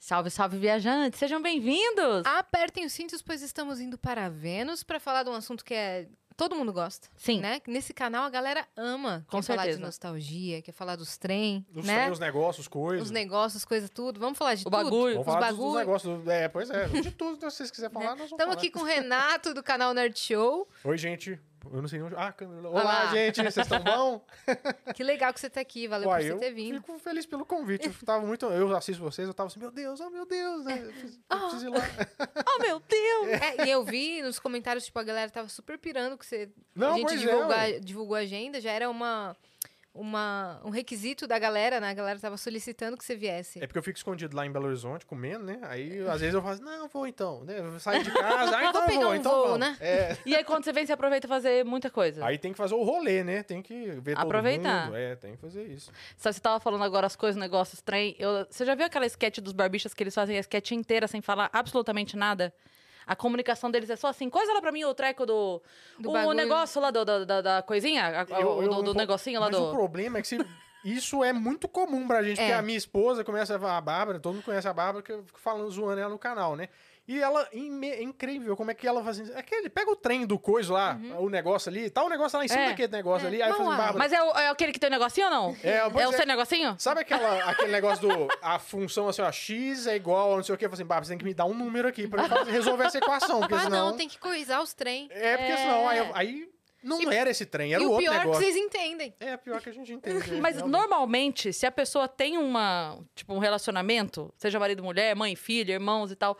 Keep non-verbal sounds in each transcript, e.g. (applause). Salve, salve, viajantes! Sejam bem-vindos! Apertem os cintos, pois estamos indo para Vênus para falar de um assunto que é. Todo mundo gosta. Sim. Né? Nesse canal a galera ama. Com quer falar de certeza. nostalgia, quer falar dos trem, Os, né? os negócios, coisas. Os negócios, coisa tudo. Vamos falar de O tudo. bagulho. Vamos os falar dos- dos bagulho. negócios. do- É, pois é. De tudo, se vocês (laughs) quiserem falar, nós vamos Estamos falar. aqui com o Renato do canal Nerd Show. Oi, gente. Eu não sei onde... Ah, câmera. Olá, Olá. gente. Vocês estão bom? Que legal que você tá aqui, (laughs) valeu Uai, por eu você ter vindo. fico feliz pelo convite. Eu tava muito... Eu assisto vocês, eu tava assim, meu Deus, oh, meu Deus. né? Eu preciso, Ah, eu preciso ir lá. (laughs) (laughs) Oh, meu Deus! É, e eu vi nos comentários, tipo, a galera tava super pirando que você a Não, gente pois é, divulga- ué. divulgou a agenda, já era uma, uma, um requisito da galera, né? A galera tava solicitando que você viesse. É porque eu fico escondido lá em Belo Horizonte, comendo, né? Aí, às vezes, eu falo assim, não, eu vou então. Né? Eu saio (laughs) de casa, ah, então Vou eu pegar vou, um então voo, vamos. né? É. E aí, quando você vem, você aproveita pra fazer muita coisa. Aí tem que fazer o rolê, né? Tem que ver todo Aproveitar. mundo. É, tem que fazer isso. Sabe, você tava falando agora as coisas, negócios, trem. Eu- você já viu aquela sketch dos barbichas que eles fazem a sketch inteira sem falar absolutamente nada? A comunicação deles é só assim, coisa lá pra mim, o treco do... Do o bagulho. negócio lá do, do- da, da coisinha, a- a- Eu- o- eu do, um do pouco- negocinho lá Mas o do... problema é que se- isso é muito comum pra gente, porque É. a minha esposa começa a falar, a Bárbara, todo mundo conhece a Bárbara, que eu fico falando, zoando ela no canal, né? E ela, ime- é incrível como é que ela faz assim, aquele, pega o trem do coisa lá, o negócio ali, tá o negócio lá em cima É. daquele negócio Uhum. É. ali, aí Não, faz assim, ah, Bárbara... Mas é, o- é aquele que tem o negocinho ou não? É, pois É o é. seu negocinho? Sabe aquela, aquele negócio do. A função assim, ó, x é igual, a não sei o quê. Eu falo assim, Bárbara, você tem que me dar um número aqui pra eu fazer- resolver essa equação. Porque (laughs) ah, senão. não, tem que coisar os trem. É, porque senão. Aí, eu- aí não era esse trem, era e o o outro pior é que negócio. vocês entendem. É, pior que a gente (laughs) entende. né, Mas realmente. normalmente, se a pessoa tem uma, tipo, um relacionamento, seja marido, mulher, mãe, filho, irmãos e tal,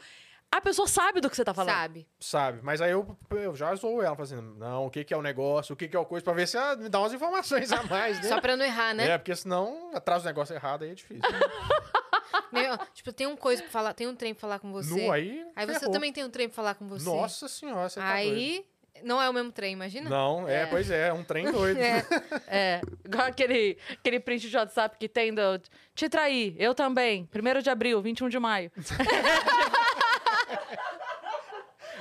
a pessoa sabe do que você tá falando. Sabe? Sabe? Mas aí eu, eu já zoou ela, fazendo, não, o que que é o negócio, o que que é o coisa, pra ver se ela me dá umas informações a mais, né? Só pra não errar, né? É, porque senão atrás do negócio errado aí é difícil. Meu, tipo, tem um coisa pra falar, tem um trem pra falar com você. Nu aí. Aí você ferrou. também tem um trem pra falar com você. Nossa senhora, você tá doido. Aí não é o mesmo trem, imagina? Não, é, É. pois é, é um (laughs) trem doido. É. É, igual aquele, aquele print de WhatsApp que tem do te traí, eu também, 1 de abril, 21 de maio.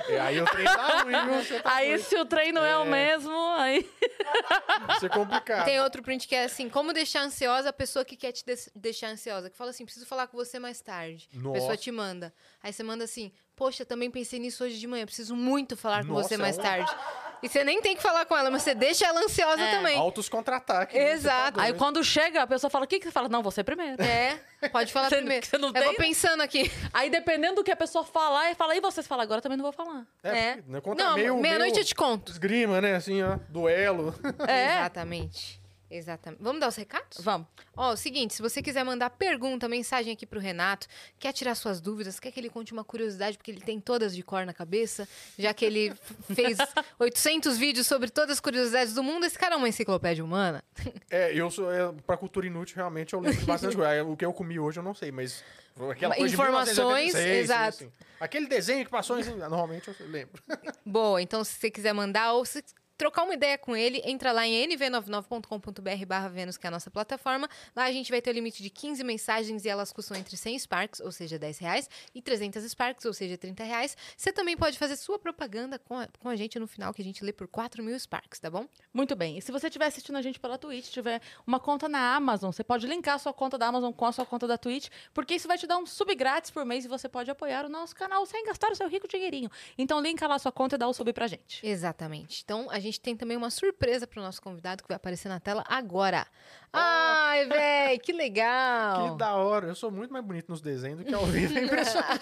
É, aí o trem tá ruim, viu? você tá Aí doido. se o trem não é, o É. mesmo, aí Isso é complicado. Tem outro print que é assim, como deixar ansiosa a pessoa que quer te des- deixar ansiosa. Que fala assim, preciso falar com você mais tarde. A pessoa Nossa. te manda. Aí você manda assim, poxa, também pensei nisso hoje de manhã, preciso muito falar com Nossa, você é mais um- tarde. E você nem tem que falar com ela, mas você deixa ela ansiosa É. também. Altos contra-ataques. né? Você tá Exato. aí doido. quando chega, a pessoa fala: "O que que você fala?" Não, você primeiro. É, pode falar (laughs) Você- primeiro. você não Eu tem, vou né? pensando aqui. Aí dependendo do que a pessoa falar, e fala: "E você fala agora, eu também não vou falar". É, É. porque conta Não, meio... meia-noite meio eu te (laughs) conto. Esgrima, né? Assim, ó, duelo. É. Exatamente. Exatamente. Vamos dar os recados? Vamos. Ó, o seguinte, se você quiser mandar pergunta, mensagem aqui pro Renato, quer tirar suas dúvidas, quer que ele conte uma curiosidade, porque ele tem todas de cor na cabeça, já que ele (laughs) f- fez 800 vídeos sobre todas as curiosidades do mundo, esse cara é uma enciclopédia humana. É, eu sou. É, pra cultura inútil, realmente, eu lembro (laughs) de bastante coisa. É, O que eu comi hoje eu não sei, mas. Aquela coisa de Informações, 1976, exato. sim, sim. Aquele desenho que passou, assim, normalmente eu lembro. Boa, então se você quiser mandar ou se trocar uma ideia com ele, entra lá em nv99.com.br barra Vênus, que é a nossa plataforma. Lá a gente vai ter o limite de 15 mensagens e elas custam entre 100 Sparks, ou seja, 10 reais, e 300 Sparks, ou seja, 30 reais. Você também pode fazer sua propaganda com a, com a gente no final, que a gente lê por 4 mil Sparks, tá bom? Muito bem. E se você estiver assistindo a gente pela Twitch, tiver uma conta na Amazon, você pode linkar a sua conta da Amazon com a sua conta da Twitch, porque isso vai te dar um sub grátis por mês e você pode apoiar o nosso canal sem gastar o seu rico dinheirinho. Então linka lá a sua conta e dá o sub pra gente. Exatamente. Então, a gente tem também uma surpresa pro nosso convidado que vai aparecer na tela agora. Ai, véi, que legal! (laughs) (laughs) Que da hora. Eu sou muito mais bonito nos desenhos do que ao vivo. É impressionante.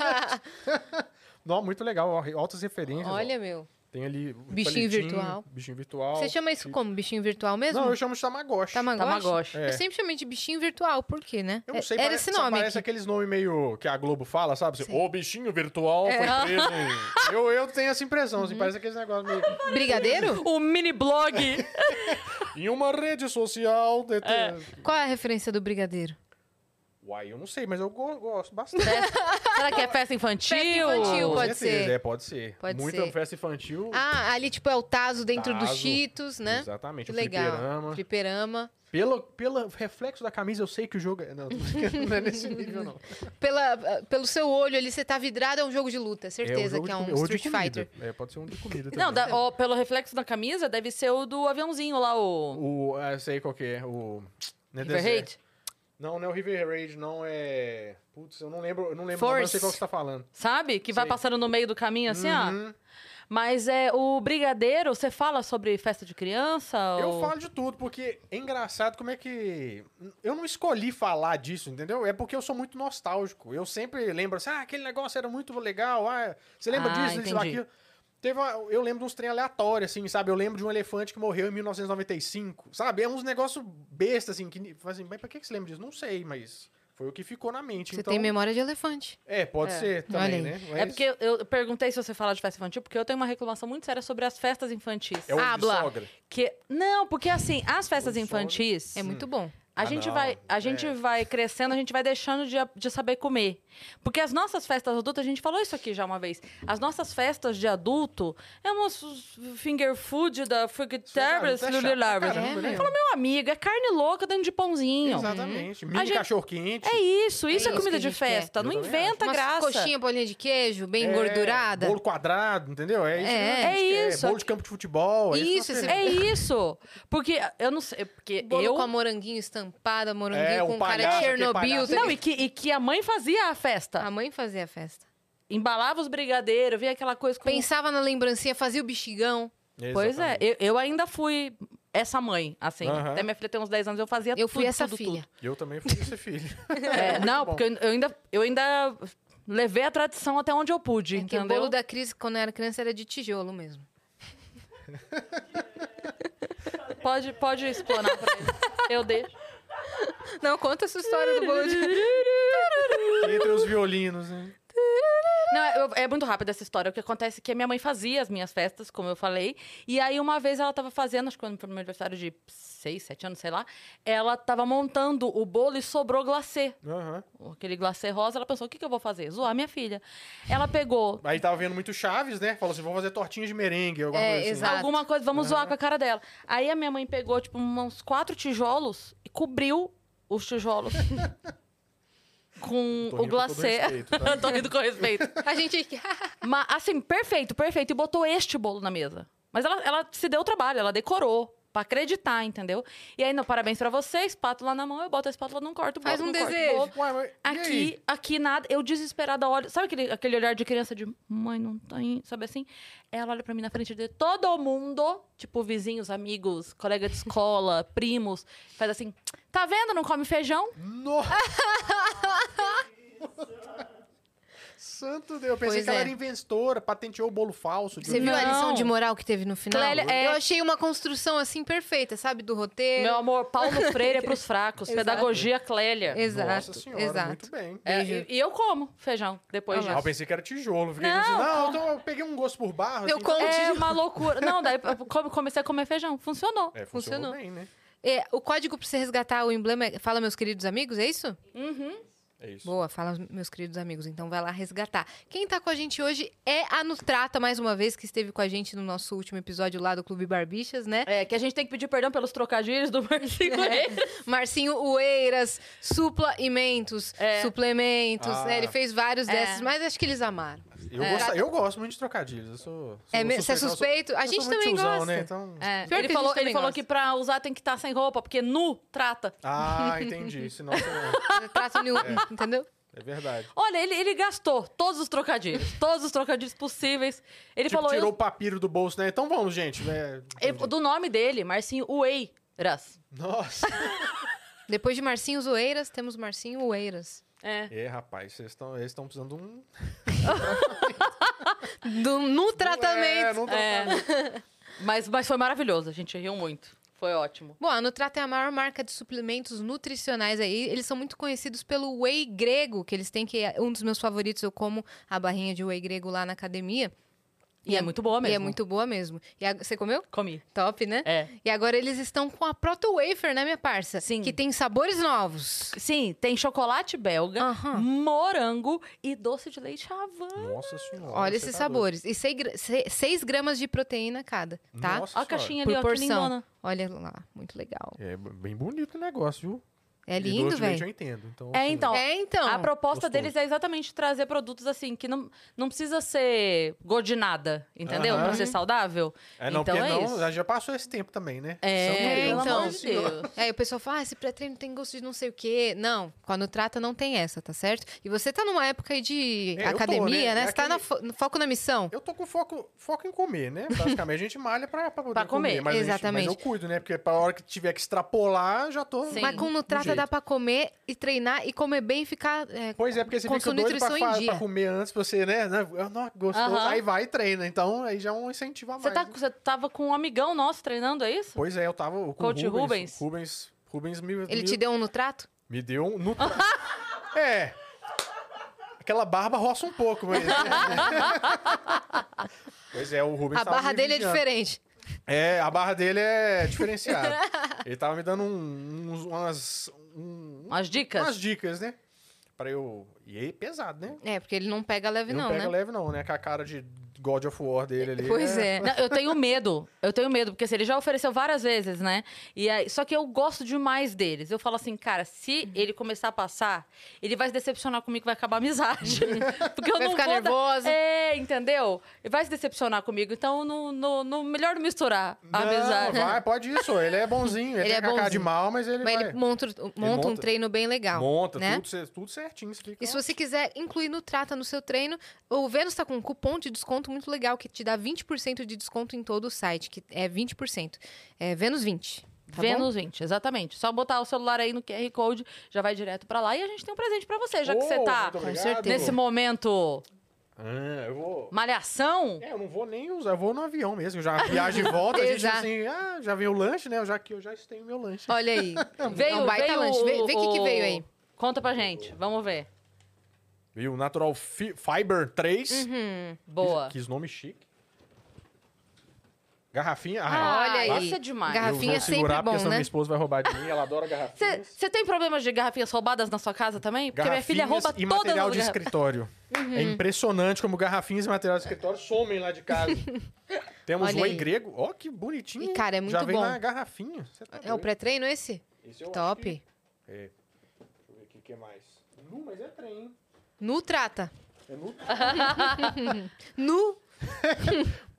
Não, muito legal. ó, Altas referências. ó. Olha, meu. Tem ali. o Bichinho palitinho, virtual. Bichinho virtual. Você chama isso como? Bichinho virtual mesmo? Não, eu chamo de Tamagotchi. Tá Tamagotchi? Tamagotchi. É. Eu sempre chamei de bichinho virtual, por quê, né? Eu não sei, É- Era pare- esse só nome Parece aqui. aqueles nomes meio que a Globo fala, sabe? Assim, o bichinho virtual É. foi (laughs) preso. em-" eu, eu tenho essa impressão, Uhum. assim, parece aqueles negócios meio. Brigadeiro? O mini blog. Em uma rede social. de- Qual é a referência do brigadeiro? Uai, eu não sei, mas eu go- gosto bastante. (laughs) Será que é festa infantil? Festa infantil, Com pode certeza, ser. É, pode ser. Pode Muita ser. festa infantil. Ah, ali tipo é o Tazo dentro dos Tazo, Cheetos, né? Exatamente, Que o legal. fliperama. Fliperama. Pelo, pelo reflexo da camisa, eu sei que o jogo é... Não, (laughs) tô brincando, não (laughs) é nesse nível, não. Pela, pelo seu olho ali, você tá vidrado, é um jogo de luta, certeza jogo que de é um comi- ou de Street comida. Fighter. É, pode ser um de (laughs) comida também. Não, da- ó, pelo reflexo da camisa, deve ser o do aviãozinho lá, o. é, O... ah, eu sei qual que é, o... Nether River Raid. Não, não é o River Raid, não é. Putz, eu não lembro, eu não lembro, Force. não sei qual que você tá falando. Sabe? Que vai Sei. passando no meio do caminho assim, ó. Uhum. Mas é o brigadeiro, você fala sobre festa de criança? Eu ou- falo de tudo, porque é engraçado como é que. Eu não escolhi falar disso, entendeu? É porque eu sou muito nostálgico. Eu sempre lembro assim, ah, aquele negócio era muito legal, ah, você lembra Ah, disso, disso, entendi. daquilo. Teve uma- eu lembro de uns trem aleatórios, assim, sabe? Eu lembro de um elefante que morreu em 1995, sabe? É uns negócios besta, assim, que fala assim, mas pra que que você lembra disso? Não sei, mas foi o que ficou na mente. Você então, tem memória de elefante. É, pode É. ser também, Olha né? É Mas porque eu- eu perguntei se você fala de festa infantil, porque eu tenho uma reclamação muito séria sobre as festas infantis. É o Habla. de sogra. Que... Não, porque assim, as festas Olho de sogra. infantis. É muito bom. A Ah, gente, não. vai, a É. gente vai crescendo, a gente vai deixando de, de saber comer. Porque as nossas festas adultas, a gente falou isso aqui já uma vez. As nossas festas de adulto é umas finger food da Frugitables, Isso é chato pra caramba, né? Meu amigo, é carne louca dentro de pãozinho. Exatamente. Mini gente- cachorro-quente. É isso, isso é, isso comida que a de gente quer. festa. Eu Não também inventa Umas graça. coxinha, bolinha de queijo, bem É, engordurada. Bolo quadrado, entendeu? É isso. É. que a gente É quer. isso. Bolo de campo de futebol. Isso, que nós esse queremos. É isso. Porque eu não sei. Porque Bolo eu. com a moranguinho estampada, moranguinho É, o com cara de palhaço, aquele Chernobyl. palhaço. tá Não, e que, e que a mãe fazia a festa. A mãe fazia a festa. Embalava os brigadeiros, via aquela coisa com. Pensava na lembrancinha, fazia o bexigão. Pois é, Exatamente. eu, eu ainda fui essa mãe, assim. Aham. Até minha filha tem uns 10 anos, eu fazia Eu fui É tudo, essa tudo, filha. Eu também fui esse filho. (laughs) tudo. É, não, bom. porque eu, eu ainda, eu ainda levei a tradição até onde eu pude, É que o entendeu? bolo da Cris, quando eu era criança, era de tijolo mesmo. Pode, pode explanar pra (laughs) ele. Eu deixo. Não, conta essa história do bolo de... Entre os violinos, né? Não, é, eu- é muito rápida essa história. O que acontece é que a minha mãe fazia as minhas festas, como eu falei. E aí, uma vez ela tava fazendo, acho que quando foi no meu aniversário de 6, 7 anos, sei lá. Ela tava montando o bolo e sobrou glacê. Aham. Aquele glacê rosa. Ela pensou, o que, que eu vou fazer? Zoar minha filha. Ela pegou Aí tava vendo muito Chaves, né? Falou assim, vamos fazer tortinha de merengue, alguma É, coisa assim. exato. alguma coisa, vamos zoar com a cara dela. Aí a minha mãe pegou, tipo, uns quatro tijolos e cobriu os (laughs) tijolos. com o Tô rindo com todo glacê. respeito, (laughs) tá? Tô rindo com respeito. (laughs) A (laughs) gente... Mas, assim, perfeito, perfeito. E botou este bolo na mesa. Mas ela, ela se deu o trabalho, ela decorou. Pra acreditar, entendeu? E aí, não, parabéns pra você, espátula na mão, eu boto a espátula, não corto o bolo. Faz não um corto o desejo. bolo. Ué, mas e aí? Aqui, aqui nada. Eu desesperada olho. Sabe aquele, aquele olhar de criança de mãe, não tem, sabe assim? Ela olha pra mim na frente de todo mundo, tipo vizinhos, amigos, colega de (laughs) escola, primos, faz assim: "Tá vendo, não come feijão?" (laughs) Nossa! Santo Deus, eu pensei Pois que ela é. era inventora, patenteou o bolo falso. de- Você viu a Não. lição de moral que teve no final? Clélia, é- Eu achei uma construção, assim, perfeita, sabe? Do roteiro. Meu amor, (laughs) Paulo Freire é pros fracos, Exato. pedagogia é Clélia. Exato, Nossa senhora, exato. muito bem. É, Beijo. e, e eu como feijão depois Olha Ah, eu disso. pensei que era tijolo. Fiquei Não, assim, não, com- então eu peguei um gosto por barro. Eu assim, como É uma loucura. Não, daí eu come- comecei a comer feijão. Funcionou. É, Funcionou. funcionou, bem, né? É, o código pra você resgatar o emblema é Fala Meus Queridos Amigos, é isso? É isso. Boa, fala Meus Queridos Amigos, então vai lá resgatar. Quem tá com a gente hoje é a Nutrata, mais uma vez, que esteve com a gente no nosso último episódio lá do Clube Barbichas, né? É, que a gente tem que pedir perdão pelos trocadilhos do Marcinho. Marcinho Oeiras, suplamentos, É. suplementos, Ah. né? Ele fez vários É. desses, mas acho que eles amaram. Eu, gosto, eu gosto muito de trocadilhos. Eu sou. sou É mesmo? Você é suspeito? A eu sou gente muito também tiozão, gosta. Né? Então... É, Pior ele que a gente falou, ele também falou gosta. que pra usar tem que estar sem roupa, porque nu trata. (laughs) Ah, entendi. Senão você não. (laughs) Trata nu, entendeu? É verdade. Olha, ele, ele gastou todos os trocadilhos, (laughs) todos os trocadilhos possíveis. Ele Tipo, falou tirou eu- o papiro do bolso, né? Então vamos, gente. né? ele- Entendi. do nome dele, Marcinho Ueiras. (laughs) Nossa. Depois de Marcinhos Oeiras, temos Marcinho Oeiras. É. é, rapaz, vocês estão eles estão precisando de um. Do, no tratamento. É, não É. tratamento. (laughs) Mas, mas foi maravilhoso, a gente riu muito. Foi ótimo. Bom, a Nutrata é a maior marca de suplementos nutricionais aí. Eles são muito conhecidos pelo whey grego, que eles têm que é um dos meus favoritos. Eu como a barrinha de whey grego lá na academia. E é muito boa mesmo. E é muito boa mesmo. E a- você comeu? Comi. Top, né? É. E agora eles estão com a Proto Wafer, né, minha parça? Sim. Que tem sabores novos. Sim, tem chocolate belga, Aham. morango e doce de leite Havana. Nossa senhora. Olha você esses tá doido. sabores. E 6 gramas de proteína cada, tá? Nossa Olha a senhora. caixinha ali, Por ó, que porção. lindona. Olha lá, muito legal. É bem bonito o negócio, viu? É E do lindo, Ultimate velho. Eu entendo. Então, É, assim, então, É, então. a proposta gostoso. deles é exatamente trazer produtos assim que não, não precisa ser godinada, entendeu? Aham. Pra ser saudável. É, não, então porque é não, isso. já- já passou esse tempo também, né? É, Santo pelo Deus. amor de Deus. Aí então. o pessoal fala, ah, esse pré-treino tem gosto de não sei o quê. Não, quando trata não tem essa, tá certo? E você tá numa época aí de É, eu tô, academia, né? né? É Você tá na fo- no foco na missão. Eu tô com foco, foco em comer, né? Basicamente, a gente malha pra, pra poder Pra comer, mas a gente- exatamente. mas eu cuido, né? Porque pra hora que tiver que extrapolar, já tô... Sim. Mas com como não trata, dá pra comer e treinar e comer bem e ficar. é, Pois é, porque você Com fica sua doido pra, nutrição em fa- dia. pra comer antes, você, né? né, eu Não, gostoso. Aham. Aí vai e treina. Então, aí já é um incentivo a mais. Você, tá, né? você tava com um amigão nosso treinando, é isso? Pois é, eu tava com o Coach Rubens. Rubens, Rubens me, Ele me, te deu um no trato? me deu um... No... (laughs) é... Aquela barba roça um (laughs) pouco, mas... pois é, o Rubens A tava barra me dele é vigiando. diferente. É, a barra (laughs) dele é diferenciada. Ele tava me dando um- uns- umas, um- As dicas? umas dicas, né? Pra eu. E aí, pesado, né? É, porque ele não pega leve, não não, pega né? leve, não, né? Com a cara de God of War dele ali. né? Pois (laughs) é. Não, eu tenho medo. Eu tenho medo, porque assim, ele já ofereceu várias vezes, né? E aí- só que eu gosto demais deles. Eu falo assim, cara, se ele começar a passar, ele vai se decepcionar comigo, vai acabar a amizade. (laughs) Porque eu Vai não ficar vou dar- nervoso. É, entendeu? Ele vai se decepcionar comigo. Então, no, no, no- melhor não misturar a Não, amizade. vai, tá pode ir, só. Ele é bonzinho. Ele Ele, tem é com a cara de bonzinho. mal, mas É. ele. Mas vai. ele monta, monta um monta. treino bem legal. monta né? tudo, cer- tudo certinho. Você fica, E se você quiser incluir no Trata no seu treino, o Vênus tá com um cupom de desconto muito legal que te dá 20% de desconto em todo o site, que é 20%. É Vênus 20. Tá bom? Vênus 20, exatamente. Só botar o celular aí no QR Code, já vai direto pra lá. E a gente tem um presente pra você, já que "Oh, você tá muito obrigado." certeza. nesse momento Ah, eu vou. malhação. É, eu não vou nem usar, eu vou no avião mesmo. Eu já (laughs) viajo e volta, a gente Exato. assim, ah, já veio o lanche, né? Eu Já que eu já tenho meu lanche. Olha aí. Veio, (laughs) é um baita veio lanche. Vê o que, que veio aí. Conta pra gente, vamos ver. Veio o Natural Fi- Fiber 3. Uhum. Boa. Quis nome chique. Garrafinha. Ah, Ah, olha aí. Isso é demais. eu garrafinha é vou segurar sempre porque bom, senão né? minha esposa vai roubar de mim. Ela adora garrafinhas. Você tem problemas de garrafinhas roubadas na sua casa também? Porque minha filha Garrafinhas rouba e todas material as de garrafas. escritório. Uhum. É impressionante como garrafinhas e material de escritório somem lá de (laughs) casa. Temos Olha whey aí. grego. Ó, que bonitinho. E, cara, é Já muito vem bom. na garrafinha. Cê tá É o doido. pré-treino esse? Esse eu acho Top. que- É. Deixa eu ver aqui o que mais. Nu, mas é trem, hein? No Trata. É nu. No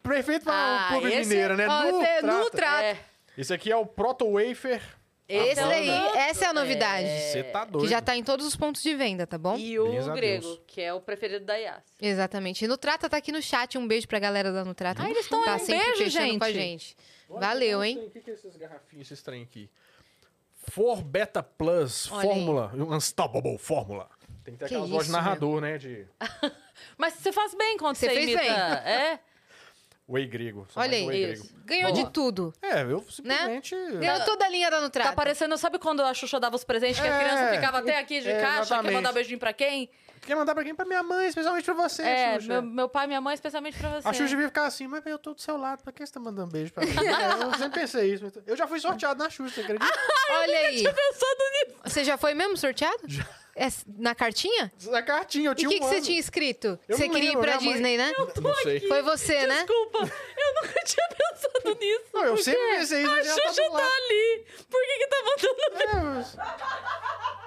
Perfeito pra Ah, povo esse- é mineiro, né? Ó, nu, esse é trata. nu Trata. É. Esse aqui é o Proto Wafer. Esse banda. aí, essa é a novidade. Você tá doido. Que já tá em todos os pontos de venda, tá bom? E o Graças a grego, Deus. que é o preferido da Yas. Exatamente. E no Trata tá aqui no chat. Um beijo pra galera da Nutrata. Ah, eles estão tá aí, um sempre beijo, fechando com a gente. gente. Valeu, hein? O que, que é essas garrafinhas, esses trem aqui? For Beta Plus Olha aí. Fórmula. Unstoppable Fórmula. Tem que ter Que aquelas vozes de isso, narrador, né? De Mas você faz bem quando Você você, fez imita. bem. (laughs) É? whey grego. Sou Olha mais do whey aí. grego. Isso. Ganhou Boa. de tudo. É, eu simplesmente... né, Ganhou toda a linha da Tá Nutrata. parecendo, sabe quando a Xuxa dava os presentes, que É. a criança ficava até aqui de É, caixa, quer exatamente. mandar beijinho pra quem? Quer mandar pra quem? Pra minha mãe, especialmente pra você, é, Xuxa. meu, meu pai e minha mãe, especialmente pra você. A é. (laughs) Xuxa devia ficar assim, mas eu tô do seu lado, pra que você tá mandando beijo pra mim? (laughs) É, eu sempre pensei isso. Eu já fui sorteado na Xuxa, você acredita? Olha aí. Você já foi mesmo sorteado? É, na cartinha? (laughs) Na cartinha, eu E tinha o que, um que você ano. tinha escrito? Eu você não queria ir lembro, pra minha mãe- Disney, né? Não sei. Foi você, né? Desculpa, eu nunca tinha pensado nisso. Não, eu porque sempre pensei isso, A mas ela tá do Xuxa tá, lado. ali. Por que que tá mandando É, mas...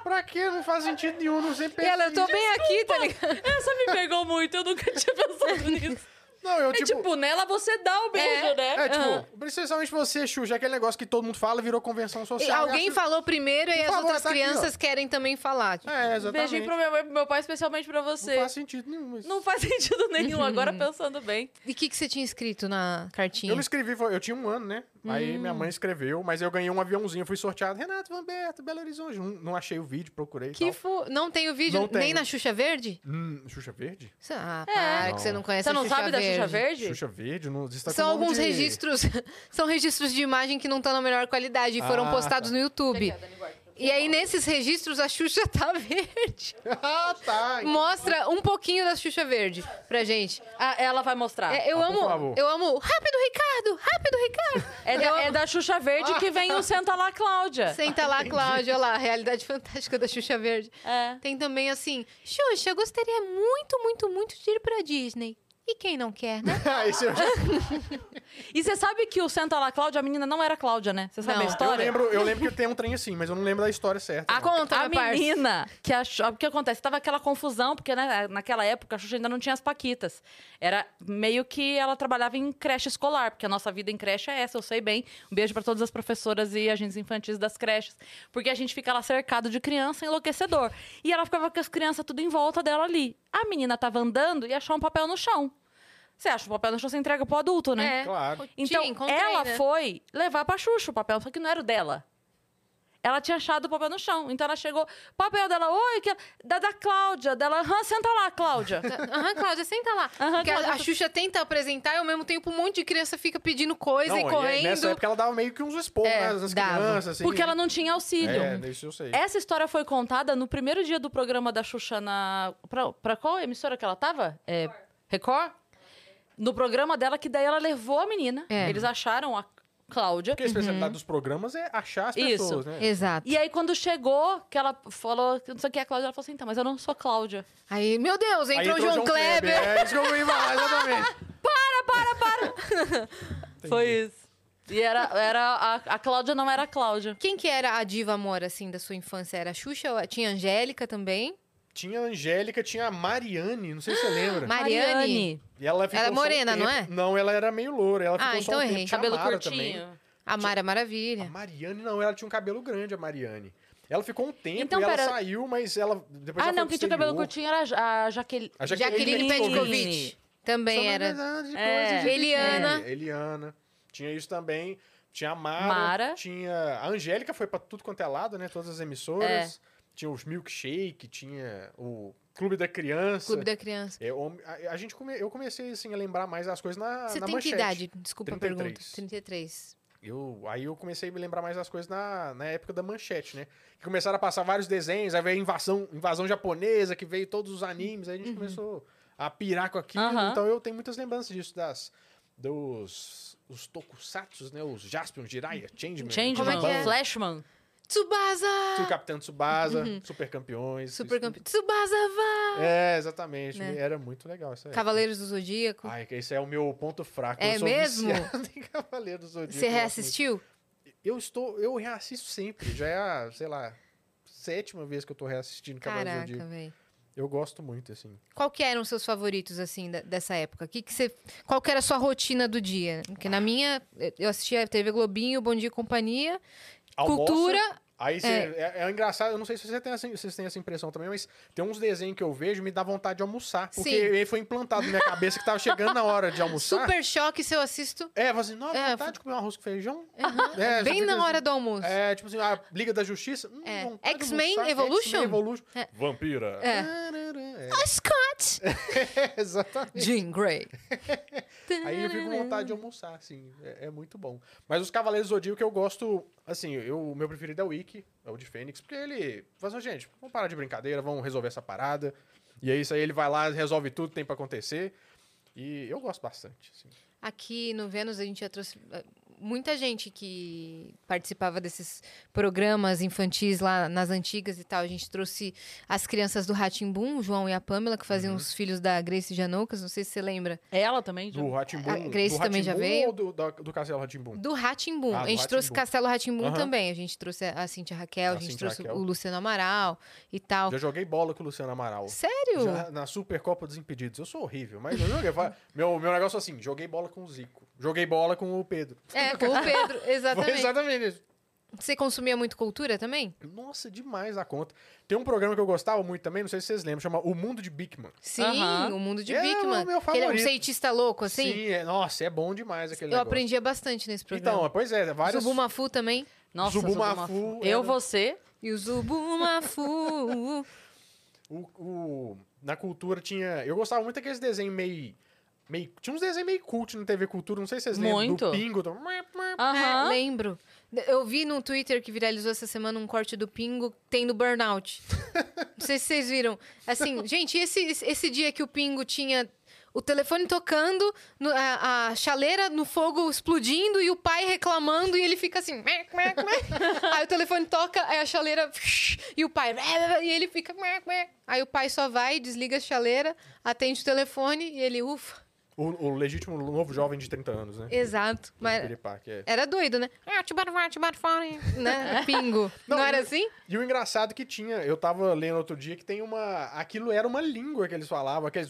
Pra quê? Não faz sentido nenhum, não sempre E pensei ela, eu tô nisso. bem aqui, tá ligado? (laughs) Essa me pegou muito, eu nunca tinha (laughs) pensado nisso. Não, eu É tipo, nela você dá o beijo, É, né? É, tipo, Aham. principalmente você, Xuxa, aquele negócio que todo mundo fala virou convenção E social. alguém fala. falou primeiro e as favor, outras tá aqui, crianças querem também falar. É, exatamente. Beijinho pro meu, mãe, pro meu pai, especialmente pra Não Uhum. você. faz sentido nenhum. Mas... (laughs) sentido nenhum, agora pensando bem. E o que, que você tinha escrito na cartinha? Eu não escrevi, foi- eu tinha um ano, né? Aí minha mãe escreveu, mas eu ganhei um aviãozinho, fui sorteado. Renato Vamberto, Belo Horizonte. Não, não achei o vídeo, procurei. e Que tal. fo... Não tem o vídeo Não nem tenho. na Xuxa Verde? Hum, Xuxa Verde? Ah, É. para, que você Não. não conhece Você a não Xuxa sabe da Verde. Xuxa Verde? Xuxa Verde? Não, você tá com São nome alguns de- registros, (laughs) são registros de imagem que não estão na melhor qualidade e foram Ah, postados tá. no YouTube. E aí nesses registros a Xuxa tá (laughs) verde. (laughs) ah, tá. Mostra um pouquinho da Xuxa verde pra gente. Ah, ela vai mostrar. É, É, eu Ah, por amo, favor. eu amo. Rápido Ricardo, rápido Ricardo. (laughs) Eu da, amo. é da Xuxa Verde que vem o Senta lá, Cláudia. Senta lá, Cláudia, olha lá, a realidade fantástica da Xuxa verde. É. Tem também assim, Xuxa, eu gostaria muito, muito, muito de ir pra Disney. E quem não quer, né? Esse eu já- E você sabe que o Senta lá, Cláudia, a menina não era Cláudia, né? Você sabe Não. a Eu eu, história? lembro, eu lembro que tem um trem assim, mas eu não lembro da história certa. Ah, não. conta, A meu parça. menina que achou. O que acontece? Tava aquela confusão, porque né, naquela época a Xuxa ainda não tinha as Paquitas. Era meio que ela trabalhava em creche escolar, porque a nossa vida em creche é essa, eu sei bem. Um beijo pra todas as professoras e agentes infantis das creches. Porque a gente fica lá cercado de criança enlouquecedor. E ela ficava com as crianças tudo em volta dela ali. A menina tava andando e achou um papel no chão. Você acha o papel no chão, você entrega pro adulto, né? É. Claro. Então, Tia, encontrei, ela né? foi levar pra Xuxa o papel, só que não era o dela. Ela tinha achado o papel no chão. Então ela chegou, papel dela, oi, que... da, da Cláudia, dela, aham, senta lá, (laughs) Cláudia. Tá, Aham, Cláudia, senta lá. Aham, Porque a, Cláudia, a Xuxa tenta apresentar e ao mesmo tempo um monte de criança fica pedindo coisa Não, e e é, correndo. Nessa época ela dava meio que uns esporros É, né, nas dava. crianças, assim. porque ela não tinha auxílio. É, isso eu sei. Essa história foi contada no primeiro dia do programa da Xuxa na. Pra, pra qual emissora que ela tava? É, Record? No programa dela, que daí ela levou a menina. É. Eles acharam a Cláudia. Porque a especialidade dos programas é achar as Isso. pessoas, né? Exato. E aí, quando chegou, que ela falou, que não sei o que é a Cláudia, ela falou assim: então, mas eu não sou a Cláudia. Aí, meu Deus, Aí entrou o João Kleber. É isso que eu ia falar, exatamente. Foi isso. E era, era a, a Cláudia não era a Cláudia. Quem que era a diva amor, assim, da sua infância? Era a Xuxa? ou- Tinha a Angélica também? Tinha a Angélica, tinha a Mariane, não sei se você lembra. Mariane. E ela ficou Ela é só um morena, tempo- não é? Não, ela era meio loura. Ela Ah, ficou então só um errei. tempo Cabelo chamada curtinho. também. A Mara A Maravilha. Mariane, não, ela tinha um cabelo grande, a Mariane. Ela ficou um tempo Então, e ela pera- saiu, mas ela. Depois Ah, ela não, foi quem pro tinha cabelo exterior. curtinho era a, a Jaqueline. A Jaqueline Jaqueline Petkovic. Também Só na era. verdade, coisa É. de gente Eliana. velha. Eliana. Tinha isso também. Tinha a Mara. Mara. Tinha. A Angélica foi pra tudo quanto é lado, né? Todas as É. emissoras. Tinha os milkshake, tinha o Clube da Criança. Clube da Criança. É, hom- a, a gente come- eu comecei assim, a lembrar mais as coisas na, Você Ah, tem na que manchete. idade? Desculpa a 33. pergunta. 33. Eu, aí eu comecei a me lembrar mais das coisas na, na época da manchete, né? Que começaram a passar vários desenhos, aí veio a invasão, invasão japonesa, que veio todos os animes, aí a gente Uhum. começou a pirar com aquilo. Aham. Então eu tenho muitas lembranças disso, das, dos os tokusatsus, né? Os Jaspion, Jiraiya, Changeman. Changeman, Como é que é? Flashman. Tsubasa, Tsubasa! Capitão Tsubasa, Uhum. Super Campeões. Super isso- campeão. Tsubasa vai! É, exatamente. Né? Era muito legal isso aí. Cavaleiros do Zodíaco. É. Ai, que esse é o meu ponto fraco. É eu sou mesmo? viciado (laughs) em Cavaleiros do Zodíaco. Você é eu gosto reassistiu? muito. Eu estou, eu reassisto sempre. Já é a, sei lá, sétima vez que eu tô reassistindo Cavaleiros do Caraca, Zodíaco. velho. Eu gosto muito, assim. Qual que eram os seus favoritos, assim, da- dessa época? Que que você, qual que era a sua rotina do dia? Porque na minha, eh, eu assistia TV Globinho, Bom Dia e Companhia, Almoça, Cultura... Aí cê- é. é engraçado, eu não sei se você tem essa- vocês têm essa impressão também, mas tem uns desenhos que eu vejo e me dá vontade de almoçar. Porque Sim. ele foi implantado na minha cabeça que tava chegando na hora (laughs) de almoçar. Super choque se eu assisto É, eu falo assim, nossa, É, vontade de comer um arroz com feijão. É, já bem fica na assim. hora do almoço. É, tipo assim, a Liga da Justiça. hum, É. vontade de X-Men almoçar. Evolution? X-Men Evolution. É. Vampira. É. Tarará, é. (laughs) Scott! Exatamente. Jean Grey. Aí eu fico com (laughs) vontade de almoçar, assim. É, é muito bom. Mas os Cavaleiros do Zodíaco eu gosto. Assim, eu, o meu preferido é o Wiki, é o de Fênix, porque ele. Fala assim, gente, vamos parar de brincadeira, vamos resolver essa parada. E é isso aí, ele vai lá, resolve tudo, que tem pra acontecer. E eu gosto bastante, assim. Aqui no Vênus a gente já trouxe eh, muita gente que participava desses programas infantis lá nas antigas e tal. A gente trouxe as crianças do Ratimbum, o João e a Pamela, que Uhum. faziam os filhos da Grace Janoucas, não sei se você lembra. Ela também. já- Do Ratimbum. A Grace também já veio? Ou do, da- do Castelo Ratimbum? Do Ratimbum. Ah, a do gente trouxe Rá-Tim-Bum. Castelo Ratimbum Aham. também. A gente trouxe a Cintia Raquel, a, A gente Cintia trouxe Raquel. o Luciano Amaral e tal. Já joguei bola com o Luciano Amaral. Sério? Já na Supercopa dos Impedidos. Eu sou horrível, mas eu joguei. fa- meu, meu negócio é assim: joguei bola com o Zico. Joguei bola com o Pedro. É, com o Pedro, (laughs) (laughs) Foi exatamente. exatamente isso. Você consumia muito cultura também? Nossa, é demais a conta. Tem um programa que eu gostava muito também, não sei se vocês lembram, chama O Mundo de Bigman. Sim, Aham. o mundo de É o Bigman. meu que Ele é um favorito. cientista louco, assim. Sim, é- nossa, é bom demais aquele Eu negócio. aprendia bastante nesse programa. Então, pois é, vários. Zubumafu também. Nossa, é Zubumafu Zubumafu. era- Eu, você. E o Zubumafu. O, o- na cultura tinha. Eu gostava muito daqueles desenhos meio. meio tinha uns desenhos meio cult na TV Cultura, não sei se vocês lembram. Muito. Do Pingo. do- É, Aham. lembro. Eu vi no Twitter que viralizou essa semana um corte do Pingo tendo burnout. Não sei se vocês viram. Assim, gente, esse, esse dia que o Pingo tinha o telefone tocando, no- a, a chaleira no fogo explodindo e o pai reclamando e ele fica assim. "Mec, mec, mec." aí o telefone toca, aí a chaleira. (laughs) E o pai. E ele fica. "Mec, mec." Aí o pai só vai, desliga a chaleira, atende o telefone e ele, ufa. O, o legítimo novo jovem de 30 anos, né? Exato. É, Mas Piripá, que é. era doido, né? Ah, tibar fora, tibar fora, (laughs) né? Pingo. Não, Não, era e- assim? E o engraçado que tinha, eu tava lendo outro dia que tem uma. Aquilo era uma língua que eles falavam, aqueles.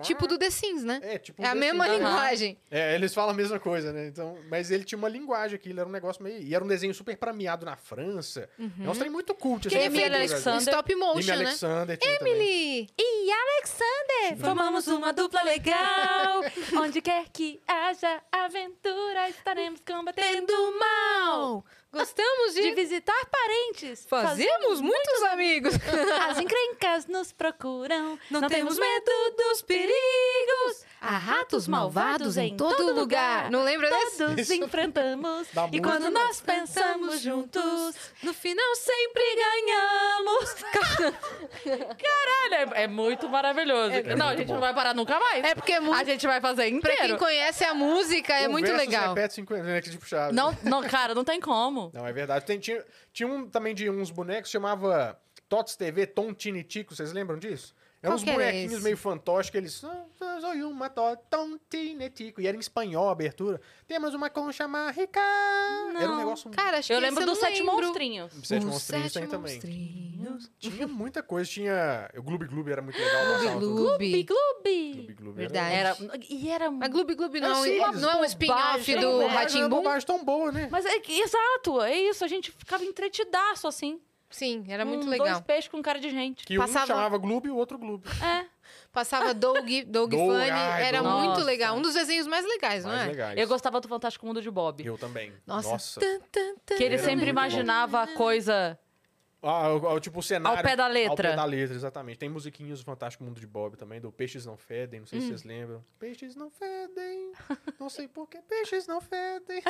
Tipo do The Sims, né? É, tipo. É a desse- mesma Ah, linguagem. É, eles falam a mesma coisa, né? Então, mas ele tinha uma linguagem aqui, ele era um negócio meio. E era um desenho super premiado na França. Uhum. É um trem muito cult, Quem assim. é Amy muito legal. Alexander? Stop Amy motion, né? Alexander tinha também. Emily! E Alexander, formamos uma dupla legal. (laughs) Onde quer que haja aventura, estaremos combatendo o mal. Gostamos de... De visitar parentes. Fazemos muitos amigos. As encrencas nos procuram. (laughs) Não temos medo dos perigos. Há ratos malvados em todo lugar. Não lembra Todos desse? enfrentamos. Da e música, quando não. nós pensamos juntos, No final sempre (laughs) ganhamos. Caralho, é, é muito maravilhoso. É não, a muito gente bom. não vai parar nunca mais. É porque é A muito... gente vai fazer Pra inteiro. quem conhece a música, é O muito verso se legal. Repete 50 né, que tipo chave. Não, não, cara, não tem como. Não, é verdade. Tem- tinha, tinha um também de uns bonecos, chamava Tots TV, Tom Tinitico, vocês lembram disso? Eram Qual uns que era bonequinhos esse? meio fantoches que eles. "Ah, Soy uma to- Tom Tinitico. E era em espanhol a abertura. Temos uma concha mágica. Era um negócio. Cara, acho Eu que lembro esse dos não Sete lembro. Monstrinhos. Os Sete monstrinhos tem Sete também. Monstrinhos. Tinha muita coisa. Tinha. O Gloob Gloob era muito legal. eu gostava do Gloob. Gloob. Gloob Gloob. era- Verdade. Era, e era... Mas Gloob Gloob não, Eu é um- sei, não mas é um bobagem, spin-off né? do Mas Era uma Ratimbum? bobagem tão boa, né? Mas é que- exato, é isso. A gente ficava entretidaço, assim. Sim, era muito com legal. Dois peixes com cara de gente. Que Passava- um chamava Gloob e o outro Gloob. É. Passava Doug, Doug Doug, Funny, ai, era Doug. muito Nossa. legal. Um dos desenhos mais legais, não é? Mais legais. Eu gostava do Fantástico Mundo de Bob. Eu também. Nossa. Nossa. Tan, tan, tan. Que ele Era muito sempre bom. imaginava a coisa Ah, o- o- tipo o cenário. ao pé da Ao pé letra. da letra, exatamente. Tem musiquinhas do Fantástico Mundo de Bob também, do Peixes Não Fedem, não sei se vocês lembram. Peixes não fedem, não sei por que peixes não fedem.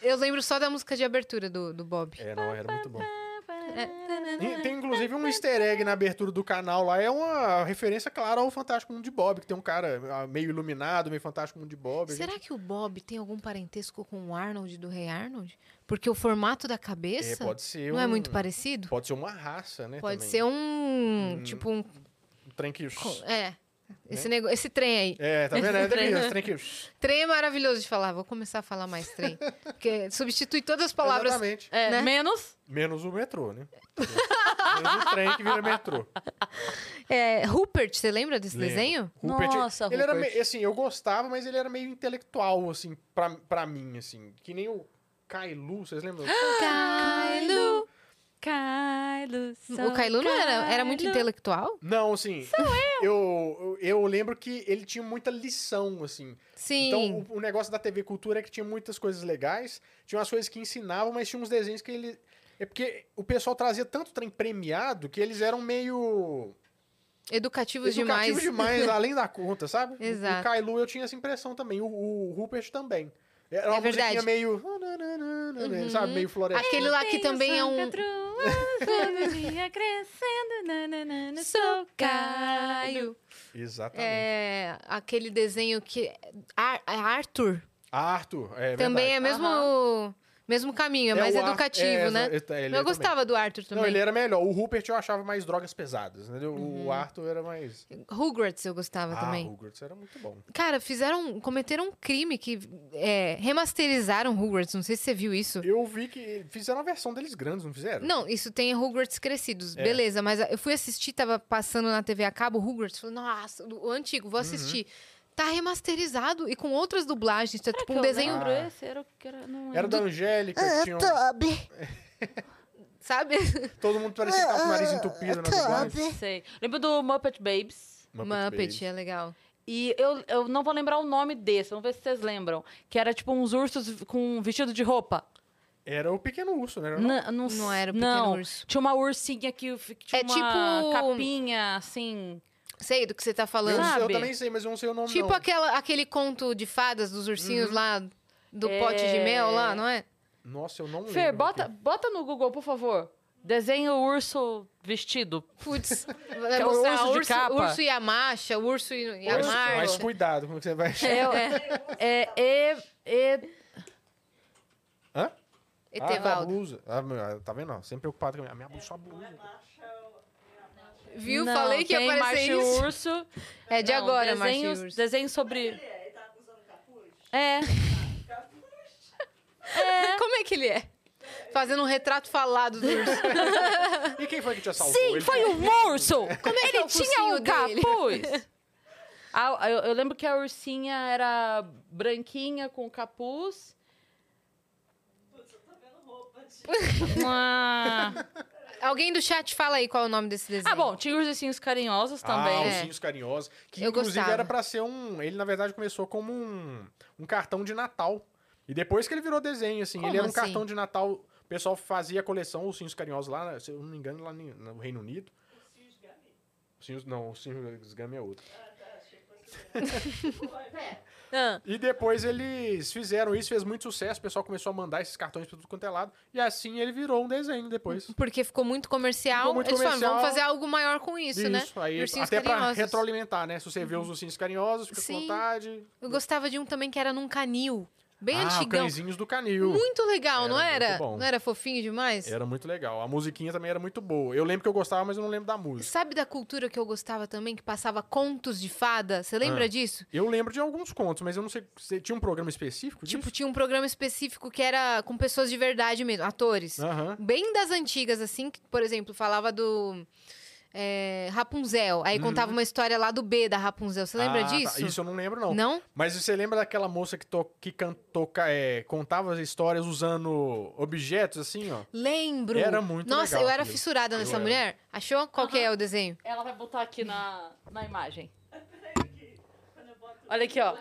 Eu lembro só da música de abertura do, do Bob. É, não, era muito bom. É, E tem inclusive um easter egg na abertura do canal lá, é uma referência clara ao Fantástico Mundo de Bob, que tem um cara ah, meio iluminado, meio Fantástico Mundo de Bob. Será que o Bob tem algum parentesco com o Arnold do Rei Arnold? Porque o formato da É, cabeça pode ser não é um- muito parecido? Pode ser uma raça, né? Pode também. Hum. ser um. Tipo um. um trem que... Né? É. Esse, nego... Esse trem aí. É, tá vendo? É, Trem. (laughs) Esse trem que... Trem é maravilhoso de falar. Vou começar a falar mais (laughs) trem. Porque substitui todas as palavras. Exatamente. É, Né? Menos. Menos o metrô, né? Menos o trem que vira metrô. É, Rupert, você lembra desse Lembro. desenho? Rupert, Nossa, ele era Rupert. meio, assim, eu gostava, mas ele era meio intelectual, assim, pra, pra mim, assim. Que nem o Kailu, vocês lembram? Kylo. Kylo. O Kylo não era, era muito inteligente. intelectual? Não, assim, eu. eu eu lembro que ele tinha muita lição, assim. Sim. Então, o, o negócio da TV Cultura é que tinha muitas coisas legais, tinha umas coisas que ensinavam, mas tinha uns desenhos que ele... É porque o pessoal trazia tanto trem premiado que eles eram meio... Educativos, Educativos demais. (laughs) demais, além da conta, sabe? Exato. O Kailu eu tinha essa impressão também, o, o Rupert também. Era uma É verdade. Uhum. musiquinha meio. né, Sabe? Meio floresta. Aquele lá que também é um. um crescendo, Sou Caio. Exatamente. É, aquele desenho que. é Ar- Arthur Arthur, é também é verdade. mesmo, mesmo caminho, é mais o Ar- educativo, é, né? exa- é, ele eu também. gostava do Arthur Não, também. ele é- era melhor. O Rupert eu achava mais drogas pesadas, né? O Arthur era mais. Rugrats eu gostava também. Ah, o Rugrats era muito bom. Cara, fizeram. cometeram um crime que é, remasterizaram Rugrats. Não sei se você viu isso. Eu vi que fizeram a versão deles grandes, não fizeram? Não, isso tem Rugrats crescidos, É. beleza. Mas eu fui assistir, tava passando na TV a cabo Rugrats. Falei, nossa, o antigo, vou assistir. Uhum. Tá remasterizado e com outras dublagens. Tá tipo um desenho, lembro? Esse era o que era. Não Era da Angélica, Ah, que tinha um- sabe? todo mundo parecia que tava com o nariz entupido né, Ah, na dublagem. lembro. Sei. Lembro do Muppet Babies. (laughs) Muppet, Babies. é legal. E eu, eu não vou lembrar o nome desse, vamos ver se vocês lembram. Que era tipo uns ursos com um vestido de roupa. Era o pequeno urso, né? Era Não, não, Não era o não. Pequeno Urso. Tinha uma ursinha que f- que tinha É uma tipo- capinha, assim. Sei do que você tá Eu, falando. não sei- eu Sabe? também sei, mas eu não sei o nome tipo não. aquela, aquele conto de fadas dos ursinhos Uhum. lá, do É. pote de mel lá, não é? Nossa, eu não lembro. Fer, aqui. bota, bota no Google, por favor. Desenha o urso vestido. Putz, (laughs) Que vai é o mostrar urso de urso, capa. urso e a macha, urso e, e a Mas, marcha. mas cuidado com o que você vai achar. É. É, é, é, (laughs) Hã? Ah, da Etevaldo. tá blusa. Ah, meu, tá vendo? ó, Sempre preocupado com a minha, a minha blusa. Só a blusa. Viu? Não, Falei que ia tem aparecer Márcio isso. Urso. É de Não, agora, desenhos, Márcio Urso. Desenhos sobre... Ele tá usando capuz? É. Como é que ele é? Fazendo um retrato falado do urso. (laughs) E quem foi que te assaltou? Sim, Ele- foi um urso! Como é que é Ele o tinha um focinho dele? capuz! Ah, eu, eu lembro que a ursinha era branquinha com capuz. Putz, eu tô vendo roupa (laughs) de Ah, Alguém do chat fala aí qual é o nome desse desenho. ah bom, tinha ursinhos carinhosos Ah, também. É. Ursinhos Carinhosos. Que Eu inclusive gostava. era pra ser um. Ele, na verdade, começou como um, um cartão de Natal. E depois que ele virou desenho, assim. Como ele era assim? um cartão de Natal. O pessoal fazia a coleção Ursinhos Carinhosos lá, se eu não me engano, lá ni- no Reino Unido. ursinhos gami. Ursinhos, não, Ursinhos Gummy é outro. Ah, tá, achei que fosse. Ué, Ah. E depois eles fizeram isso, fez muito sucesso. O pessoal começou a mandar esses cartões pra tudo quanto é lado. E assim ele virou um desenho depois. Porque ficou muito comercial. Ficou muito Eles falaram, vamos comercial. fazer algo maior com isso, né? aí Ursinhos até pra Carinhosos. retroalimentar, né? Se você vê os ursinhos carinhosos, fica Sim. com vontade. Eu gostava de um também que era num canil. Bem ah, antigão. cãezinhos do canil. Muito legal, não Era muito era? bom. Não era fofinho demais? Era muito legal. A musiquinha também era muito boa. Eu lembro que eu gostava, mas eu não lembro da música. Sabe da cultura que eu gostava também, que passava contos de fada? Você lembra Ah. disso? Eu lembro de alguns contos, mas eu não sei. Você tinha um programa específico disso? Tipo, tinha um programa específico que era com pessoas de verdade mesmo, atores. Aham. Bem das antigas, assim, que, por exemplo, falava do é, Rapunzel. Aí contava uma história lá do B da Rapunzel. Você lembra Uhum. Ah, tá. disso? Isso eu não lembro, não. Não? Mas você lembra daquela moça que, to... que cantou, ca- é, contava as histórias usando objetos, assim, ó? Lembro. Era muito Nossa, legal eu era aquilo. fissurada Eu nessa era. mulher. Achou? Qual que é o desenho? Ela vai botar aqui na, na imagem. quando eu boto Olha aqui, ó.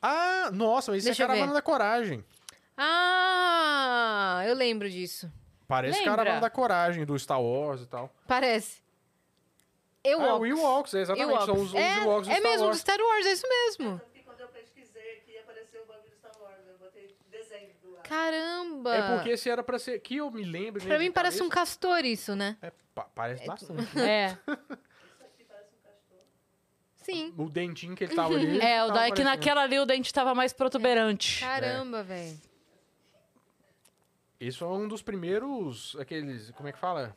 Ah, nossa, mas isso Deixa é eu ver. Caravana da Coragem. Ah, eu lembro disso. Parece Lembra? Caravana da Coragem, do Star Wars e tal. Parece. Eu Ah, o Ewoks, é, exatamente. São os, os é, Ewoks do é Star mesmo, do Wars. Star Wars, é isso mesmo. Tanto que quando eu pesquisei aqui, apareceu o bagulho do Star Wars. Eu botei desenho do lado. Caramba. É porque esse era pra ser... Que eu me lembro... Pra mim parece um castor isso, né? um... parece bastante. É. Isso aqui parece um castor. Sim. O dentinho que ele tava Uhum. ali. É, o tava daí que parecendo. naquela ali o dente tava mais né? protuberante. Caramba, velho. Isso é um dos primeiros. Aqueles. Como é que fala?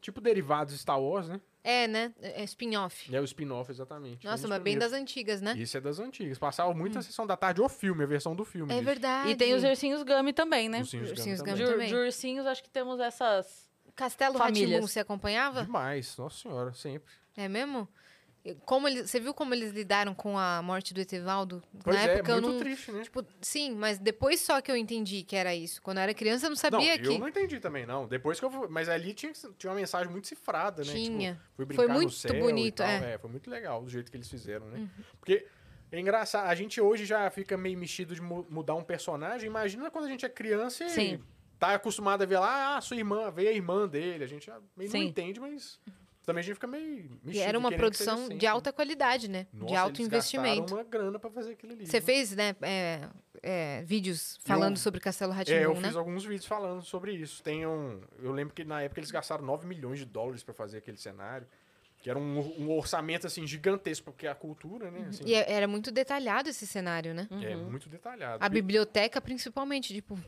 Tipo derivados de Star Wars, né? É, né? É spin-off. É o spin-off, exatamente. Foi um Nossa, dos mas bem primeiros. das antigas, né? Hum. Isso é das antigas. Passava muito a sessão da tarde, o filme, a versão do filme. É disso. verdade. E tem os ursinhos Gummy também, né? Os Ursinhos Ursinhos Gummy De, Gummy. também. ur- de ursinhos, acho que temos essas. Castelo Famílias. Ratimbun, você acompanhava? Demais, nossa senhora, sempre. É mesmo? E Como eles, você viu como eles lidaram com a morte do Etevaldo? Pois Na é, época eu muito não. triste, né? Tipo, sim, mas depois só que eu entendi que era isso. Quando eu era criança, eu não Não, sabia que eu não entendi também, não. Depois que eu fui... Mas ali tinha, que- tinha uma mensagem muito cifrada, né? tinha. Tipo, fui brincar muito no céu e bonito, tal. é. Uhum. Foi muito legal do jeito que eles fizeram, né? Porque é engraçado, a gente hoje já fica meio mexido de mu- mudar um personagem. Imagina quando a gente é criança e Sim. tá acostumado a ver lá, ah, sua irmã, veio a irmã dele. A gente já meio Sim. não entende, mas também a gente fica meio mexido. E era uma querendo que seja produção assim, de né? alta qualidade, né? Nossa, de alto eles gastaram investimento. uma grana pra fazer aquilo ali. Você viu? fez, né, é, é, vídeos falando sobre Castelo É, eu Ratimbun, né? fiz alguns vídeos falando sobre isso. Tem um, eu lembro que na época eles gastaram 9 milhões de dólares pra fazer aquele cenário. Que era um, um orçamento, assim, gigantesco, porque é a cultura, né? assim, E é- era muito detalhado esse cenário, né? É muito detalhado. A biblioteca, principalmente, tipo,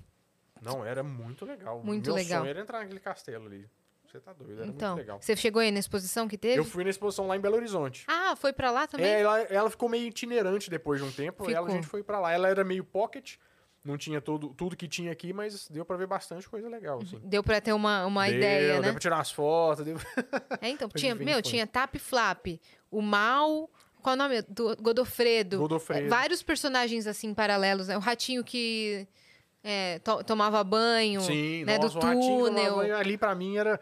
Não, era muito legal. Muito Meu legal. sonho era entrar naquele castelo ali. Você tá doido, era então. muito legal. Você chegou aí na exposição que teve? Eu fui na exposição lá em Belo Horizonte. Ah, foi pra lá também? É, ela, ela ficou meio itinerante depois de um tempo. Ela, a Ficou. gente foi pra lá. Ela era meio pocket, não tinha todo, tudo que tinha aqui, mas deu pra ver bastante coisa legal, assim. Deu pra ter uma, Uhum. uma Deu, ideia, Deu né? pra tirar umas fotos, deu... É, (laughs) então, Foi tinha, bem meu, fã. tinha Tap Flap, o Mal, qual é o nome? Do (laughs) Godofredo. Godofredo. É, Vários personagens, assim, paralelos, né? O ratinho que é, to- tomava banho, Sim, né? nossa, do o ratinho tomava túnel. banho ali pra mim era,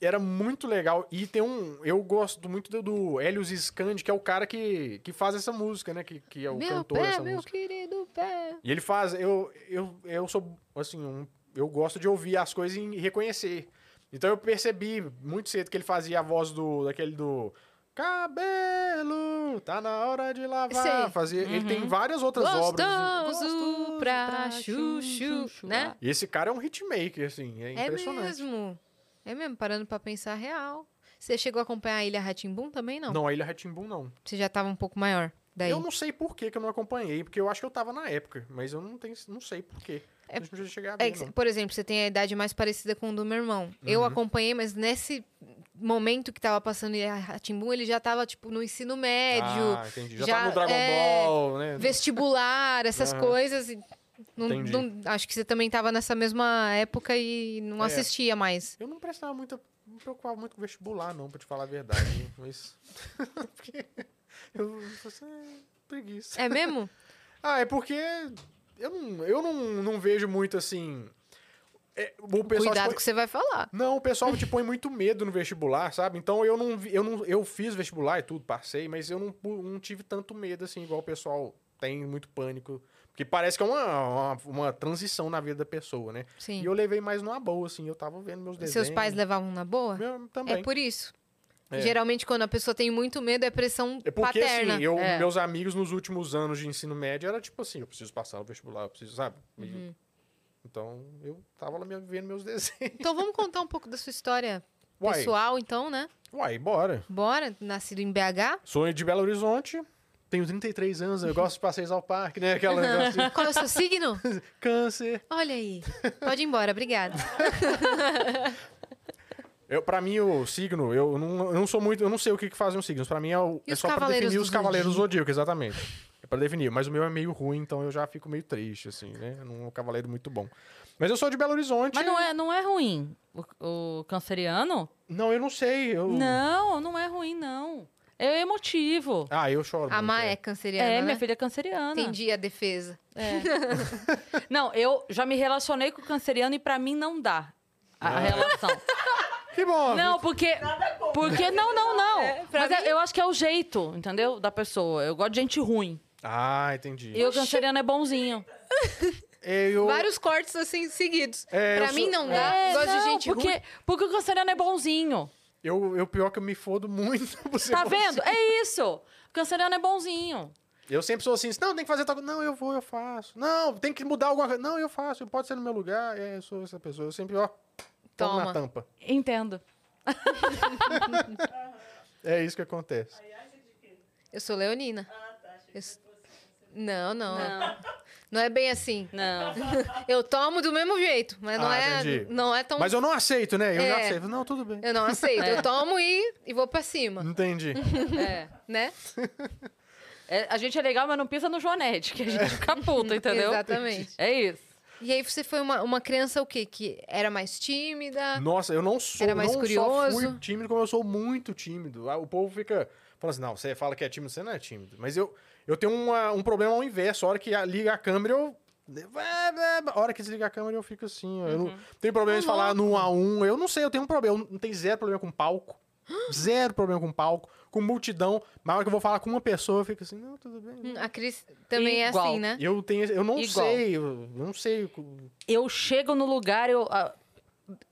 era muito legal. E tem um. Eu gosto muito do, do Helios Scandi, que é o cara que, que faz essa música, né? Que, que é o Meu cantor pé, dessa meu música. querido pé. E ele faz. Eu, eu, eu sou. Assim, um- eu gosto de ouvir as coisas e reconhecer. Então eu percebi muito cedo que ele fazia a voz do. daquele do. Cabelo, tá na hora de lavar. Sei. Uhum. Fazia, Ele tem várias outras obras. assim. Gostoso pra chuchu, né? E esse cara é um hitmaker, assim. É É impressionante. mesmo. É mesmo, parando pra pensar real. Você chegou a acompanhar a Ilha Ratimbum também, não? Não, a Ilha Ratimbum não. Você já tava um pouco maior daí. Eu não sei por que, que eu não acompanhei, porque eu acho que eu tava na época, mas eu não tenho, não sei por quê. É- a gente não chegar a É ver, que, não. por exemplo, você tem a idade mais parecida com o do meu irmão. Eu Uhum. acompanhei, mas nesse momento que tava passando Timbum, ele já tava, tipo, no ensino médio, Ah, entendi. Já, já- tá no Dragon é, Ball, né? vestibular, essas Aham. coisas. e não- Entendi. não- acho que você também tava nessa mesma época e não É. assistia mais. Eu não prestava muito, não me preocupava muito com vestibular, não, pra te falar a verdade. né? Mas. (laughs) porque eu você é preguiça. É mesmo? Ah, é porque eu não, eu não, não vejo muito assim. é, o pessoal Cuidado te com o que você vai falar. põe- Não, o pessoal te põe muito medo no vestibular, sabe? Então eu não, vi- eu não eu fiz vestibular e tudo, passei, mas eu não, pu- não tive tanto medo assim, igual o pessoal tem muito pânico. Porque parece que é uma, uma, uma transição na vida da pessoa, né? Sim. E eu levei mais numa boa, assim, eu tava vendo meus desenhos. Seus pais levavam na boa? Meu, também. É por isso. É. Geralmente, quando a pessoa tem muito medo, é pressão É porque, paterna. assim, eu, É. meus amigos nos últimos anos de ensino médio era tipo assim, eu preciso passar no vestibular, eu preciso, sabe? E- Uhum. Então, eu tava lá me- vendo meus (laughs) desenhos. Então vamos contar um pouco da sua história Uai, pessoal, então, né? uai, bora. Bora, nascido em BH. Sou de Belo Horizonte, tenho 33 anos, eu gosto de passeios ao parque, né? (laughs) Aquela negócio Qual é o seu signo? de câncer. Olha aí. Pode ir embora, obrigada. Tá Eu, pra mim, o signo, eu não, eu não sou muito, eu não sei o que, que fazem os signos. Pra mim é, o- E é os só pra Cavaleiros definir do os cavaleiros do zodíaco, exatamente. É pra definir, mas o meu é meio ruim, então eu já fico meio triste, assim, né? Eu Não é um cavaleiro muito bom. Mas eu sou de Belo Horizonte. Mas não é, não é ruim o, o canceriano? Não, eu não sei. Eu... Não, não é ruim, não. É emotivo. Ah, eu choro. A muito, Má é. é canceriana, É, né? minha filha é canceriana. Entendi a defesa. Não, eu já me relacionei com o canceriano e pra mim não dá a, a Ah. relação. Que bom. Não, porque. Nada contra. Porque. Não, não, não. É, pra Mas mim- é- eu acho que é o jeito, entendeu? Da pessoa. Eu gosto de gente ruim. Ah, entendi. E o canceriano é bonzinho. É, Eu... Vários cortes, assim, seguidos. É, eu pra sou- mim não dá, É, gosto de não, gente porque, ruim. Porque o canceriano é bonzinho. Eu, eu pior que eu me fodo muito. (laughs) por ser Tá bom. vendo? É isso. O canceriano é bonzinho. Eu sempre sou assim, não, tem que fazer tal coisa. Não, eu vou, eu faço. Não, tem que mudar alguma coisa. Não, eu faço, pode ser no meu lugar. É, eu sou essa pessoa. Eu sempre, ó, tomo Toma. na tampa. Entendo. É isso que acontece. Então Eu sou leonina. Ah, tá. Achei Eu sou- Não, não. Não, Não, é bem assim. não. Eu tomo do mesmo jeito, mas não, Ah, é, entendi. não é tão... Mas eu não aceito, né? Eu É. não aceito. Não, tudo bem. Eu não aceito. É. Eu tomo e, e vou pra cima, Entendi. É. né? É, a gente é legal, mas não pisa no Joanete, que a (laughs) gente fica puta, entendeu? Exatamente. É isso. E aí você foi uma, uma criança o quê? Que era mais tímida? Nossa, eu não sou, Era mais não só curioso. fui tímido, como eu sou muito tímido. Ah, O povo fica falando assim, não, você fala que é tímido, você não é tímido. Mas eu, eu tenho uma- um problema ao inverso. A hora que a- liga a câmera, eu... A hora que desliga a câmera, eu fico assim. ó. Eu não tenho problema de Uhum. Ô, falar no a um. Eu não sei, eu tenho um problema. Eu não tenho zero problema com palco. Zero problema com palco, com multidão. Mas a hora que eu vou falar com uma pessoa, eu fico assim, não, tudo bem. Hum, A Cris também Igual. é assim, né? Eu, tenho, eu não Igual. sei, eu, eu não sei. o- eu chego no lugar, eu. a-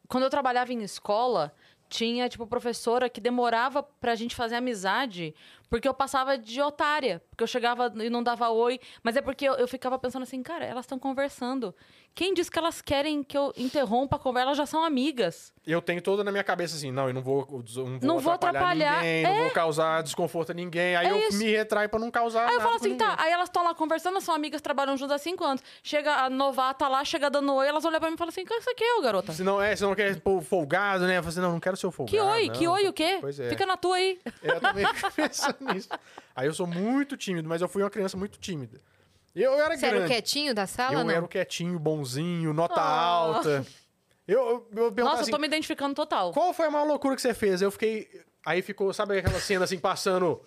quando eu trabalhava em escola, tinha, tipo, professora que demorava pra gente fazer amizade, porque eu passava de otária. Porque eu chegava e não dava oi. Mas é porque eu, eu ficava pensando assim, cara, elas estão conversando. Quem diz que elas querem que eu interrompa a conversa? Elas já são amigas. Eu tenho toda na minha cabeça assim, não, eu não vou, não vou, Não vou atrapalhar, ninguém, não vou causar desconforto a ninguém. Aí É eu isso. me retraio pra não causar Aí eu nada falo com assim, tá. ninguém. Aí elas estão lá conversando, são amigas, trabalham juntas há cinco anos. Chega a novata lá, chega dando oi, elas olham pra mim e falam assim, o que é isso aqui, ô garota? Senão, é, senão quer pô, folgado, né? Fala assim, não, não quero ser o folgado. Que oi? não. que oi o quê? Pois é. Fica na tua aí. É, Eu também (laughs) fico pensando nisso. Aí eu sou muito tímido, mas eu fui uma criança muito tímida. Eu, eu era Você era o é grande. quietinho da sala, eu não? era o quietinho, bonzinho, nota Ah. alta. Eu, eu, eu perguntava Nossa, assim, eu tô me identificando total. Qual foi a maior loucura que você fez? Eu fiquei. Aí ficou, sabe aquela cena assim, passando.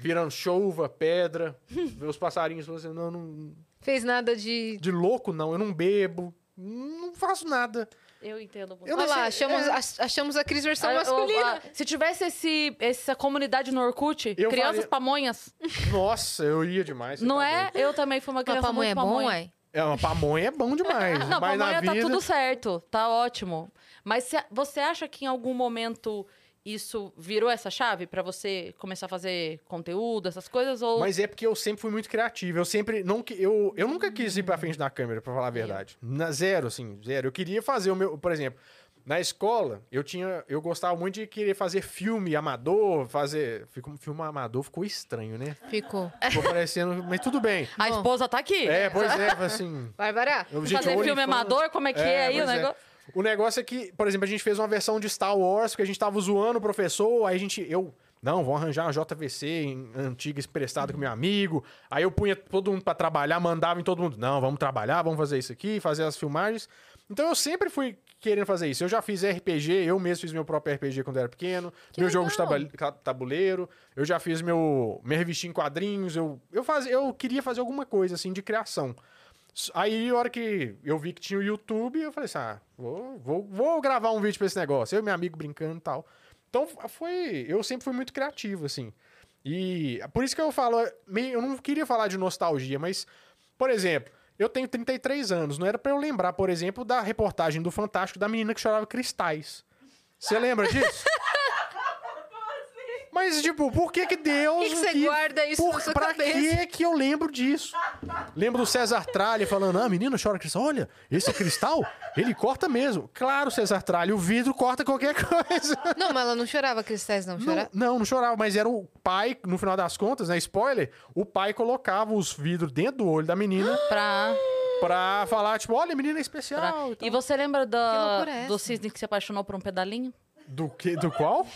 Virando chuva, pedra. ver os passarinhos falando assim: não, não. Fez nada de... De louco, não, eu não bebo. Não faço nada. Eu entendo muito. Eu Olha não lá, sei, achamos, é. ach- achamos a Cris versão Ah, eu- masculina. ah, se tivesse esse, essa comunidade no Orkut, Eu crianças faria- pamonhas, Nossa, eu ia demais. você não tá é? doido. Eu também fui uma Uma criança pamonha é muito bom, pamonha. ué? É, uma pamonha é bom (laughs) demais. Não, mas pamonha na tá vida. tudo certo, tá ótimo. Mas se- você acha que em algum momento isso virou essa chave pra você começar a fazer conteúdo, essas coisas? Ou... Mas é porque eu sempre fui muito criativo. Eu sempre. Não, que- eu, eu nunca quis ir pra frente da câmera, pra falar a verdade. Na zero, assim, zero. Eu queria fazer o meu. Por exemplo, na escola, eu tinha. Eu gostava muito de querer fazer filme amador, fazer. Fico, filme amador ficou estranho, né? Ficou. (laughs) Ficou parecendo. Mas tudo bem. A Bom. esposa tá aqui. É, pois é, assim. é Vai, Bará. eu- gente, Fazer olho filme em fã- amador, como é que é, aí o pois negócio? O negócio é que, por exemplo, a gente fez uma versão de Star Wars, porque a gente tava zoando o professor, aí a gente. Eu. Não, vou arranjar uma JVC em- antiga emprestada com meu amigo. Aí eu punha todo mundo pra trabalhar, mandava em todo mundo. Não, vamos trabalhar, vamos fazer isso aqui, fazer as filmagens. Então eu sempre fui querendo fazer isso. Eu já fiz RPG, eu mesmo fiz meu próprio RPG quando eu era pequeno. Que meu jogo de legal. tabale- ca- tabuleiro. Eu já fiz meu, minha revistinha em quadrinhos. Eu, eu, fazia, eu queria fazer alguma coisa, assim, de criação. S- Aí, a hora que eu vi que tinha o YouTube, eu falei assim, ah, vou, vou, vou gravar um vídeo pra esse negócio. Eu e meu amigo brincando e tal. Então, f- foi... Eu sempre fui muito criativo, assim. E por isso que eu falo... é, meio- eu não queria falar de nostalgia, mas... Por exemplo, eu tenho 33 anos. Não era pra eu lembrar, por exemplo, da reportagem do Fantástico da menina que chorava cristais. Você (laughs) lembra disso? Mas, tipo, por que que Por assim? Deus... que que você que- guarda isso na sua pra cabeça? que que eu lembro disso? Lembro do César Tralha falando, ah, menino, chora cristal. Olha, esse é cristal, ele corta mesmo. Claro, César Tralha, o vidro corta qualquer (laughs) coisa. Não, mas ela não chorava cristais, não. Não, Chorava. não, não chorava, mas era o pai, no final das contas, né? Spoiler, o pai colocava os vidros dentro do olho da menina Pra, pra falar, tipo, olha, menina é pra- especial. E você lembra do, então. Que loucura é do essa? cisne que se apaixonou por um pedalinho? Do, que, do qual?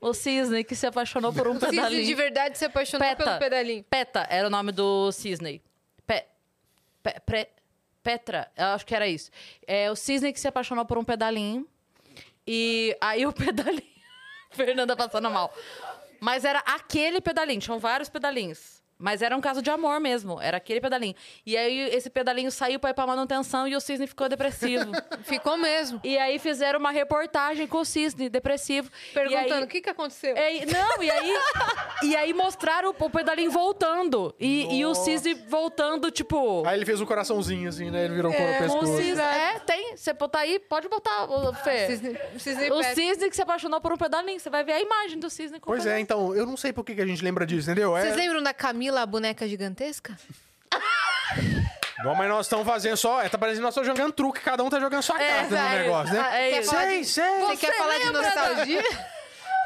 O cisne que se apaixonou por um Cisne pedalinho. de verdade se apaixonou Peta. pelo pedalinho. Peta era o nome do cisne. Pe- pe- pre- Petra, eu acho que era isso. É o cisne que se apaixonou por um pedalinho. E aí o (laughs) pedalinho. Fernanda passando mal. Mas era aquele pedalinho, tinham vários pedalinhos. Mas era um caso de amor mesmo, era aquele pedalinho. E aí esse pedalinho saiu pra ir pra manutenção e o cisne ficou depressivo. Ficou mesmo. e aí fizeram uma reportagem com o cisne depressivo. E Perguntando aí- o que, que aconteceu. é, e- não, e aí, e aí mostraram o pedalinho voltando. E, e o Cisne voltando, tipo. Aí ele fez um coraçãozinho, assim, né? Ele virou um couro no com o pescoço. Cisne. É, tem. Você botar aí, pode botar, ô, Fê. Cisne, cisne o peta. cisne que se apaixonou por um pedalinho. Você vai ver a imagem do cisne com o Pois é, então, eu não sei por que que a gente lembra disso, entendeu? É... Vocês lembram da Camila, a boneca gigantesca? Não, mas nós estamos fazendo só. É, tá parecendo que nós estamos jogando truque, cada um tá jogando sua É, carta no sério. negócio, né? Ah, é Quer isso. falar Sei, de- sei. Você quer falar (laughs) de nostalgia?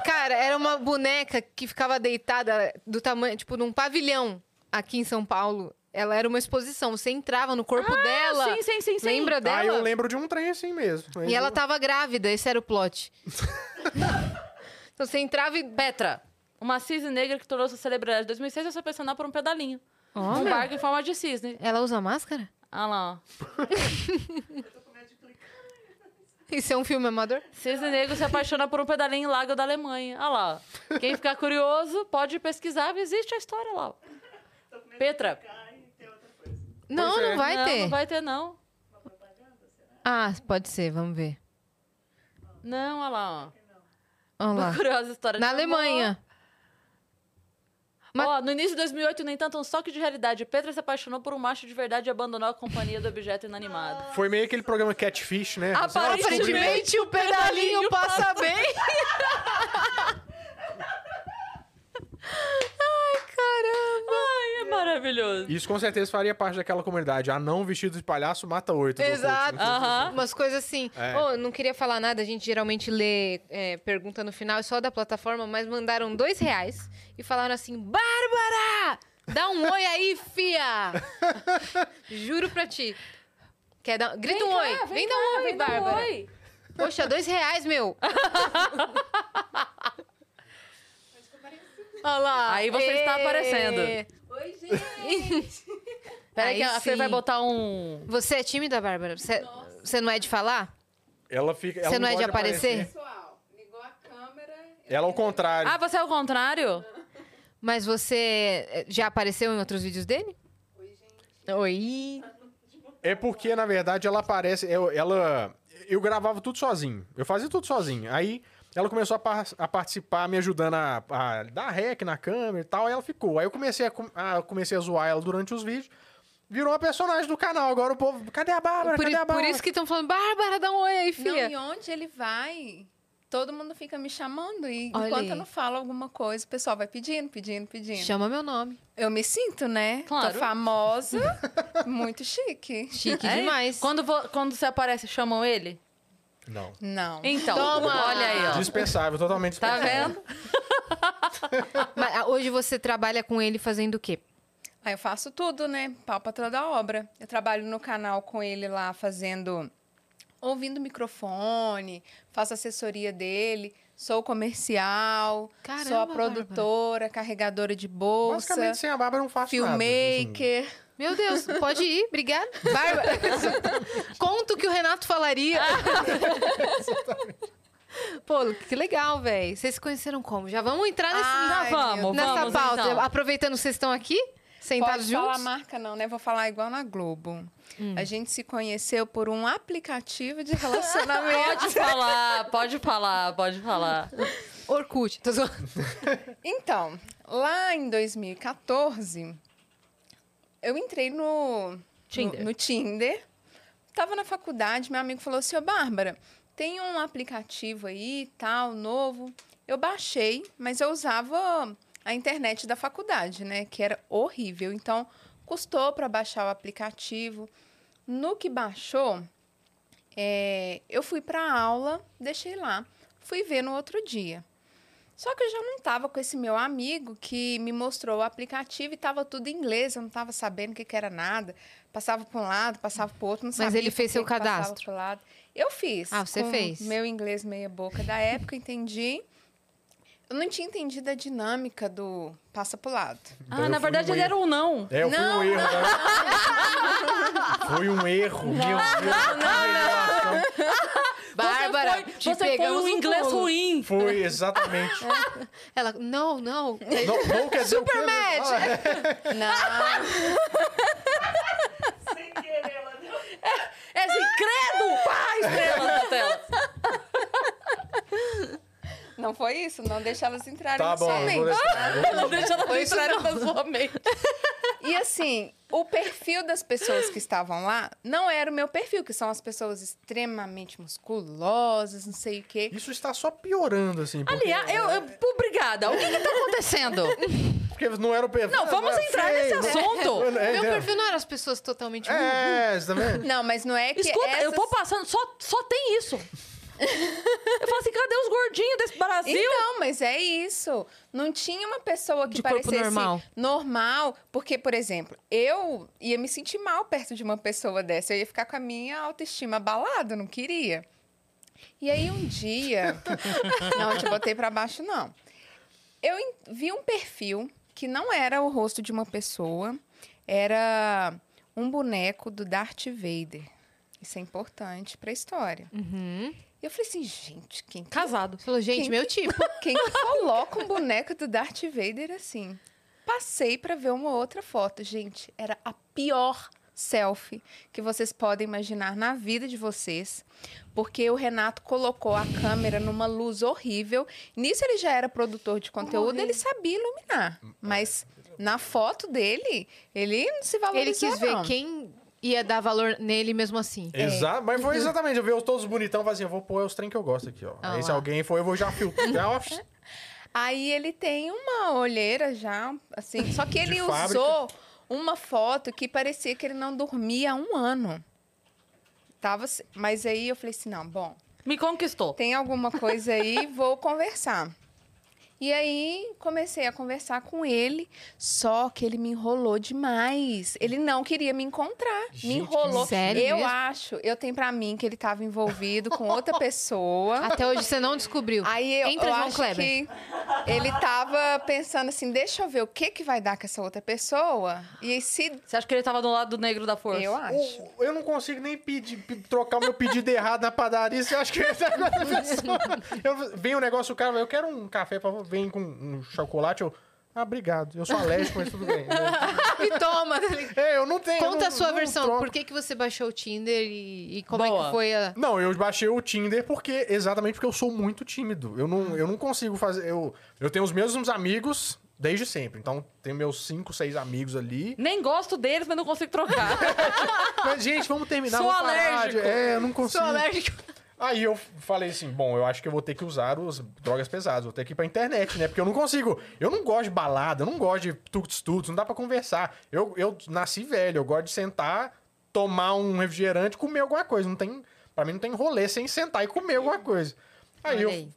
Cara, era uma boneca que ficava deitada do tamanho, tipo, num pavilhão aqui em São Paulo. Ela era uma exposição. Você entrava no corpo dela. Ah, sim, sim, sim, sim. Lembra dela? Ah, eu lembro de um trem assim mesmo. Mas E ela tá- eu- tava grávida, esse era (laughs) o plot. então você entrava e. Petra. Uma cisne negra que tornou-se celebridade em 2006 e se apaixonou por um pedalinho. Um Olha. barco em forma de cisne. Ela usa máscara? Olha lá, ó. Eu tô com medo de clicar. Isso é um filme amador? Cisne negro se apaixona por um pedalinho em lago da Alemanha. Olha lá. ó. Quem ficar curioso pode pesquisar, existe a história lá. ó. Tô com medo Petra. de clicar e tem outra coisa. Não, Pois é. não vai não, ter. Não vai ter, não. Ah, pode ser, vamos ver. Não, olha lá, ó. Olha Uma lá. curiosa história de Na amor. Alemanha. Mas- Ó, no início de 2008, no entanto, um toque de realidade. Petra se apaixonou por um macho de verdade e abandonou a companhia do objeto inanimado. Foi meio aquele programa Catfish, né? Ah, Aparentemente, o pedalinho passa bem. Ai, caramba. Ai, é maravilhoso. Isso com certeza faria parte daquela comunidade. Anão vestido de palhaço mata oito. do Exato. Ah. oculto, né? Aham. Umas coisas assim. É. Oh, não queria falar nada, a gente geralmente lê é, pergunta no final, é só da plataforma, mas mandaram dois reais e falaram assim: Bárbara! Dá um oi aí, fia! Juro pra ti. Quer dar... Grita um cá, oi! Vem, dar um cá, oi, vem dar um Bárbara! oi. Poxa, dois reais, meu! (laughs) Olha lá. Aí você está aparecendo. Oi, gente! Peraí que Aí a Fê sim. vai botar um... Você é tímida, Bárbara? Você, você não é de falar? Ela fica. ela Você não é gosta de aparecer? Pessoal, ligou a câmera. Ela ao contrário. Ah, você é o contrário? Mas você eh, já apareceu em outros vídeos dele? Oi, gente. Oi. É porque, na verdade, ela aparece. eu- Ela. Eu gravava tudo sozinho. Eu fazia tudo sozinho. Aí ela começou a, par- a participar, me ajudando a, a dar rec na câmera e tal. Aí ela ficou. Aí eu comecei a, com- a- eu comecei a zoar ela durante os vídeos. Virou uma personagem do canal. Agora o povo. Cadê a Bárbara? Por, Cadê a por Bárbara? isso que estão falando, Bárbara, dá um oi aí, Não, filha. e onde ele vai, todo mundo fica me chamando. E Olha enquanto aí. eu não falo alguma coisa, o pessoal vai pedindo, pedindo, pedindo. Chama meu nome. Eu me sinto, né? Claro. Tô famosa, (laughs) muito chique. Chique É? demais. Quando, vo- quando você aparece, chamam ele? Não. Não. Então, Toma! olha aí, ó. Dispensável, totalmente Tá vendo? dispensável. Mas, ah, hoje você trabalha com ele fazendo o quê? Aí eu faço tudo, né? Pau pra toda obra. Eu trabalho no canal com ele lá fazendo. ouvindo microfone, faço assessoria dele, sou comercial, sou Caramba, a Bárbara. produtora, carregadora de bolsa, Basicamente, é sem a Bárbara eu não faço nada. filmmaker. Meu Deus, pode ir, obrigada. Bárbara, (laughs) conta o que o Renato falaria. Ah. (laughs) Pô, que legal, velho. Vocês se conheceram como? Já vamos entrar nesse, Ah, Já Ai, vamos, nessa vamos pauta. então. Aproveitando que vocês estão aqui, Pode sentados falar juntos. marca não, né? Vou falar igual na Globo. A gente se conheceu por um aplicativo de relacionamento. (laughs) Pode falar, pode falar, pode falar. Orkut. Tô zoando. Então, lá em 2014, eu entrei no Tinder. No, no Tinder. Tava na faculdade, meu amigo falou assim, ô Bárbara, tem um aplicativo aí, tal, novo. Eu baixei, mas eu usava a internet da faculdade, né? Que era horrível. Então, custou para baixar o aplicativo. No que baixou, é, eu fui para aula, deixei lá. Fui ver no outro dia. Só que eu já não estava com esse meu amigo que me mostrou o aplicativo e estava tudo em inglês, eu não estava sabendo o que, que era nada. Passava para um lado, passava para o outro, não sabia. ele fez por seu que que passava cadastro? pro lado. Eu fiz. Ah, você com fez. Meu inglês meia boca da época, entendi. Eu não tinha entendido a dinâmica do passa pro lado. Então eu Ah, na fui verdade um ele era um não. É, eu fui Não, um erro. né? Foi um erro, meu Deus. do céu. Bárbara, você te foi, você foi pegamos um no inglês pulo. ruim. Foi, exatamente. Ela, não, não. tá não, não quer dizer o quê, né? Supermatch. Ah, é. Não, Sem querer, ela deu. É assim, credo! Pá, estrela na tela. não foi isso, não deixava elas entrarem Tá na bom, sua eu vou mente. deixar. (laughs) Não deixa ela entrar na sua mente. E assim, o perfil das pessoas que estavam lá não era o meu perfil, que são as pessoas extremamente musculosas, não sei o quê. Isso está só piorando, assim. Porque, Aliás, eu, eu obrigada. O que que tá (laughs) acontecendo? porque não era o perfil. Não, vamos era entrar feio, nesse né? assunto. Meu É, entendeu? perfil não era as pessoas totalmente burras. É, você tá (laughs) vendo? Não, mas não é que Escuta, eu essas- vou passando, só, só tem isso. Eu falo assim, cadê os gordinhos desse Brasil? Então, mas é isso. Não tinha uma pessoa que De corpo parecesse normal. normal, porque, por exemplo, eu ia me sentir mal perto de uma pessoa dessa. Eu ia ficar com a minha autoestima abalada, eu não queria. E aí (laughs) um dia. não, eu te botei pra baixo, não. Eu en- vi um perfil que não era o rosto de uma pessoa, era um boneco do Darth Vader. Isso é importante pra história. Uhum. E eu falei assim, gente, quem que Casado. Falou, gente, Quem- meu tipo. quem que coloca um boneco do Darth Vader assim? Passei pra ver uma outra foto. Gente, era a pior selfie que vocês podem imaginar na vida de vocês. Porque o Renato colocou a câmera numa luz horrível. Nisso ele já era produtor de conteúdo, ele sabia iluminar. Mas na foto dele, ele não se Ele valorizou, quis ver não. quem ia dar valor nele mesmo assim. É, Exato, mas foi exatamente. Eu vi os todos bonitão e falei assim: eu vou pôr os trem que eu gosto aqui, ó. Ah Aí se lá. alguém for, eu vou já filtrar. Aí ele tem uma olheira já, assim. (laughs) Só que ele fábrica. usou uma foto que parecia que ele não dormia há um ano. Tava, se- mas aí eu falei assim: não, bom, Me conquistou. tem alguma coisa (laughs) aí, vou conversar. E aí comecei a conversar com ele, só que ele me enrolou demais. Ele não queria me encontrar, me Gente, enrolou. sério eu mesmo? acho, eu tenho pra mim que ele tava envolvido (laughs) com outra pessoa. Até hoje você não descobriu. Aí eu, Entra, eu João acho Kleber. que ele tava pensando assim, deixa eu ver o que que vai dar com essa outra pessoa. E aí se Você acha que ele tava do lado do negro da força? eu acho. O- Eu não consigo nem pedir, pe- trocar o meu pedido errado na padaria. Você acha que eu ia dar outra pessoa? Eu- Vem o negócio, o cara, eu quero um café, por favor, vem com um chocolate. Eu, ah, obrigado. Eu sou alérgico, mas tudo bem. E (laughs) toma. tá ligado? É, eu não tenho. eu Conta não- a sua não versão. troco. Por que, que você baixou o Tinder e, e como é Boa. que foi a. Não, eu baixei o Tinder porque exatamente porque eu sou muito tímido. Eu não, eu não consigo fazer. Eu, eu tenho os mesmos amigos desde sempre. Então, tenho meus cinco, seis amigos ali. Nem gosto deles, mas não consigo trocar. (laughs) Mas, gente, vamos terminar. Sou vamos parar de- alérgico. É, eu não consigo. alérgico. Aí eu falei assim, bom, eu acho que eu vou ter que usar os drogas pesadas, vou ter que ir pra internet, né? Porque eu não consigo, eu não gosto de balada, eu não gosto de tuts-tuts, não dá pra conversar. Eu, eu nasci velho, eu gosto de sentar, tomar um refrigerante, comer alguma coisa. Não tem, pra mim não tem rolê sem sentar e comer alguma coisa. Aí Olha eu aí.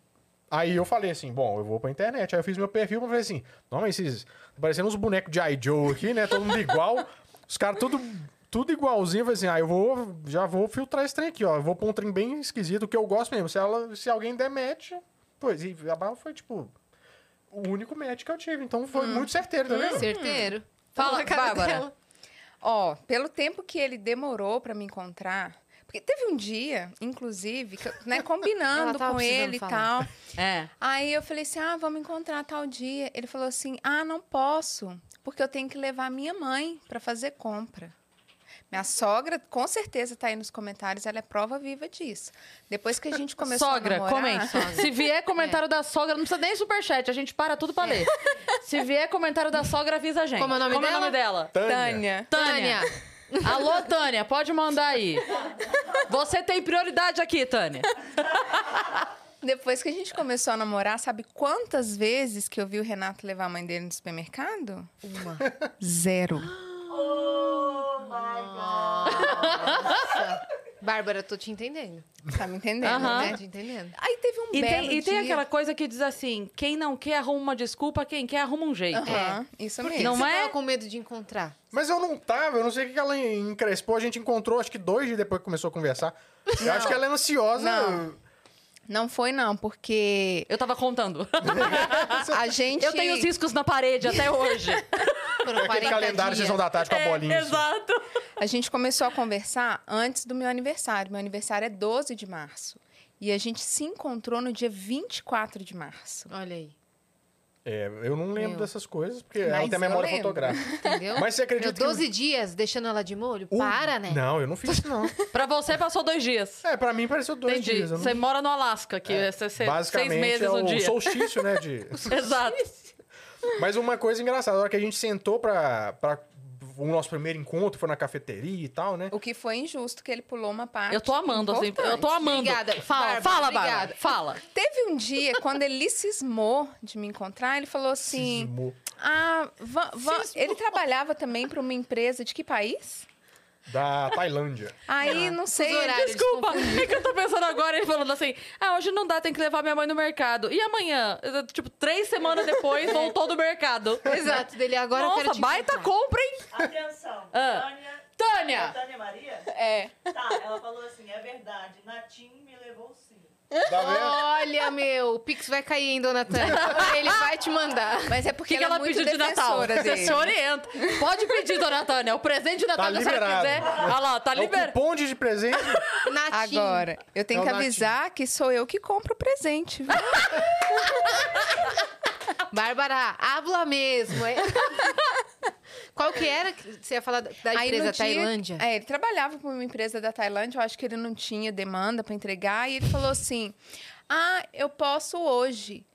Aí eu falei assim, bom, eu vou pra internet. Aí eu fiz meu perfil e falei assim, não, mas esses... tá Parecendo uns bonecos de I. Joe aqui, né? Todo mundo igual. Os caras tudo, tudo igualzinho. Eu falei assim, ah, eu vou... Já vou filtrar esse trem aqui, ó. Eu vou pôr um trem bem esquisito, que eu gosto mesmo. Se, ela, se alguém der match... Pois, e a barra foi, tipo... O único match que eu tive. Então foi muito certeiro, tá vendo? Certeiro. Fala, a cara Bárbara. dela. Ó, pelo tempo que ele demorou pra me encontrar. Porque teve um dia, inclusive, que eu, (laughs) né, Ela combinando tava com precisando ele e falar. tal. É. Aí eu falei assim: ah, vamos encontrar tal dia. Ele falou assim: ah, não posso, porque eu tenho que levar minha mãe pra fazer compra. Minha sogra, com certeza, tá aí nos comentários, ela é prova viva disso. Depois que a gente começou sogra, É. a namorar... comente. Se vier comentário da sogra, não precisa nem superchat, a gente para tudo pra (laughs) ler. Se vier comentário da sogra, avisa a gente. Como é o nome Como dela? dela? Tânia. Tânia. Alô, Tânia, pode mandar aí. Você tem prioridade aqui, Tânia. Depois que a gente começou a namorar, sabe quantas vezes que eu vi o Renato levar a mãe dele no supermercado? Uma. Zero. Oh my God. Nossa. Bárbara, tô te entendendo. Tá me entendendo, Aham. né? Tô te entendendo. Aí teve um E, belo tem, e tem dia- aquela coisa que diz assim: quem não quer arruma uma desculpa, quem quer arruma um jeito. Aham, Isso Por que mesmo. que Não você é? tava com medo de encontrar? Mas eu não tava, eu não sei o que que ela encrespou. A gente encontrou, acho que dois dias depois que começou a conversar. Eu acho que ela é ansiosa. Não. Não foi, não, porque Eu tava contando. a gente... Eu tenho os riscos na parede até hoje. Foram Aquele 40 calendário, dias. sessão da tarde com É, a bolinha. assim. Exato. A gente começou a conversar antes do meu aniversário. Meu aniversário é 12 de março. E a gente se encontrou no dia 24 de março. Olha aí, É, eu não lembro Meu. dessas coisas, porque Mas ela não tem eu memória lembro. fotográfica. entendeu? Mas você Meu, acredita que... 12 dias deixando ela de molho? o- Para, né? Não, eu não fiz isso, não. Pra você, passou dois dias. É, pra mim pareceu dois Entendi. dias. eu não- Você mora no Alasca, que é, se- se- seis Basicamente, meses é o um dia. solstício, né? (laughs) De... Exato. Mas uma coisa engraçada, a hora que a gente sentou pra, pra o nosso primeiro encontro, foi na cafeteria e tal, né? O que foi injusto, que ele pulou uma parte. Eu tô amando, assim. Eu tô importante. amando. Obrigada. Fala, Bárbara, fala, obrigada. Bárbara. Fala. Teve um dia, quando ele cismou de me encontrar, ele falou assim... Cismou. Ah, va- va- ele trabalhava também para uma empresa de que país? Da Tailândia. Aí não sei. fuso horário. Desculpa, é que eu tô pensando agora, ele falando assim, ah, hoje não dá, tem que levar minha mãe no mercado. E amanhã? Eh, Tipo, três semanas (laughs) depois, voltou do mercado. Exato, dele agora eu quero Nossa, te baita encontrar. compra, hein? Atenção. Ah. Tânia. Tânia! Tânia Maria? É. Tá, ela falou assim: é verdade, Natim me levou sim. Tá vendo? Olha, meu, o Pix vai cair, hein, dona Tânia? Ele vai te mandar. Mas é O porque que, que ela, é muito pediu de Natal? defensora Você dele. se orienta. Pode pedir, dona Tânia. O presente de Natal Tá que a senhora liberado. quiser. Olha lá, tá É o liberado. cupom (laughs) de presente. Natinho. Agora, eu tenho É o que Natinho. avisar que sou eu que compro o presente. viu? Bárbara, habla mesmo. hein? Qual que era que você ia falar da da Aí, no empresa dia- Tailândia? É, ele trabalhava para uma empresa da Tailândia, eu acho que ele não tinha demanda para entregar, e ele falou assim: Ah, eu posso hoje.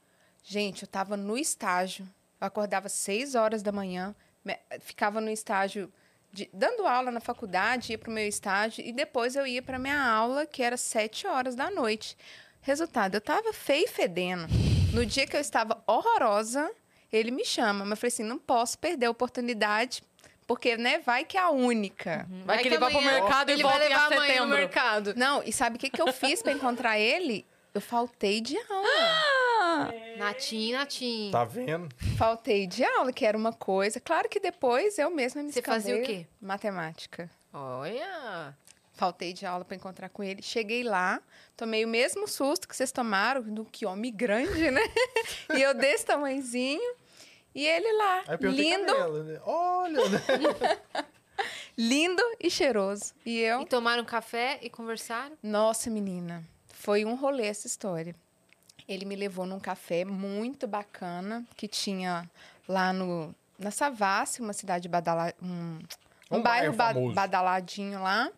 Gente, eu tava no estágio. Eu acordava seis horas da manhã, me- ficava no estágio, de- dando aula na faculdade, ia pro meu estágio, e depois eu ia pra minha aula, que era sete horas da noite. Resultado, eu tava feio e fedendo. No dia que eu estava horrorosa, ele me chama, mas eu falei assim: não posso perder a oportunidade, porque, né, vai que é a única. Vai que ele vai pro É amanhã mercado e ele volta vai em levar amanhã no setembro. mercado. Não, e sabe o que, que eu fiz pra encontrar ele? Eu faltei de aula. Natim, Natim. Tá vendo? Faltei de aula, que era uma coisa. Claro que depois eu mesma me Você fazia escambei. o quê? Matemática. Olha. Faltei de aula pra encontrar com ele. Cheguei lá, tomei o mesmo susto que vocês tomaram, do que homem grande, né? (laughs) e eu desse tamanhozinho. E ele lá, Aí eu perguntei lindo, pra ela, né? Olha, né? lindo e cheiroso. E eu, E tomaram um café e conversaram? Nossa, menina, foi um rolê essa história. Ele me levou num café muito bacana que tinha lá no na Savassi, uma cidade badala, um, um Um bairro bairro ba- famoso. badaladinho lá.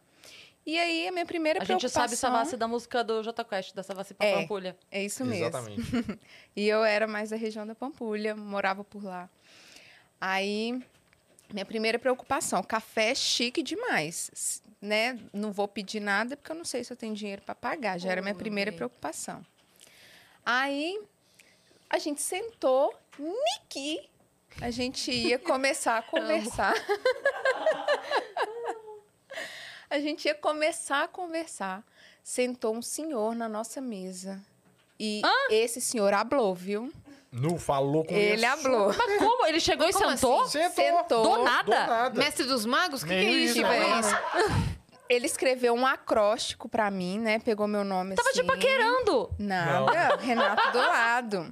E aí a minha primeira A gente preocupação sabe Savassi da música do Jota Quest, da Savassi É. Pampulha. é isso mesmo. Exatamente. E eu era mais da região da Pampulha, morava por lá. Aí, minha primeira preocupação, café é chique demais, s- né? Não vou pedir nada porque eu não sei se eu tenho dinheiro para pagar, já era minha Oh, primeira ok. preocupação. Aí, a gente sentou, Niki, a gente ia começar a conversar. (laughs) a gente ia começar a conversar. Sentou um senhor na nossa mesa E esse senhor hablou, viu? Nu falou com Ele isso. hablou. Mas como? Ele chegou e Como sentou? assim? Sentou. Sentou. Do nada? Mestre dos magos? O que, que é Meio isso, isso, velho? né? Ele escreveu um acróstico pra mim, né? Pegou meu nome Tava assim. te paquerando. Nada, Renato do lado.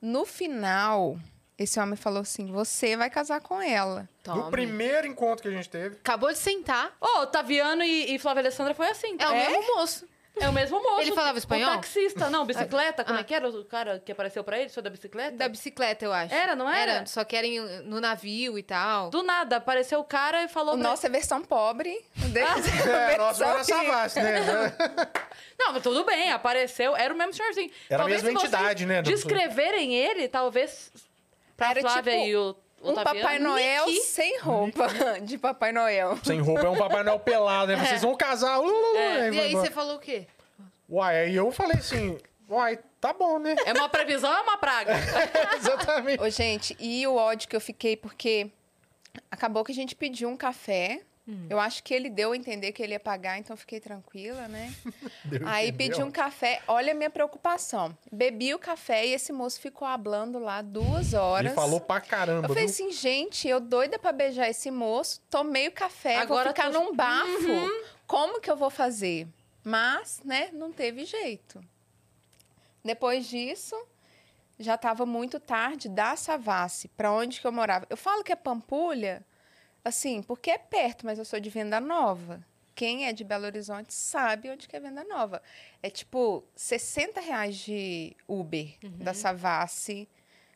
No final, esse homem falou assim: você vai casar com ela. Tome. No primeiro encontro que a gente teve. Acabou de sentar. Ô, Taviano e, e Flávia Alessandra foi assim. É o mesmo moço. É o mesmo moço. Ele falava espanhol? O taxista, não, bicicleta, como Ah. é que era o cara que apareceu pra ele? Sou da bicicleta? Da bicicleta, eu acho. Era, não era? Só que era em- no navio e tal. Do nada, apareceu o cara e falou... O pra- nosso é versão pobre. O deles é a É, versão nossa, era rica. Savassi, né? Não, mas tudo bem, apareceu, era o mesmo senhorzinho. Era a Talvez mesma se vocês entidade, né, do- descreverem ele, talvez, pra Era Flávia tipo e o, o Um Taviano, Papai Noel Niki. sem roupa de Papai Noel. Sem roupa é um Papai Noel pelado, né? Vocês vão casar. Uh, E vai aí embora. você falou o quê? Uai, aí eu falei assim, uai, tá bom, né? É uma previsão ou é uma (laughs) praga? Ô, (laughs) Exatamente. gente, e o ódio que eu fiquei, porque acabou que a gente pediu um café. Eu acho que ele deu a entender que ele ia pagar, então eu fiquei tranquila, né? Deu Aí entender, pedi ó. um café. Olha a minha preocupação. Bebi o café e esse moço ficou hablando lá duas horas. E falou pra Eu caramba, falei viu? assim, gente, eu doida pra beijar esse moço, tomei o café, Agora vou ficar tu- num bafo. Como que eu vou fazer? Mas, né, não teve jeito. Depois disso, já tava muito tarde da Savassi, pra onde que eu morava. Eu falo que é Pampulha, assim, porque é perto, mas eu sou de Venda Nova. Quem é de Belo Horizonte sabe onde que é Venda Nova. É tipo 60 reais de Uber da Savassi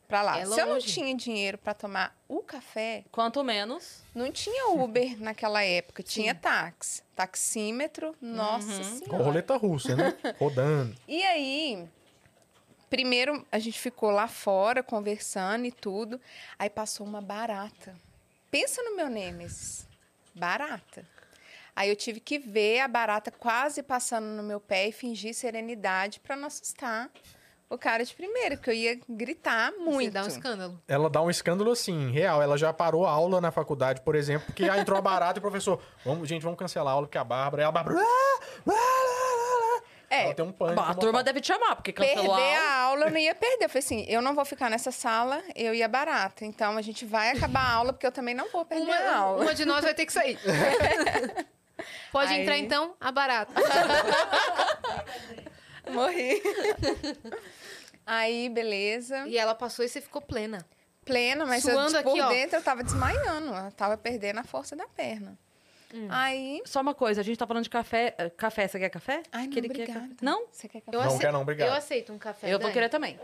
pra lá. Uhum. É Se eu não longe. tinha dinheiro pra tomar o café, Quanto menos. não tinha (laughs) Uber naquela época, tinha táxi, taxímetro, Uhum. nossa Com senhora. roleta russa, né? Rodando. E aí, primeiro a gente ficou lá fora conversando e tudo, aí passou uma barata. Pensa no meu Nemesis, barata. Aí eu tive que ver a barata quase passando no meu pé e fingir serenidade pra não assustar o cara de primeira, porque eu ia gritar muito. Você dá um escândalo. Ela dá um escândalo assim, real. Ela já parou a aula na faculdade, por exemplo, porque aí entrou a barata e o professor, vamos, gente, vamos cancelar a aula porque a Bárbara. Aí a Bárbara. (laughs) "Ah, ah, ah, ah, ah." É, ela tem um pânico. Bom, a uma- turma deve te chamar, porque cancelou perder a aula. a aula, eu não ia perder. Eu falei assim, eu não vou ficar nessa sala, eu ia barata. Então, a gente vai acabar a aula, porque eu também não vou perder a Uma, aula. uma de nós vai ter que sair. (laughs) Pode Aí- entrar então, a barata. Morri. (laughs) Aí, beleza. E ela passou e você ficou plena. Plena, mas Suando eu, tipo, por aqui, ó. dentro eu tava desmaiando. Eu tava perdendo a força da perna. Aí... Só uma coisa, a gente tá falando de café. eh, Café, você quer café? Ai, não, Aquele que é obrigada. café. Não? Você quer que Eu eu... Não quer não, obrigado. Eu aceito um café. Eu vou Dani. querer também.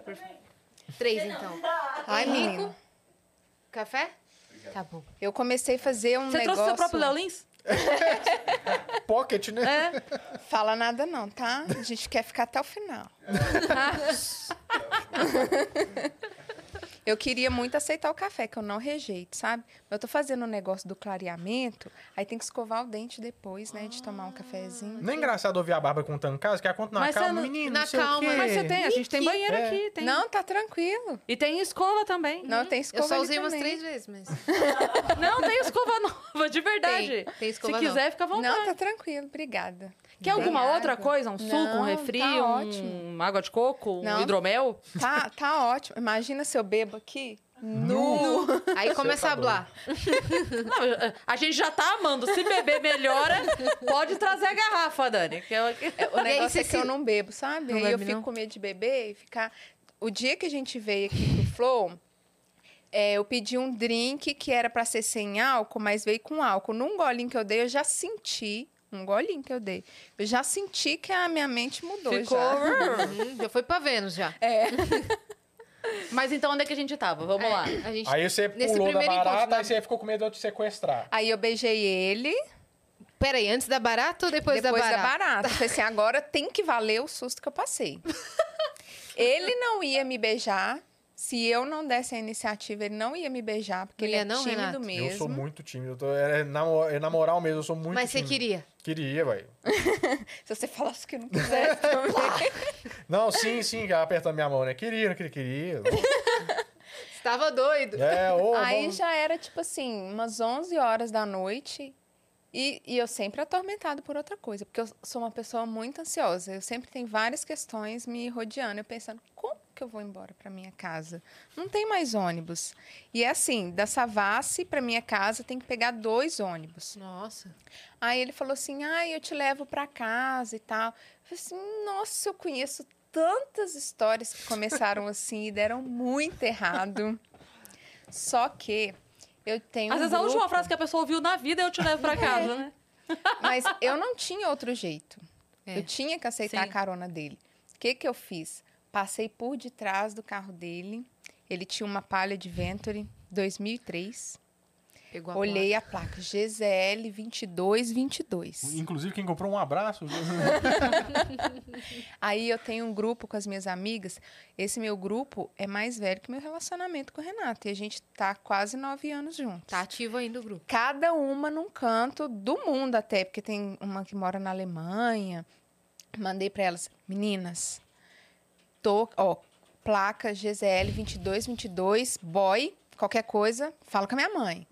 Três, então. Ai, menino. Café? Tá bom. Eu comecei a fazer um Você negócio... trouxe seu próprio Leolins? Pocket, né? É. Fala nada não, tá? A gente quer ficar até o final. eu queria muito aceitar o café, que eu não rejeito, sabe? Mas eu tô fazendo um negócio do clareamento, aí tem que escovar o dente depois, né? De tomar um cafezinho. Não é engraçado ouvir a Bárbara contando caso, que a conta na Mas calma, você não- menino. na não sei o calma, quê. Mas você tem, a gente tem banheiro É. aqui. Tem... Não, tá tranquilo. E tem escova também. Não, tem Uhum. escova eu só ali usei umas também. três vezes, (laughs) mas. Não, tem escova (laughs) nova, de verdade. Tem, tem escova Se quiser, fica à vontade. Não, tá tranquilo, obrigada. Quer alguma Obrigada. outra coisa? Um suco, um Não, refri, tá um ótimo. água de coco, um Não. hidromel? Tá, tá ótimo. Imagina se eu bebo aqui. Nu. (laughs) Aí começa a tá doido. hablar. Não, a gente já tá amando. Se beber melhora, pode trazer a garrafa, Dani. que eu- O E aí negócio você é que eu se- não bebo, sabe? Não aí eu bebe, fico não? com medo de beber e ficar. O dia que a gente veio aqui pro Flow, é, eu pedi um drink que era pra ser sem álcool, mas veio com álcool. Num golinho que eu dei, eu já senti. Um golinho que eu dei. Eu já senti que a minha mente mudou. Ficou. Já. Hum, já foi pra Vênus já. Mas então, onde é que a gente tava? Vamos lá. A gente Aí você Nesse pulou da primeiro encontro, barata, né? aí você ficou com medo de eu te sequestrar. Aí eu beijei ele, Peraí, antes da barata ou depois, depois da da barata? barata. Eu Falei assim, agora tem que valer o susto que (laughs) eu passei. ele não ia me beijar. Se eu não desse a iniciativa, ele não ia me beijar, porque Não ele ia é não, tímido Renato? Eu mesmo. Eu sou muito tímido. Eu tô, é, na, mo- é na moral mesmo, eu sou muito Mas você tímido. queria. Queria, velho. Se você falasse que não quisesse (laughs) também. Não, sim, sim, já apertando minha mão, né? Queria, não queria, queria. Estava doido. É, ou. Aí vamos- já era, tipo assim, umas 11 horas da noite. E, e eu sempre atormentado por outra coisa, porque eu sou uma pessoa muito ansiosa. Eu sempre tenho várias questões me rodeando, eu pensando, como que eu vou embora para minha casa? Não tem mais ônibus. E é assim, da Savassi para minha casa tem que pegar dois ônibus. Nossa. Aí ele falou assim: "Ah, eu te levo para casa e tal". Eu falei assim: "Nossa, eu conheço tantas histórias que (laughs) começaram assim e deram muito errado". Só que eu tenho É. Às um vezes a última grupo- frase que a pessoa ouviu na vida eu te levo pra casa, né? mas eu não tinha outro jeito. É. Eu tinha que aceitar Sim. a carona dele. O que, que eu fiz? Passei por detrás do carro dele. Ele tinha uma palha de Venturi 2003. Pegou a Olhei a placa GZL 2222. Inclusive, quem comprou um abraço. Aí eu tenho um grupo com as minhas amigas. Esse meu grupo é mais velho que meu relacionamento com o Renato. E a gente tá quase nove anos juntos. Tá ativo ainda o grupo. cada uma num canto do mundo até, porque tem uma que mora na Alemanha. Mandei para elas, meninas, tô, ó, placa GZL 2222, boy, qualquer coisa, fala com a minha mãe.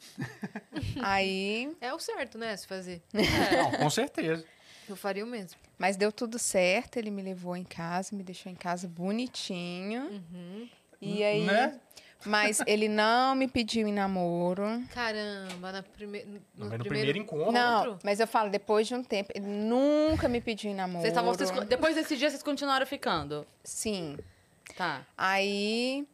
Aí, É o certo, né? Se fazer. Não, com certeza. Eu faria o mesmo. mas deu tudo certo, ele me levou em casa, me deixou em casa bonitinho. Uhum. E aí, Né? mas (laughs) ele não me pediu em namoro. Caramba, na prime... no, No, no primeiro encontro. Não, outro? mas eu falo, depois de um tempo, ele nunca me pediu em namoro. Vocês estavam- vocês con- depois desse dia, vocês continuaram ficando. Sim. Tá. Aí,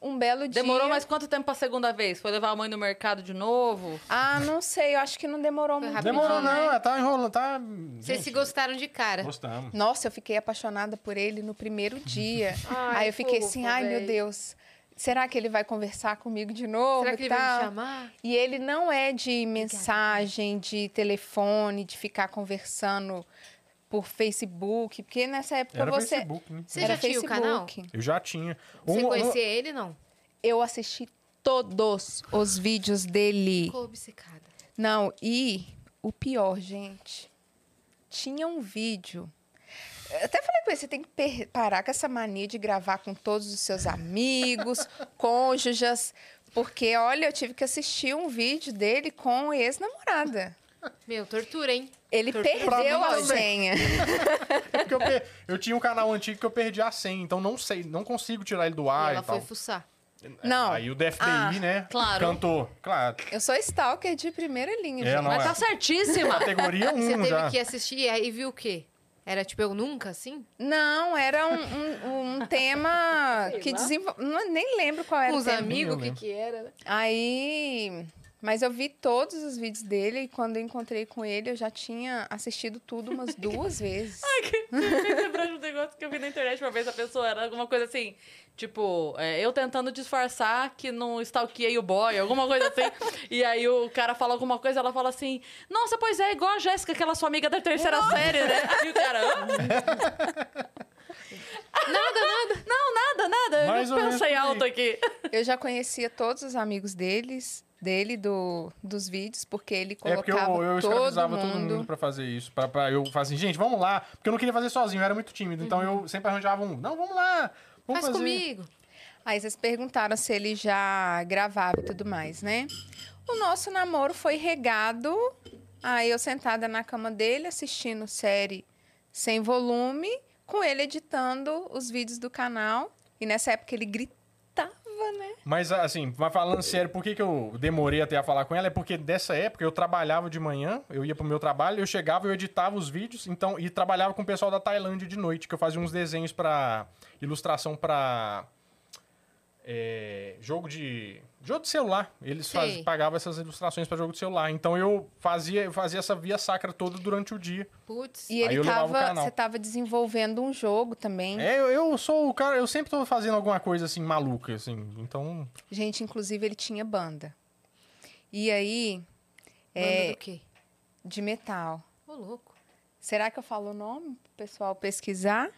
um belo dia... Demorou mais quanto tempo pra segunda vez? Foi levar a mãe no mercado de novo? Ah, não sei, eu acho que não demorou Foi muito. rapidinho, Demorou né? não, é, tá enrolando, tá... Vocês Gente, se gostaram de cara. Gostamos. Nossa, eu fiquei apaixonada por ele no primeiro dia. (laughs) Ai, Aí eu fiquei fofo, assim, ai meu véi. Deus, será que ele vai conversar comigo de novo Será e que ele vai tal? me chamar? E ele não é de mensagem, de telefone, de ficar conversando por Facebook, porque nessa época Era você Facebook, né? Você já tinha o canal? Facebook. Eu já tinha. Você Um- conhecia ele, não? Eu assisti todos os vídeos dele. Ficou obcecada. Não, e o pior, gente, tinha um vídeo. Eu até falei com ele, você tem que per- parar com essa mania de gravar com todos os (laughs) seus amigos, cônjuges, porque, olha, eu tive que assistir um vídeo dele com ex-namorada. Meu, tortura, hein? Ele Tortura pra perdeu mim a também. senha. É porque eu, per- eu tinha um canal antigo que eu perdi a senha, então não sei, não consigo tirar ele do E ar e, ela tal. É, foi fuçar. Não. Aí o DFDI, Ah, né? claro. Cantou. Claro. Eu sou stalker de primeira linha, É, gente. não Mas é. tá certíssima. Categoria (laughs) Você teve 1 já. que assistir e aí viu o quê? Era tipo eu nunca, assim? Não, era um, um- (laughs) um tema Sei que lá. desenvolve... Nem lembro qual era Com o os tema. amigos, Eu o que lembro. que era, né? Aí. Mas eu vi todos os vídeos dele e quando eu encontrei com ele, eu já tinha assistido (laughs) tudo umas duas vezes. (laughs) lembrar de um negócio que eu vi na internet uma vez, a pessoa era alguma coisa assim, tipo, é, eu tentando disfarçar que não stalkeei o boy, alguma coisa (laughs) assim. e aí o cara fala alguma coisa, ela fala assim, nossa, pois é, igual a Jéssica, aquela sua amiga da terceira série, né? (laughs) E o cara, "Hã? Nada, nada. não, nada, nada, Mais eu ou menos pensei por aí. alto aqui. Eu já conhecia todos os amigos deles, dele, do, dos vídeos, porque ele É porque eu, colocava eu todo, escravizava mundo. todo mundo pra fazer isso. Pra, pra eu falar assim, gente, vamos lá. Porque eu não queria fazer sozinho, eu era muito tímido. Então eu sempre arranjava um. Não, vamos lá. Vamos Uhum. Faz fazer. comigo. Aí vocês perguntaram se ele já gravava e tudo mais, né? O nosso namoro foi regado. Aí eu sentada na cama dele, assistindo série sem volume, com ele editando os vídeos do canal. E nessa época ele gritava, né? Mas assim, mas falando sério, por que, que eu demorei até a falar com ela? É porque dessa época eu trabalhava de manhã, eu ia pro meu trabalho, eu chegava, eu editava os vídeos, então e trabalhava com o pessoal da Tailândia de noite, que eu fazia uns desenhos pra ilustração pra é, jogo de jogo de celular. Eles Sei. faz- pagavam essas ilustrações pra jogo de celular. Então eu fazia, eu fazia essa via sacra toda durante o dia. Putz. E Aí ele eu levava o tava. canal. Você tava desenvolvendo um jogo também. É, eu, eu sou o cara, eu sempre tô fazendo alguma coisa assim maluca assim. Então, Gente, inclusive ele tinha banda. E aí, Manda é, do quê? de metal. Ô, louco. Será que eu falo o nome pro pessoal pesquisar?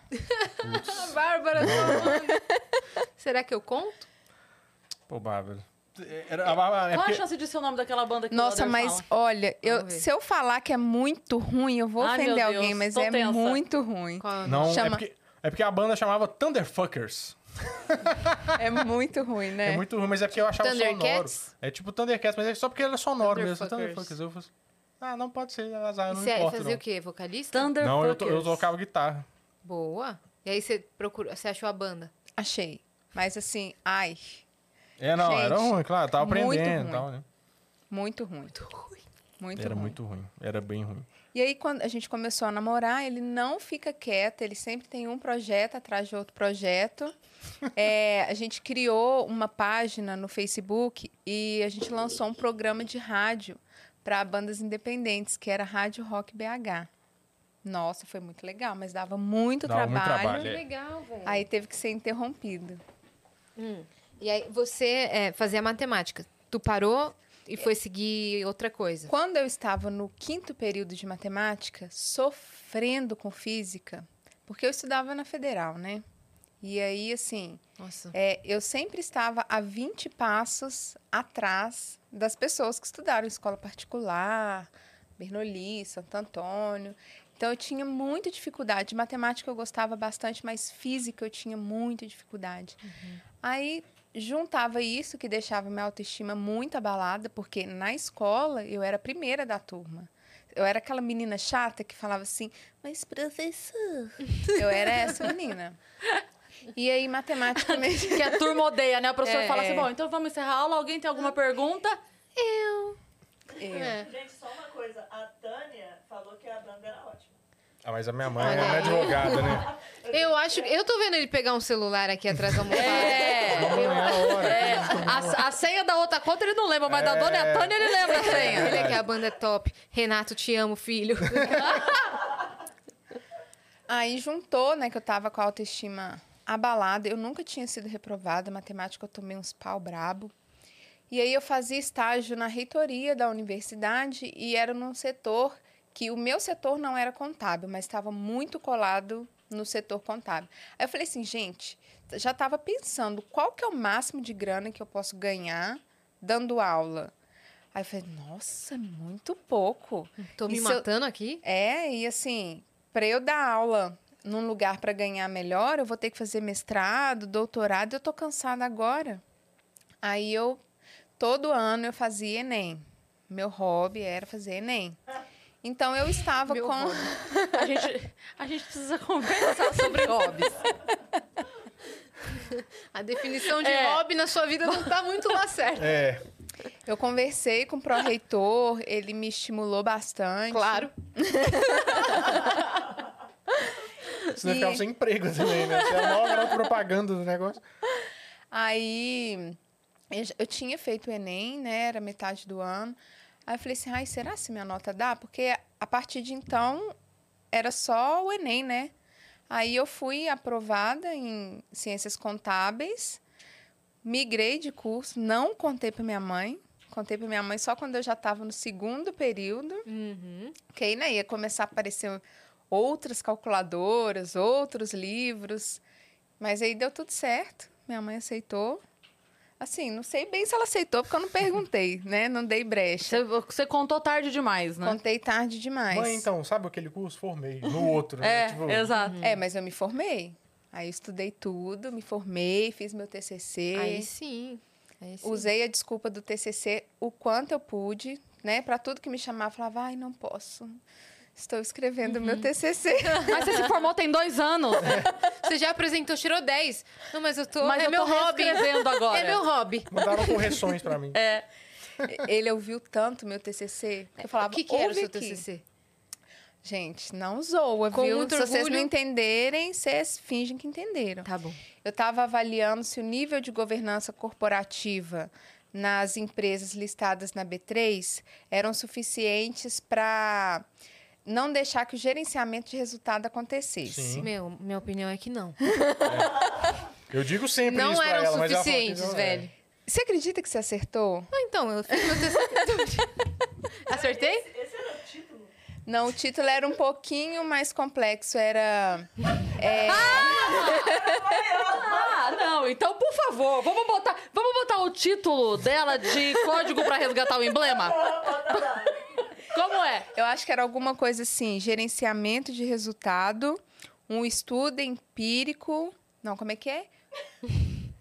A Bárbara falando. (laughs) Será que eu conto? (laughs) pô, Bárbara. Era, a Bárbara- é Qual a porque- chance de ser o nome daquela banda que o Nossa, Elder mas fala? olha, eu, Vamos ver. se eu falar que é muito ruim, eu vou Ai, meu ofender Deus, alguém, mas tô é tensa. muito ruim. Qual é o Não, é, Chama- porque, é porque a banda chamava Thunderfuckers. É muito ruim, É, né? muito ruim, mas é porque eu achava sonoro. Thundercats? É tipo Thundercats, mas é só porque ele é sonoro mesmo. Thunderfuckers. Thunderfuckers. Eu falei assim, Ah, não pode ser azar, eu E não você importo, fazia não. o quê? Vocalista? Thunder Não, eu, to- eu Fuckers. tocava guitarra. Boa. E aí você procurou, você achou a banda? Achei. Mas assim, ai, É, não, era Gente, ruim, claro, tava muito aprendendo ruim. e tal, né? muito ruim. Muito era ruim. muito ruim, era bem ruim. E aí, quando a gente começou a namorar, ele não fica quieto, ele sempre tem um projeto atrás de outro projeto. É, a gente criou uma página no Facebook e a gente lançou um programa de rádio para bandas independentes, que era Rádio Rock BH. Nossa, foi muito legal, mas dava muito Dava muito trabalho. trabalho, é. legal, velho. Aí teve que ser interrompido. E aí você é, fazia matemática. Tu parou e foi seguir outra coisa. Quando eu estava no quinto período de matemática, sofrendo com física, porque eu estudava na federal, né? E aí, assim, Nossa. É, eu sempre estava a 20 passos atrás das pessoas que estudaram em escola particular, Bernoulli, Santo Antônio. Então, eu tinha muita dificuldade. De matemática eu gostava bastante, mas física eu tinha muita dificuldade. Aí, juntava isso, que deixava minha autoestima muito abalada, porque na escola eu era a primeira da turma. Eu era aquela menina chata que falava assim, mas professor. Eu era essa menina. E aí, matemática mesmo. Que a turma odeia, né? O professor É, fala assim, é. bom, então vamos encerrar a aula. Alguém tem alguma pergunta? É. Gente, só uma coisa. A Tânia falou que a banda era ótima. Ah, mas a minha mãe é advogada, né? Eu acho. Eu tô vendo ele pegar um celular aqui atrás da almofada. (laughs) É. Não é a hora. É, a, a senha da outra conta ele não lembra, mas da É. dona Tânia ele lembra a senha. Olha que a banda é top. Renato, te amo, filho. Aí juntou, né, que eu tava com a autoestima abalada. Eu nunca tinha sido reprovada. Matemática, eu tomei uns pau brabo. E aí eu fazia estágio na reitoria da universidade e era num setor que o meu setor não era contábil, mas estava muito colado no setor contábil. Aí eu falei assim, gente, já estava pensando qual que é o máximo de grana que eu posso ganhar dando aula. Aí eu falei, nossa, muito pouco. (laughs) Tô me Isso eu- matando aqui. É, e assim, para eu dar aula num lugar para ganhar melhor, eu vou ter que fazer mestrado, doutorado, eu tô cansada agora. Aí eu todo ano eu fazia ENEM. Meu hobby era fazer ENEM. Então eu estava Meu com hobby. (laughs) A gente, a gente precisa (laughs) conversar sobre hobbies. A definição de É. hobby na sua vida não tá muito lá certo. É, eu conversei com o pró reitor, ele me estimulou bastante. Claro. senão eu E- ficava sem emprego também, né? Você era a maior grande propaganda do negócio. Aí eu, já- eu tinha feito o Enem, né? Era metade do ano. Aí eu falei assim, ai, será se minha nota dá? Porque a partir de então era só o Enem, né? Aí eu fui aprovada em Ciências Contábeis, migrei de curso, não contei para minha mãe. Contei para minha mãe só quando eu já estava no segundo período. Uhum. Que aí né, ia começar a aparecer outras calculadoras, outros livros. Mas aí deu tudo certo. Minha mãe aceitou. Assim, não sei bem se ela aceitou, porque eu não perguntei, né? Não dei brecha. Você, você contou tarde demais, né? Contei tarde demais. Mãe, então, sabe aquele curso? Formei. No outro, né? É, Tipo, Uhum. exato. É, mas eu me formei. Aí eu estudei tudo, me formei, fiz meu TCC. Aí sim. Aí sim. Usei a desculpa do TCC o quanto eu pude, né? Pra tudo que me chamava, eu falava, ai, não posso. Estou escrevendo o Uhum. meu TCC. Mas você se formou tem dois anos. Você já apresentou, tirou 10. Não, mas É eu tô. Mas é eu meu tô hobby. reescrevendo agora. É meu hobby. Mandaram correções pra mim. É. (laughs) Ele ouviu tanto meu TCC que eu falava, o que, que era o "Ouve seu aqui." TCC? Gente, não zoa, Com viu? muito Se vocês não orgulho. entenderem, vocês fingem que entenderam. Tá bom. Eu estava avaliando se o nível de governança corporativa nas empresas listadas na B3 eram suficientes para não deixar que o gerenciamento de resultado acontecesse. Sim. Meu, minha opinião é que não. Eu digo sempre não isso pra eram ela, mas ela fala que suficientes, não é. velho. Você acredita que você acertou? (laughs) Ah, então, eu fiz meu (laughs) TCC. É. Acertei? Esse era o título. (laughs) Não, o título era um pouquinho mais complexo, era é, "É, Ah, não. Então, por favor, vamos botar, vamos botar o título dela de código pra resgatar o emblema? Como é? Eu acho que era alguma coisa assim, gerenciamento (laughs) de resultado, um estudo empírico. Não, como é que é?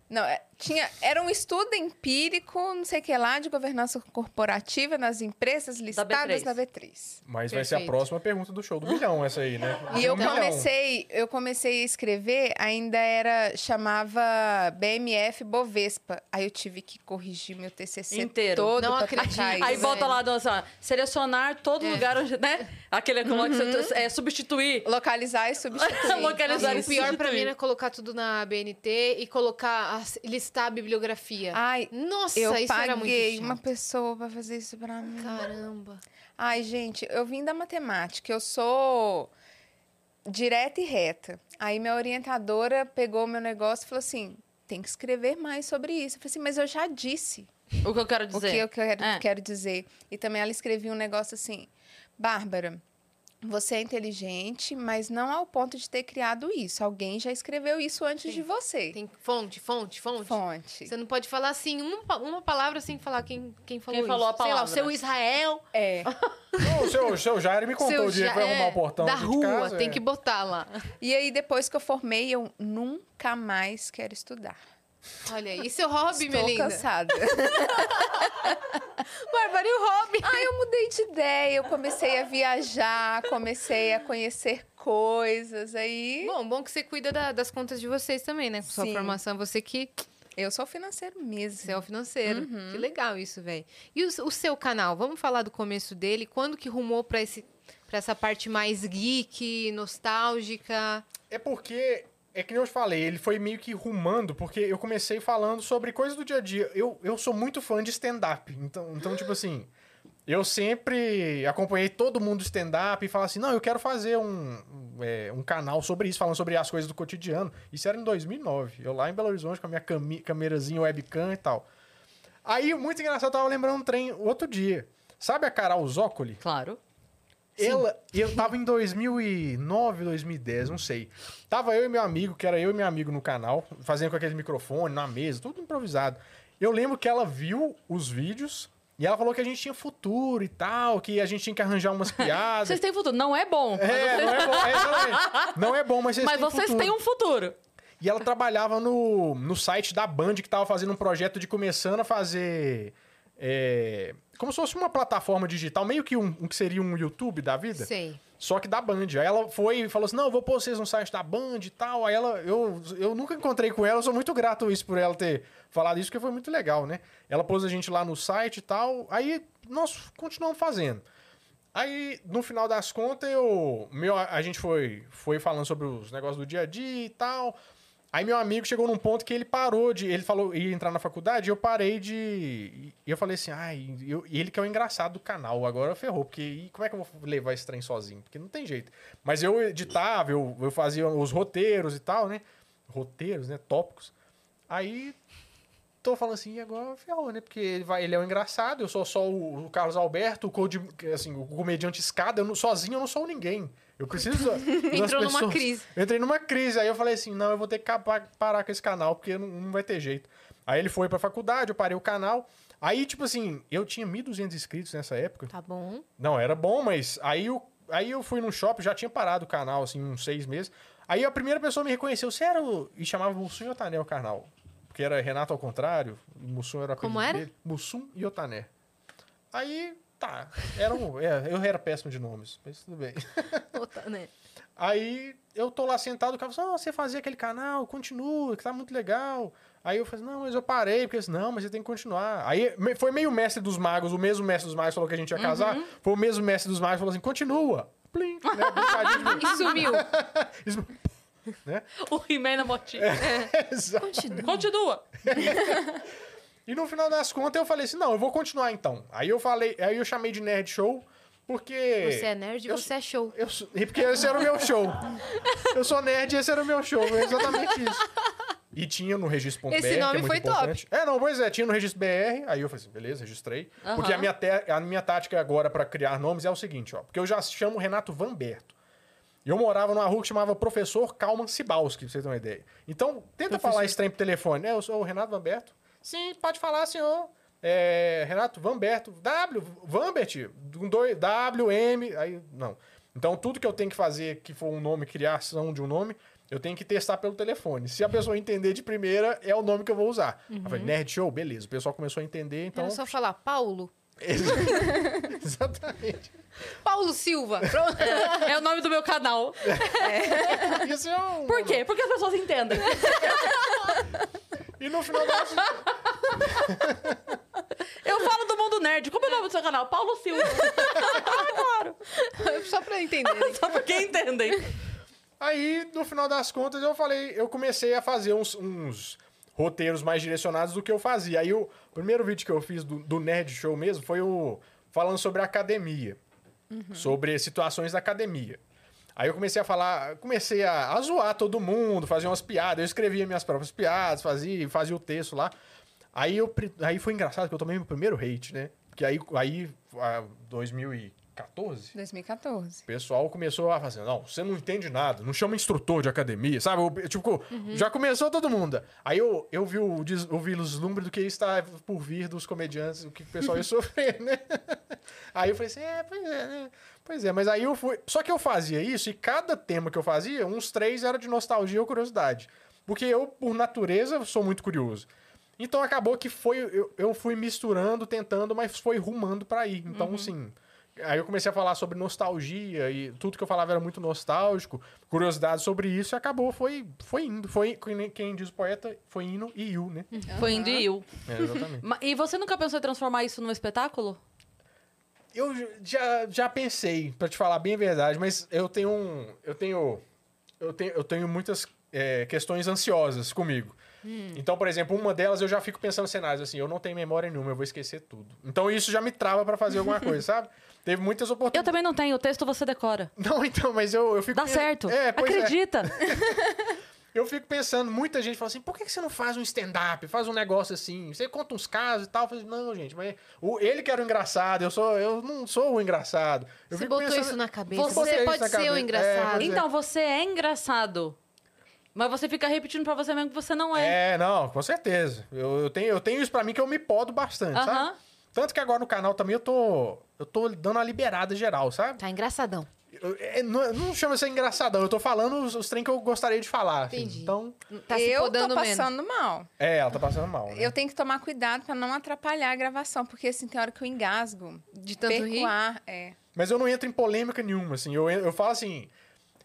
Não, é- Tinha, era um estudo empírico, não sei o que lá, de governança corporativa nas empresas listadas B3. na B3. Mas vai ser a Perfeito. próxima pergunta do show do milhão, essa aí, né? E eu Um milhão. comecei, eu comecei a escrever, ainda era chamava BMF Bovespa. Aí eu tive que corrigir meu TCC Inteiro. todo Não pra acredito. trocar isso. Aí bota velho. lá, do- assim, ó, selecionar É. todo lugar onde, né? Aquele como é que você- é, substituir. localizar e (laughs) substituir. Localizar Nossa, e Uhum. o pior pra mim substituir. era colocar tudo na BNT e colocar, as- listar a bibliografia. Ai, Nossa, eu isso era muito paguei chato. uma pessoa pra fazer isso pra mim. Caramba. Ai, gente, eu vim da matemática, eu sou direta e reta. Aí minha orientadora pegou meu negócio e falou assim: tem que escrever mais sobre isso. Eu falei assim, mas eu já disse O que eu quero o dizer. que eu quero, É. quero dizer. E também ela escrevia um negócio assim: Bárbara, você é inteligente, mas não ao ponto de ter criado isso. Alguém já escreveu isso antes de você. Tem fonte, fonte, fonte. Fonte. Você não pode falar assim, uma, pa- uma palavra sem falar quem, quem falou Quem falou isso. a Sei lá, o palavra. seu Israel. É. Não, o seu, o seu Jair me contou seu o dia que Ja- vai arrumar é, o portão Da aqui de rua, casa, tem é. que botar lá. E aí, depois que eu formei, eu nunca mais quero estudar. Olha aí, e seu hobby, Estou minha linda? cansada. (laughs) Bárbara, e o hobby? Aí eu mudei de ideia, eu comecei a viajar, comecei a conhecer coisas. Aí Bom, bom que você cuida da- das contas de vocês também, né? Com sua Sim. formação, você que eu sou financeiro mesmo. você é o financeiro. Que legal isso, velho. E o, o seu canal? Vamos falar do começo dele. Quando que rumou pra, esse, pra essa parte mais geek, nostálgica? É porque, é que nem eu te falei, ele foi meio que rumando, porque eu comecei falando sobre coisas do dia a dia. Eu, eu sou muito fã de stand-up, então, então tipo assim, eu sempre acompanhei todo mundo do stand-up e falava assim, não, eu quero fazer um, um, é, um canal sobre isso, falando sobre as coisas do cotidiano. Isso era em 2009, eu lá em Belo Horizonte com a minha cami- câmerazinha webcam e tal. Aí, muito engraçado, eu tava lembrando um trem outro dia. Sabe a Carol Zócoli? Claro. Ela, eu tava em 2009, 2010, não sei. Tava eu e meu amigo, que era eu e meu amigo no canal, fazendo com aquele microfone na mesa, tudo improvisado. Eu lembro que ela viu os vídeos e ela falou que a gente tinha futuro e tal, que a gente tinha que arranjar (laughs) umas piadas. Vocês têm futuro. Não é bom. É, não é bom, é, exatamente. não é bom, mas vocês mas têm vocês futuro. têm um futuro. E ela trabalhava no, no site da Band, que tava fazendo um projeto de começando a fazer... é, como se fosse uma plataforma digital, meio que um, um que seria um YouTube da vida. Sei. Só que da Band. Aí ela foi e falou assim: não, eu vou pôr vocês no site da Band e tal. Aí ela, eu, eu nunca encontrei com ela, eu sou muito grato isso por ela ter falado isso, porque foi muito legal, né? Ela pôs a gente lá no site e tal. Aí nós continuamos fazendo. Aí, no final das contas, eu, meu, a gente foi, foi falando sobre os negócios do dia a dia e tal. Aí meu amigo chegou num ponto que ele parou de. Ele falou ia entrar na faculdade, e eu parei de. E eu falei assim, ai, eu- e ele que é o engraçado do canal, agora ferrou, porque e como é que eu vou levar esse trem sozinho? Porque não tem jeito. Mas eu editava, eu, eu fazia os roteiros e tal, né? Roteiros, né? Tópicos. Aí tô falando assim, e agora ferrou, né? Porque ele, vai, ele é o engraçado, eu sou só o, o Carlos Alberto, o, code, assim, o comediante escada, eu não- sozinho eu não sou ninguém. Eu (laughs) preciso. das Entrou numa pessoas. crise. Eu entrei numa crise, aí eu falei assim, não, eu vou ter que acabar- parar com esse canal, porque não, não vai ter jeito. Aí ele foi pra faculdade, eu parei o canal. Aí, tipo assim, eu tinha 1.200 inscritos nessa época. Tá bom. Não, era bom, mas aí eu, aí eu fui num shopping, já tinha parado o canal, assim, uns seis meses. Aí a primeira pessoa me reconheceu, você era o... E chamava Mussum e Otané o canal. Porque era Renato ao contrário, e Mussum era o Como apelido era? dele. Mussum e Otané. Aí, tá, era um, é, eu era péssimo de nomes, mas tudo bem. Outra, né? Aí eu tô lá sentado, o cara falou assim, "Ah, você fazia aquele canal, continua, que tá muito legal. Aí eu falei, assim, não, mas eu parei, porque eles, não, mas você tem que continuar. Aí me- foi meio mestre dos magos, o mesmo mestre dos magos falou que a gente ia casar, Uhum. foi o mesmo mestre dos magos falou assim, continua. (laughs) Plim, né? Brincadinho (laughs) E sumiu. de- Isso- (laughs) O He-Man na motinha. Exato. Continua. E no final das contas eu falei assim, não, eu vou continuar então. Aí eu falei, aí eu chamei de Nerd Show, porque... Você é nerd, eu- você é show. Eu sou- e porque esse era o meu show. Eu sou nerd e esse era o meu show. É exatamente isso. E tinha no registro Esse BR, que nome é muito foi top. importante. É, não, pois é, tinha no registro BR, aí eu falei assim, beleza, registrei. Aham. Porque a minha, te- a minha tática agora pra criar nomes é o seguinte, ó. Porque eu já chamo Renato Vanberto. E eu morava numa rua que chamava Professor Calman Sibalski, pra vocês terem uma ideia. Então, tenta falar esse trem pro telefone. É, eu sou o Renato Vanberto. Sim, pode falar, senhor. É, Renato Vanberto. W, Vambert, um dois, W, M, aí, não. Então, tudo que eu tenho que fazer que for um nome, criação de um nome, eu tenho que testar pelo telefone. Uhum. Se a pessoa entender de primeira, é o nome que eu vou usar. Eu falei, Nerd Show, beleza. O pessoal começou a entender, então. Era só falar, Paulo. (laughs) (laughs) Exatamente. Paulo Silva. Pronto. É o nome do meu canal. Isso é um... Por quê? Porque as pessoas entendem. E no final das Eu falo do mundo nerd. Como é o nome do seu canal? Paulo Silva. (laughs) Só pra (laughs) entender. Só porque entendem. Aí, no final das contas, eu falei, eu comecei a fazer uns, uns roteiros mais direcionados do que eu fazia. Aí o primeiro vídeo que eu fiz do, do Nerd Show mesmo foi o falando sobre a academia. Sobre situações da academia. Aí eu comecei a falar, comecei a, a zoar todo mundo, fazer umas piadas. Eu escrevia minhas próprias piadas, fazia, fazia o texto lá. Aí, eu, pre- aí foi engraçado que eu tomei meu primeiro hate, né? Porque aí, aí ah, 2014, 2014. o pessoal começou a fazer, não, você não entende nada, não chama instrutor de academia, sabe? Eu, tipo, já começou todo mundo. Aí eu, eu vi o, des- eu vi o vislumbre do que está por vir dos comediantes, o que o pessoal ia sofrer, né? Aí eu falei assim, é, pois é, né? Pois é, mas aí eu fui. Só que eu fazia isso e cada tema que eu fazia, uns três era de nostalgia ou curiosidade. Porque eu, por natureza, sou muito curioso. Então acabou que foi. Eu, eu fui misturando, tentando, mas foi rumando pra ir. Então, assim. Aí eu comecei a falar sobre nostalgia e tudo que eu falava era muito nostálgico, curiosidade sobre isso, e acabou, foi, foi indo. Foi, quem diz o poeta, foi hino e you, né? Foi indo e eu. É, exatamente. (laughs) Ma- E você nunca pensou em transformar isso num espetáculo? Eu já, já pensei, pra te falar bem a verdade, mas eu tenho um. Eu tenho. Eu tenho, eu tenho muitas é, questões ansiosas comigo. Hum. Então, por exemplo, uma delas eu já fico pensando cenários assim, eu não tenho memória nenhuma, eu vou esquecer tudo. Então isso já me trava pra fazer alguma coisa, (laughs) sabe? Teve muitas Eu (laughs) oportunidades. também não tenho. O texto você decora. Não, então, mas eu, eu fico. Dá certo. É, (laughs) pois é. Acredita. Eu fico pensando, muita gente fala assim, por que que você não faz um stand-up? Faz um negócio assim, você conta uns casos e tal. Eu falo, não, gente, mas o, ele que era o engraçado, eu, sou, eu não sou o engraçado. Eu Você fico botou pensando- isso na cabeça. Você Você botei pode isso na ser o cabeça. engraçado. É, Então, você é engraçado. Mas você fica repetindo pra você mesmo que você não é. É, não, com certeza. Eu, eu tenho, eu tenho isso pra mim que eu me podo bastante, Aham. sabe? Tanto que agora no canal também eu tô. Eu tô dando a liberada geral, sabe? Tá engraçadão. Eu- é, não, não chama isso de engraçadão, eu tô falando os, os trem que eu gostaria de falar. assim. Entendi. Então, Tá se eu podando tô menos. passando mal. é, ela tá passando mal. Né? Eu tenho que tomar cuidado pra não atrapalhar a gravação, porque assim, tem hora que eu engasgo. De tanto perco rir? o ar, é. Mas eu não entro em polêmica nenhuma, assim. Eu, eu falo assim.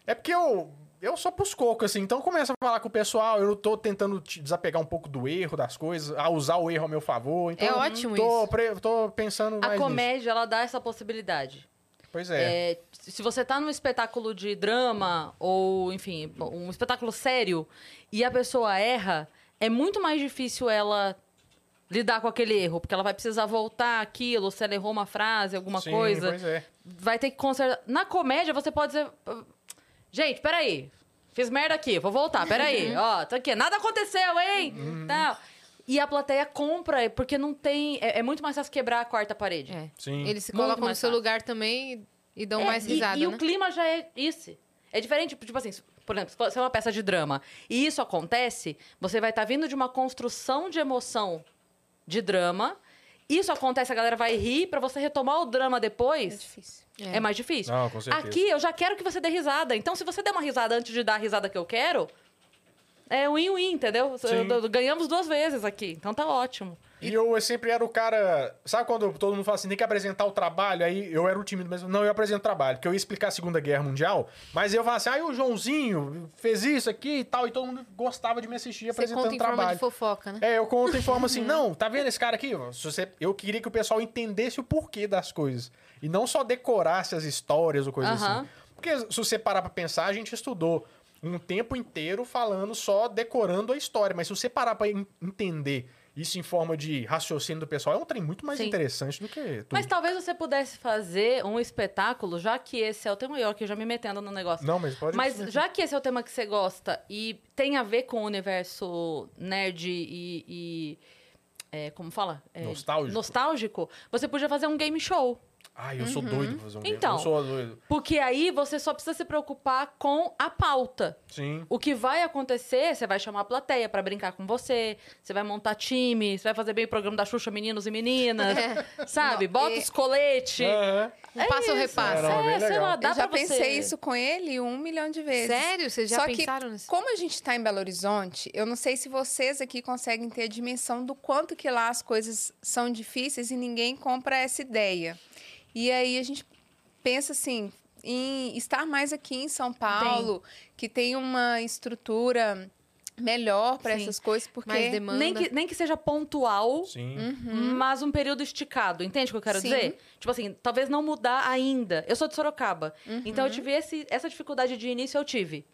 É porque eu. Eu sou pros cocos, assim. Então começa a falar com o pessoal. Eu tô tentando te desapegar um pouco do erro das coisas, a usar o erro ao meu favor. Então, É eu ótimo tô, isso. pre- tô pensando A mais. nisso. comédia, ela dá essa possibilidade. Pois é. É, se você tá num espetáculo de drama ou, enfim, um espetáculo sério e a pessoa erra, é muito mais difícil ela lidar com aquele erro, porque ela vai precisar voltar aquilo, se ela errou uma frase, alguma Sim, coisa, Pois é. vai ter que consertar. Na comédia você pode dizer, gente, peraí, fiz merda aqui, vou voltar, peraí, ó, tá aqui, nada aconteceu, hein? Uhum. Tal. E a plateia compra, porque não tem. É, é muito mais fácil quebrar a quarta parede. É. Sim. Eles se Muito colocam no mais seu fácil. lugar também e, e dão É, mais e- risada, E, né? o clima já é isso. É diferente, tipo assim, se- por exemplo, se você é uma peça de drama e isso acontece, você vai estar vindo de uma construção de emoção de drama. Isso acontece, a galera vai rir, pra você retomar o drama É depois, difícil. é, mais difícil. Não, com certeza. Aqui eu já quero que você dê risada. Então, se você der uma risada antes de dar a risada que eu quero, é win-win, entendeu? Sim. Ganhamos duas vezes aqui. Então tá ótimo. E eu, eu sempre era o cara. Sabe quando todo mundo fala assim, tem que apresentar o trabalho? Aí eu era o time do mesmo. Não, eu apresento o trabalho, porque eu ia explicar a Segunda Guerra Mundial, mas eu falava assim, aí o Joãozinho fez isso aqui e tal, e todo mundo gostava de me assistir Você apresentando conta o em forma de trabalho. fofoca, né? É, eu conto em forma Uhum. assim, não, tá vendo esse cara aqui? Se você... Eu queria que o pessoal entendesse o porquê das coisas. E não só decorasse as histórias ou coisa Aham. assim. Porque se você parar pra pensar, a gente estudou um tempo inteiro falando só decorando a história. Mas se você parar pra en- entender isso em forma de raciocínio do pessoal, é um trem muito mais Sim. interessante do que tudo. Mas talvez você pudesse fazer um espetáculo, já que esse é o tema. Eu aqui já me metendo no negócio. Não, mas pode... Mas já que esse é o tema que você gosta e tem a ver com o universo nerd e. e, é, como fala? É, Nostálgico. nostálgico, você podia fazer um game show. Ai, eu sou doido pra fazer um Então. livro. Eu sou doido. Porque aí você só precisa se preocupar com a pauta. Sim. O que vai acontecer, você vai chamar a plateia pra brincar com você, você vai montar time, você vai fazer bem o programa da Xuxa Meninos e Meninas, (laughs) É. sabe? Não, Bota e- os É, coletes. Aham. Um passa ou isso. Era repassa. uma- É, bem sei legal. lá, dá eu já pra você- pensei isso com ele um milhão de vezes. Sério? Vocês já Só que- pensaram nisso? Como a gente está em Belo Horizonte, eu não sei se vocês aqui conseguem ter a dimensão do quanto que lá as coisas são difíceis e ninguém compra essa ideia. E aí a gente pensa assim em estar mais aqui em São Paulo, que tem uma estrutura melhor para Sim. essas coisas, porque é Mais demanda. Nem que, nem que seja pontual, Sim. mas um período esticado. Entende o que eu quero Uhum. Sim. dizer? Tipo assim, talvez não mudar ainda. Eu sou de Sorocaba, Uhum. então eu tive esse- essa dificuldade de início, eu tive.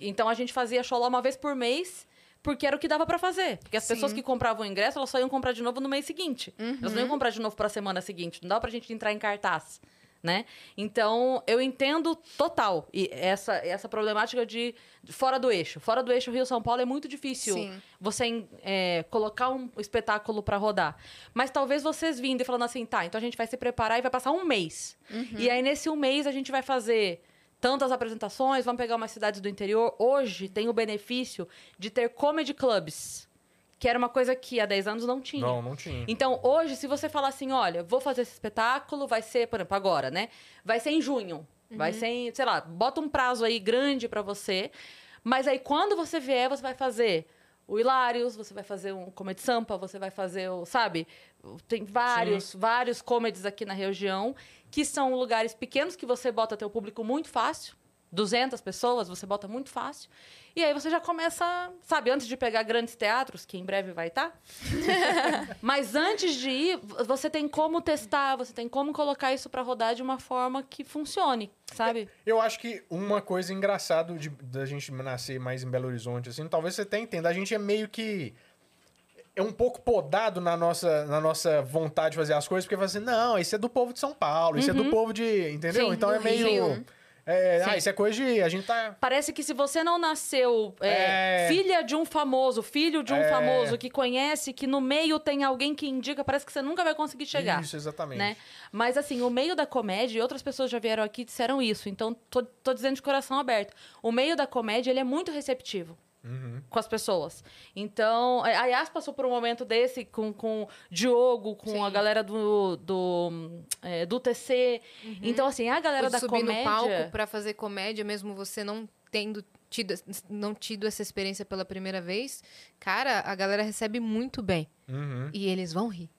Então a gente fazia show lá uma vez por mês, porque era o que dava pra fazer. Porque as pessoas Sim. Uhum. que compravam o ingresso, elas só iam comprar de novo no mês seguinte. Elas não iam comprar de novo pra semana seguinte. Não dá pra gente entrar em cartaz, né? Então, eu entendo total e essa, essa problemática de de fora do eixo. Fora do eixo Rio-São Paulo é muito difícil Sim. você em- é, colocar um espetáculo pra rodar. Mas talvez vocês vindo e falando assim, tá, então a gente vai se preparar e vai passar um mês. E aí, nesse um mês, a gente vai fazer tantas apresentações, vamos pegar umas cidades do interior. Hoje tem o benefício de ter comedy clubs, que era uma coisa que há 10 anos não tinha. Não, não tinha. Então, hoje, se você falar assim, olha, vou fazer esse espetáculo, vai ser, por exemplo, agora, né? Vai ser em junho. Vai ser em, sei lá, bota um prazo aí grande pra você. Mas aí, quando você vier, você vai fazer o Hilários, você vai fazer um Comedy Sampa, você vai fazer o, sabe? Tem vários, vários comedies aqui na região, que são lugares pequenos que você bota teu público muito fácil. 200 pessoas, você bota muito fácil. E aí você já começa, sabe, antes de pegar grandes teatros, que em breve vai estar, (laughs) mas antes de ir, v- você tem como testar, você tem como colocar isso pra rodar de uma forma que funcione, sabe? Eu acho que uma coisa engraçada de- da gente nascer mais em Belo Horizonte, assim, talvez você até entenda, a gente é meio que. É um pouco podado na nossa, na nossa vontade de fazer as coisas, porque fala assim, não, isso é do povo de São Paulo, isso é do povo de. Entendeu? Uhum. Sim, então do é meio. Rio. é, Sim. ah, isso é coisa de. A gente tá. Parece que se você não nasceu é, É. filha de um famoso, filho de um É. famoso que conhece, que no meio tem alguém que indica, parece que você nunca vai conseguir chegar. Isso, exatamente. Né? Mas assim, o meio da comédia, e outras pessoas já vieram aqui e disseram isso, então tô, tô dizendo de coração aberto. O meio da comédia, ele é muito receptivo. Uhum. com as pessoas. Então, a Yas passou por um momento desse com, com o Diogo, com Sim. a galera do, do, é, do TC. Então, assim, a galera Ou da de Uhum. subir comédia... no palco pra fazer comédia, mesmo você não tendo tido, não tido essa experiência pela primeira vez, cara, a galera recebe muito bem. Uhum. E eles vão rir.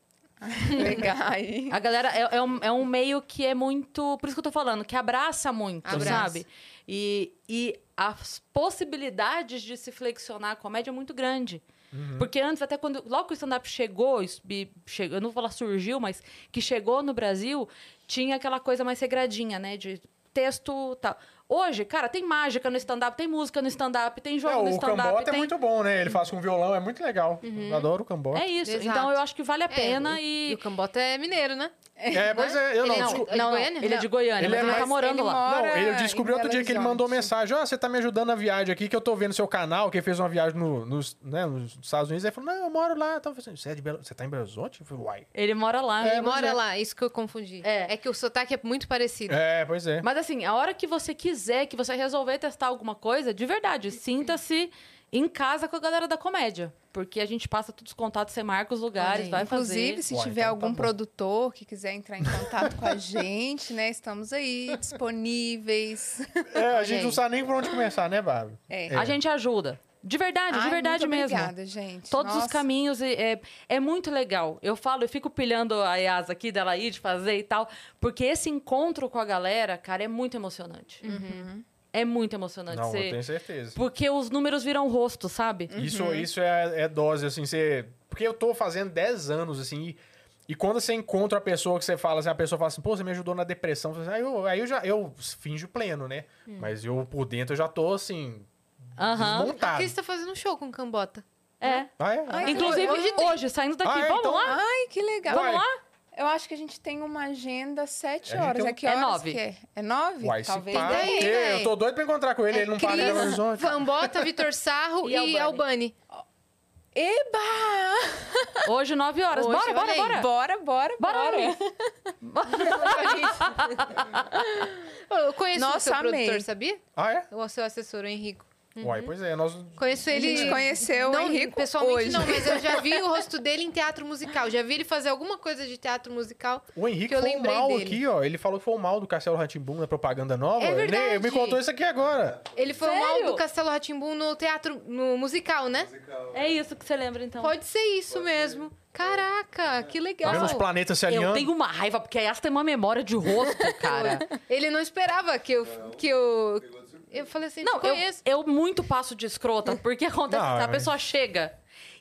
legal. aí. A galera é, é um, é um meio que é muito. Por isso que eu tô falando, que abraça muito, Abraça. sabe? E, e as possibilidades de se flexionar a comédia é muito grande. Uhum. Porque antes, até quando. Logo que o stand-up chegou, isso- e chegou, eu não vou falar surgiu, mas que chegou no Brasil, tinha aquela coisa mais segradinha, né? De texto e tal. Hoje, cara, tem mágica no stand-up, tem música no stand-up, tem É, jogo no o stand-up. cambota Tem... é muito bom, né? Ele faz com violão, é muito legal. Eu adoro o cambota. É isso. Exato. Então eu acho que vale a pena É, e. E o Cambota é mineiro, né? É, mas é, eu não, Ele não- desculpa. é de Goiânia? Ele é de Goiânia, Ele mas é ele tá mais- morando ele lá. mora Não, ele em descobri outro Belo dia que ele mandou Horizonte. mensagem: Ó, você tá me ajudando na viagem aqui, que eu tô vendo seu canal, que ele fez uma viagem no- nos, né, nos Estados Unidos. Ele falou: Não, eu moro lá. Então, eu falei assim, você, é de Belo... você tá em Belo Horizonte? Eu falei: Uai. Ele mora lá. É, Ele pois mora é. lá, isso que eu confundi. É. É. que o sotaque é muito parecido. É, pois é. Mas assim, a hora que você quiser, que você resolver testar alguma coisa, de verdade, sinta-se em casa com a galera da comédia. Porque a gente passa todos os contatos, você marca os lugares, Olha vai aí. fazer. Inclusive, se Uai, tiver então tá algum bom. produtor que quiser entrar em contato com a (laughs) gente, né? Estamos aí, disponíveis. (laughs) É, a Olha gente não aí. sabe nem por onde começar, né, Bárbara? É. a gente ajuda. De verdade, de Ai, verdade muito mesmo. Obrigada, gente. Todos os Nossa, caminhos e- é, é muito legal. Eu falo, eu fico pilhando a Yas aqui dela ir de fazer e tal, porque esse encontro com a galera, cara, é muito emocionante. É muito emocionante. Não, Você- Uhum. eu tenho certeza. Porque os números viram rosto, sabe? Isso, isso é, é dose, assim, você. Porque eu tô fazendo 10 anos, assim, e, e quando você encontra a pessoa que você fala assim, a pessoa fala assim, pô, você me ajudou na depressão. você fala assim, ah, eu- aí eu já eu finjo pleno, né? Mas eu por dentro eu já tô assim, Aham. A desmontado. Cris tá fazendo um show com o Cambota. É. Ah, é? Ai, Inclusive, hoje, hoje tem. saindo daqui. Ah, é? Tá Vamos Então- lá? Ai, que legal. Vamos Uai. lá? Eu acho que a gente tem uma agenda às sete A gente horas. tem um- É que É horas nove. que é? É nove? Uai, se Talvez. pá, E daí, porque véi? eu É tô doido pra encontrar com ele, ele não para em Belo Cris, Horizonte. Cambota, Vitor (laughs) Sarro E e, Albani. Albani. Eba! tá. Hoje, 9 horas. Hoje, bora, bora, olha aí. bora, Bora, bora, Bora, bora. Luiz. Eu conheço o seu Nossa, amei. produtor, sabia? Ah, é? O seu assessor, o Henrico. Uai, pois é. Nós... Conheço A ele. gente conheceu não, o Henrico pessoalmente hoje. não, mas eu já vi o rosto dele em teatro musical. Já vi ele fazer alguma coisa de teatro musical. O Henrique Que eu foi o lembrei mal dele. aqui, ó. Ele falou que foi o mal do Castelo Ratimbum na propaganda nova. É Ele- Ele me verdade. contou isso aqui agora. Ele foi o Sério? mal do Castelo Ratimbum no teatro no musical, né? É isso que você lembra, então. Pode ser isso mesmo. Caraca, que Tá legal. vendo os planetas se alinhando? Eu tenho uma raiva, porque a Yas tem uma memória de (laughs) rosto, cara. Ele não esperava que eu. Que Pegou eu... de surpresa. eu falei assim, Não, não, eu, conheço. eu muito passo de escrota, porque acontece Não, que a mas- pessoa chega.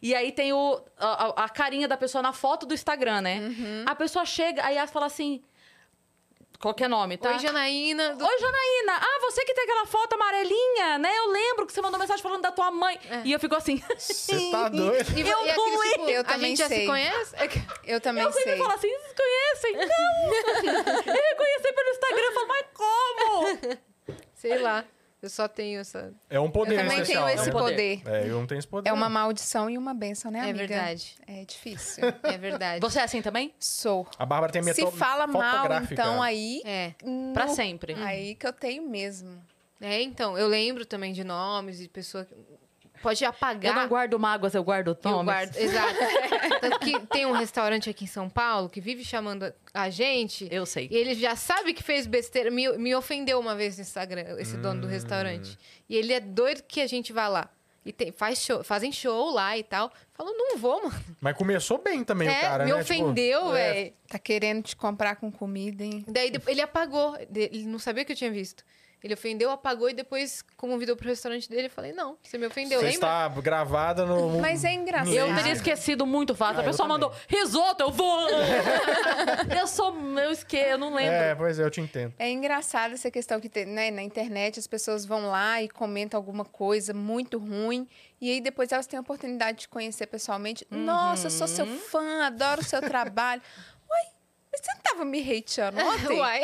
E aí tem o, a, a- a carinha da pessoa na foto do Instagram, né? A pessoa chega, aí Yas fala assim. Qualquer nome, tá? Oi, Janaína. do- Oi, Janaína. Ah, você que tem aquela foto amarelinha, né? Eu lembro que você mandou mensagem falando da tua mãe. E eu fico assim. Você tá doido? E, eu e aquele não tipo, Eu a também gente já se sei. conhece? É que- Eu também Eu sempre sei. falo assim, vocês conhecem? Não! eu reconheci pelo Instagram, eu falo, mas como? Sei lá. Eu só tenho essa. É um poder Eu também especial. tenho esse né? poder. É, eu não tenho esse poder. É uma maldição e uma benção, né, É amiga? verdade. É difícil. É (laughs) verdade. Você é assim também? Sou. A Bárbara tem a É minha Se to- fala mal, fotográfica. então, aí... É. no- Pra sempre. Aí que eu tenho mesmo. É, então, eu lembro também de nomes, de pessoa que pode Eu não apagar. guardo mágoas, eu guardo Eu Thomas. guardo, exato. (laughs) Tanto que tem um restaurante aqui em São Paulo que vive chamando a gente. Eu sei. E ele já sabe que fez besteira. Me, me ofendeu uma vez no Instagram, esse dono do Hum. restaurante. E ele é doido que a gente vá lá. E tem- faz show- fazem show lá e tal. Falou, não vou, mano. Mas começou bem também é, o cara, me né? Tipo, ofendeu, é. velho. Tá querendo te comprar com comida, hein? Daí depois- ele apagou. de- Ele não sabia que eu tinha visto. Ele ofendeu, apagou e depois convidou pro restaurante dele. Eu falei, não, você me ofendeu, Você lembra? está gravada no... Mas é engraçado. Eu Ah. teria esquecido muito fácil. Ah, a eu pessoa também. mandou risoto, eu vou. (laughs) eu sou. Eu esqueço, eu não lembro. É, pois é, eu te entendo. É engraçado essa questão que tem, né, na internet as pessoas vão lá e comentam alguma coisa muito ruim e aí depois elas têm a oportunidade de conhecer pessoalmente. Nossa, sou seu fã, adoro o seu trabalho. Uai, mas você não tava me (laughs) hateando (laughs) ontem? Uai.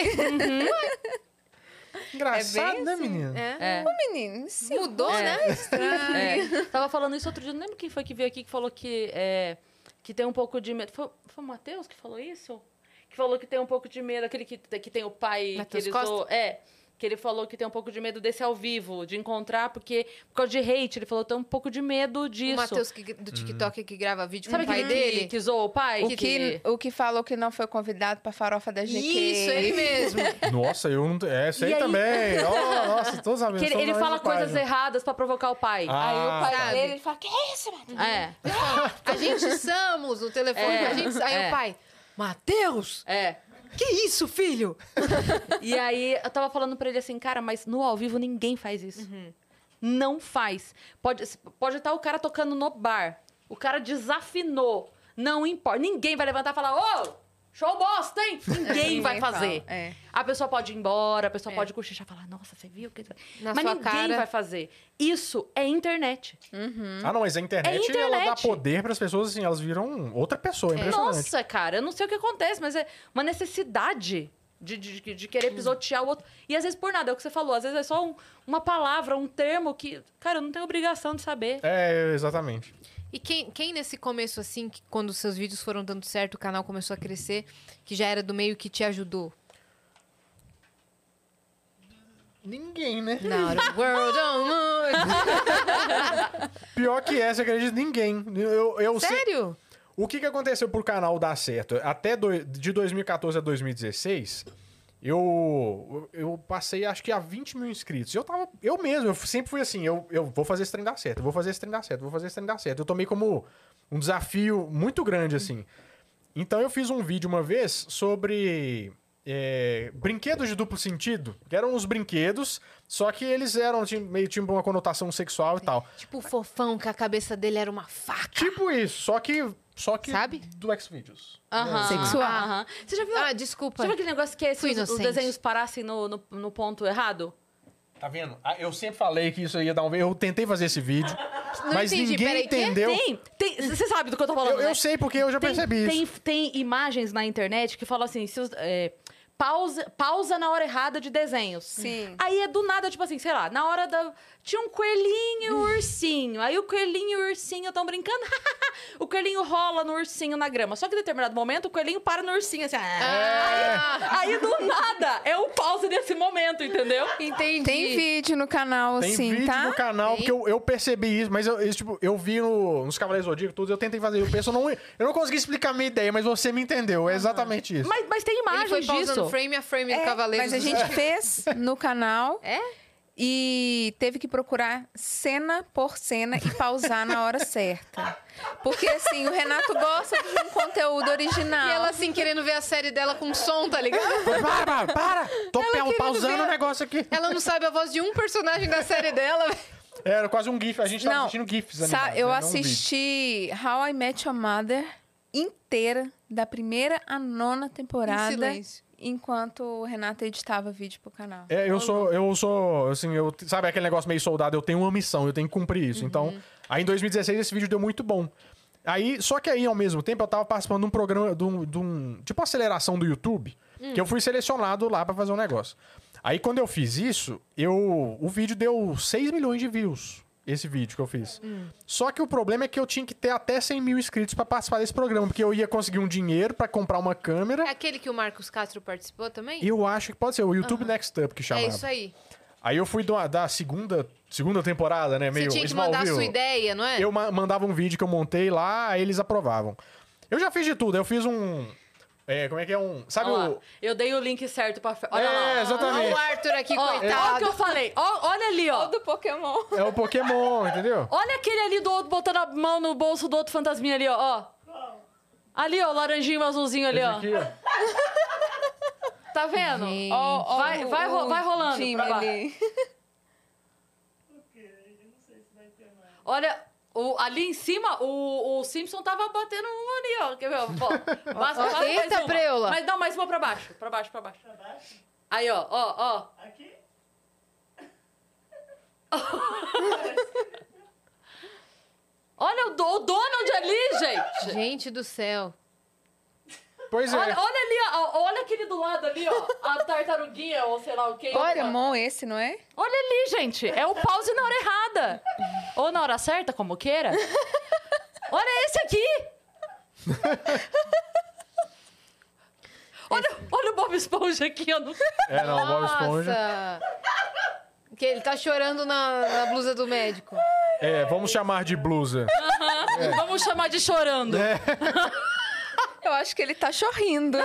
Engraçado, né, menina? É. É. Ô, menino, sim. Mudou, né? (laughs) É. Tava falando isso outro dia, não lembro quem foi que veio aqui que falou que, é, que tem um pouco de medo. Foi, foi o Matheus que falou isso? Que falou que tem um pouco de medo, aquele que, que tem o pai que Matheus ele Costa? zoou- É. Que ele falou que tem um pouco de medo desse ao vivo, de encontrar, porque por causa de hate, ele falou que tem um pouco de medo disso. O Matheus que- do Hum. TikTok que grava vídeo Sabe com o pai aquele dele. que, que zoou o pai? O que, o que falou que não foi convidado pra farofa da GQ. Isso, ele mesmo. Nossa, eu não... É, sei E aí- também. Ó, nossa, todos amigos. que ele, todos ele amigos fala do coisas pai, né? erradas pra provocar o pai. Ah, aí o pai tá. dele, Ele fala, que isso, Matheus? É, A gente somos no telefone. É, a gente... Aí é. o pai, Matheus, é. que isso, filho? E aí eu tava falando pra ele assim, cara, mas no ao vivo ninguém faz isso. Uhum. Não faz. Pode, pode estar o cara tocando no bar. O cara desafinou. Não importa. Ninguém vai levantar e falar, ô! Show bosta, (laughs) hein? Ninguém vai fala, fazer. é. A pessoa pode ir embora, a pessoa É. pode cochichar e falar, nossa, você viu? que- Na Mas sua ninguém cara. vai fazer. Isso é internet. Ah, não, mas a internet, É ela dá internet. poder pras pessoas, assim, elas viram outra pessoa, é impressionante. Nossa, cara, eu não sei o que acontece, mas é uma necessidade de, de, de- de querer pisotear o outro. E às vezes por nada, é o que você falou, às vezes é só um- uma palavra, um termo que, cara, eu não tenho obrigação de saber. É, exatamente. E quem, quem nesse começo, assim, que quando os seus vídeos foram dando certo, o canal começou a crescer, que já era do meio que te ajudou? Ninguém, né? Na hora, world é on moon. Pior que é, você acredita? Ninguém. Eu, eu sei- Sério? O que, que aconteceu pro canal dar certo? Até do- de 2014 a 2016, eu, eu passei acho que a 20 mil inscritos. Eu tava. Eu mesmo, eu sempre fui assim, eu, eu vou fazer esse trem dar certo, eu vou fazer esse trem dar certo, eu vou fazer esse trem dar certo. Eu tomei como um desafio muito grande, assim. Então eu fiz um vídeo uma vez sobre. é, brinquedos de duplo sentido, que eram uns brinquedos, só que eles eram ti- meio tipo uma conotação sexual e tal. Tipo o fofão que a cabeça dele era uma faca. Tipo isso, só que. Só que Sabe? do Xvideos. Aham. Sexual. Aham. Você já viu, Ah, você já desculpa. viu aquele negócio que é se Fui os, os inocente. desenhos parassem no, no, no ponto errado? Tá vendo? Ah, Eu sempre falei que isso ia dar um... Eu tentei fazer esse vídeo, mas entendi, ninguém peraí, quê? entendeu. Tem, tem. Você sabe do que eu tô falando, Eu, eu né? sei porque eu já tem, percebi tem, isso. tem imagens na internet que falam assim, se os- é, pausa, pausa na hora errada de desenhos. Sim. Aí é do nada, tipo assim, sei lá, na hora da. Tinha um coelhinho, um o ursinho. Aí o coelhinho e o ursinho estão brincando. (laughs) o coelhinho rola no ursinho na grama. Só que em determinado momento, o coelhinho para no ursinho, assim. Ah, Aí do nada é o pause desse momento, entendeu? entendi. Tem vídeo no canal, Tem assim, vídeo tá? no canal, porque eu, eu percebi isso, mas eu, isso, tipo, eu vi no- nos Cavaleiros do Zodíaco tudo, eu tentei fazer. Eu penso, eu não, eu não consegui explicar a minha ideia, mas você me entendeu. É exatamente isso. Mas, mas tem Ele foi imagens pausando disso. frame a frame do É, Cavaleiro. mas a gente fez no canal É? e teve que procurar cena por cena e pausar na hora certa. Porque, assim, o Renato gosta de um conteúdo original. E ela, assim, querendo ver a série dela com som, tá ligado? Para, para, para! Tô pa- pausando o negócio aqui. Ela não sabe a voz de um personagem da série dela. Era quase um GIF, a gente tava Não, assistindo GIFs Sa- animados, eu né? Não um vídeo. assisti How I Met Your Mother inteira, da primeira à nona Em temporada, silêncio. enquanto o Renato editava vídeo pro canal. É, eu sou, eu sou, assim, eu, sabe aquele negócio meio soldado? Eu tenho uma missão, eu tenho que cumprir Uhum. isso. Então, aí em 2016 esse vídeo deu muito bom. Aí, só que aí, ao mesmo tempo, eu tava participando de um programa, de um, de um- tipo aceleração do YouTube, Hum. que eu fui selecionado lá pra fazer um negócio. Aí, quando eu fiz isso, eu, o vídeo deu 6 milhões de views, esse vídeo que eu fiz. Hum. Só que o problema é que eu tinha que ter até 100 mil inscritos pra participar desse programa, porque eu ia conseguir um dinheiro pra comprar uma câmera. É aquele que o Marcos Castro participou também? E eu acho que pode ser o YouTube Next Up que chamava. É isso aí. Aí eu fui da, da segunda, segunda temporada, né? Meio Você tinha que mandar a Smallville. sua ideia, não é? Eu ma- mandava um vídeo que eu montei lá, aí eles aprovavam. Eu já fiz de tudo. Eu fiz um... é, como é que é um... Sabe Olha o... lá, eu dei o link certo pra. fe- Olha É, lá. exatamente. Olha o Arthur aqui, Ó, tá, olha o que coitado. eu falei. Ó, olha ali, ó. do Pokémon. É o (laughs) Pokémon, entendeu? Olha aquele ali do outro botando a mão no bolso do outro fantasminha ali, ó. ó. Ali, ó, o laranjinho azulzinho ali, Esse ó. aqui, ó. Tá vendo? Gente. Ó, ó, vai, O- É, vai, ro- o vai rolando. Jimmy pra baixo. Um ali. Eu não sei se vai ter mais. Olha, o- ali em cima, o, o Simpson tava batendo um ali, ó. Quer ver? ó? Ó, basta- Ó, basta mais eita, uma. preula. Mas não, mais uma pra baixo. Pra baixo, pra baixo. Pra baixo? Aí, ó, ó, ó. Aqui? Olha o, do, o Donald ali, (laughs) gente. Gente do céu. Pois é. Olha, olha ali, ó, olha aquele do lado ali, ó. A tartaruguinha, ou sei lá o quê. Pokémon esse, não é? Olha ali, gente. É o pause na hora errada. Ou na hora certa, como queira. Olha esse (laughs) aqui. Olha, olha o Bob Esponja aqui. ó. no- É, não, o Bob Esponja. Nossa! Que ele tá chorando na, na blusa do médico. É, vamos chamar (laughs) de blusa. É. Vamos chamar de chorando. É. Eu acho que ele tá chorrindo.